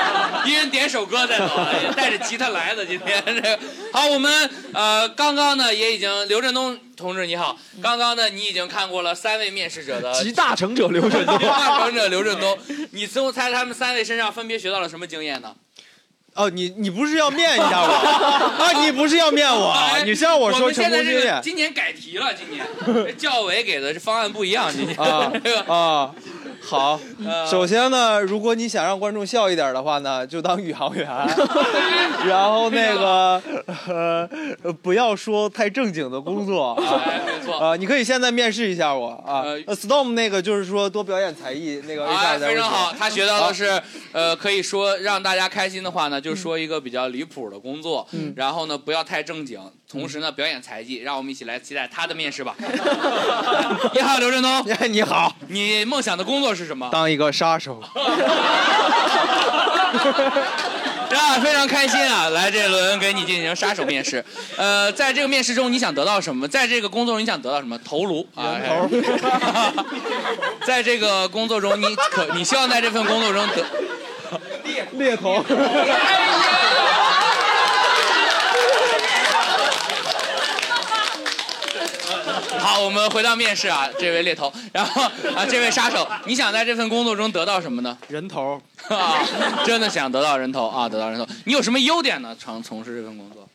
B: 一人点首歌再走啊，也带着吉他来的今天 这个。好，我们呃刚刚呢也已经刘振东同志你好，刚刚呢你已经看过了三位面试者的
C: 集大成者刘振东。
B: 集大成者刘振东，你从猜他们三位身上分别学到了什么经验呢？
E: 哦，你你不是要面一下我啊？你不是要面我啊？你是让
B: 哎我
E: 说
B: 们
E: 成
B: 现在
E: 功经
B: 这个
E: 验
B: 今年改题了，今年这教委给的这方案不一样，今年
E: 啊
B: 这个
E: 啊？ 好
B: 呃，
E: 首先呢，如果你想让观众笑一点的话呢，就当宇 航员，然后那个呃，不要说太正经的工作 啊。
B: 没错。
E: 啊，你可以现在面试一下我啊。呃，Storm 啊那个就是说多表演才艺，那个 HR
B: 哎，
E: 在
B: 非
E: 问
B: 常好，
E: 你
B: 他学到
E: 啊
B: 的是，呃，可以说让大家开心的话呢，就说一个比较离谱的工作，
E: 嗯
B: 然后呢不要太正经，同时呢表演才技，让我们一起来期待他的面试 吧。你好，刘振东。
E: 哎你好，
B: 你梦想的工作是什么？
E: 当一个杀手。
B: 啊，非常开心啊！来这轮给你进行杀手面试，呃，在这个面试中你想得到什么？在这个工作中你想得到什么？头颅啊，头。 在这个工作中，你可你希望在这份工作中得
E: 猎头。
B: 好，我们回到面试啊，这位猎头，然后啊，这位杀手，你想在这份工作中得到什么呢？
E: 人头。
B: 啊，真的想得到人头啊，得到人头。你有什么优点呢？从从事这份工作？。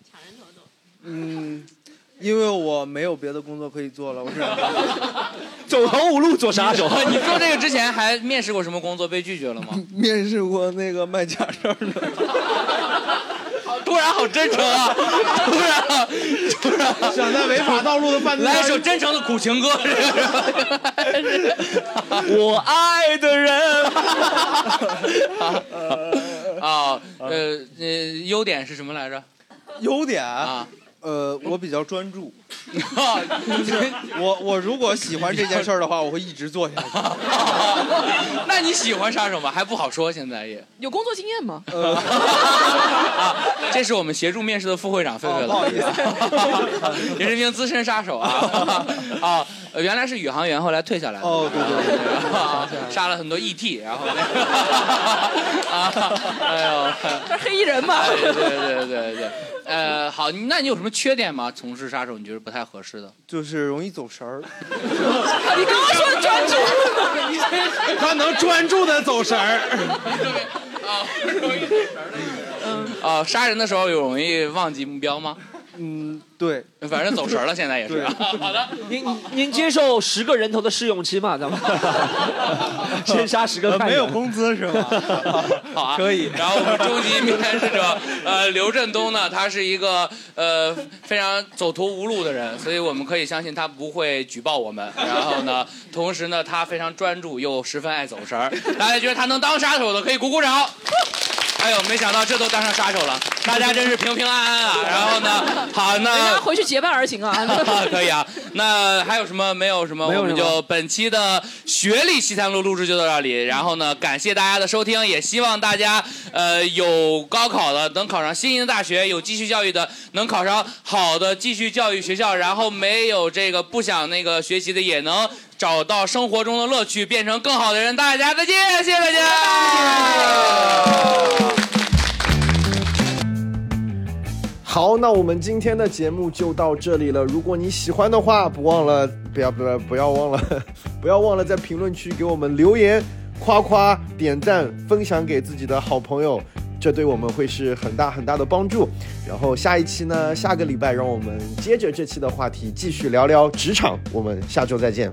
E: 嗯，因为我没有别的工作可以做了， 我是
C: 走投无路做杀手
B: 你做这个之前还面试过什么工作被拒绝了吗？
E: 面试过那个卖假证的。
B: 突然好真诚啊！突然，突然
E: 想在违法道路的犯罪
B: 来一首真诚的苦情歌。
C: 我爱的人。
B: 啊，呃呃，优点是什么来着？
E: 优点
B: 啊，
E: 呃，我比较专注，就是我我如果喜欢这件事儿的话，我会一直做下去。
B: 那你喜欢杀手吗？还不好说，现在也。
D: 有工作经验吗？
B: 呃这是我们协助面试的副会长狒
E: 哦
B: 狒老师， 也是一名资深 杀手啊啊！呃原来是宇航员，后来退下来的。哦，对 对对，啊杀了很多 ET，然后那个啊，哎呦，
D: 这是黑衣人嘛
B: 哎对对对对对，呃，好，那你有什么缺点吗？从事杀手你觉得不太合适的？
E: 就是容易走神儿。
D: 你刚刚说专注，
E: 他能专注的走神儿。
B: 啊，杀人的时候有容易忘记目标吗？
E: 嗯，
R: 嗯，对，
B: 反正走神了，现在也是。
C: 好的， 您您接受十个人头的试用期嘛？咱们 先杀十个看一
R: 呃没
C: 看，
R: 有工资是 吗？
B: 好啊，
R: 可以
B: 然后我们终极面试者， 呃，刘振东呢，他是一个呃非常走投无路的人，所以我们可以相信他不会举报我们。然后呢，同时呢，他非常专注又十分爱走神儿。 大家觉得他能当杀手的，可以鼓鼓掌。哎呦，没想到这都当上杀手了，大家真是平平安安啊。然后呢，好，那
D: 人家回去结伴而行啊。
B: 可以啊，那还有什么？没有什么，
D: 没有
B: 我们
D: 什么
B: 就本期的学历西餐录录制就到这里。然后呢，感谢大家的收听，也希望大家呃有高考的能考上心仪的大学，有继续教育的能考上好的继续教育学校，然后没有这个不想那个学习的也能找到生活中的乐趣，变成更好的人。大家再见，谢谢大家。
E: 好，那我们今天的节目就到这里了。如果你喜欢的话，不忘了不要不要不要忘了 不要忘了在评论区给我们留言、夸夸、点赞、分享给自己的好朋友，这对我们会是很大很大的帮助。然后下一期呢，下个礼拜让我们接着这期的话题继续聊聊职场。我们下周再见。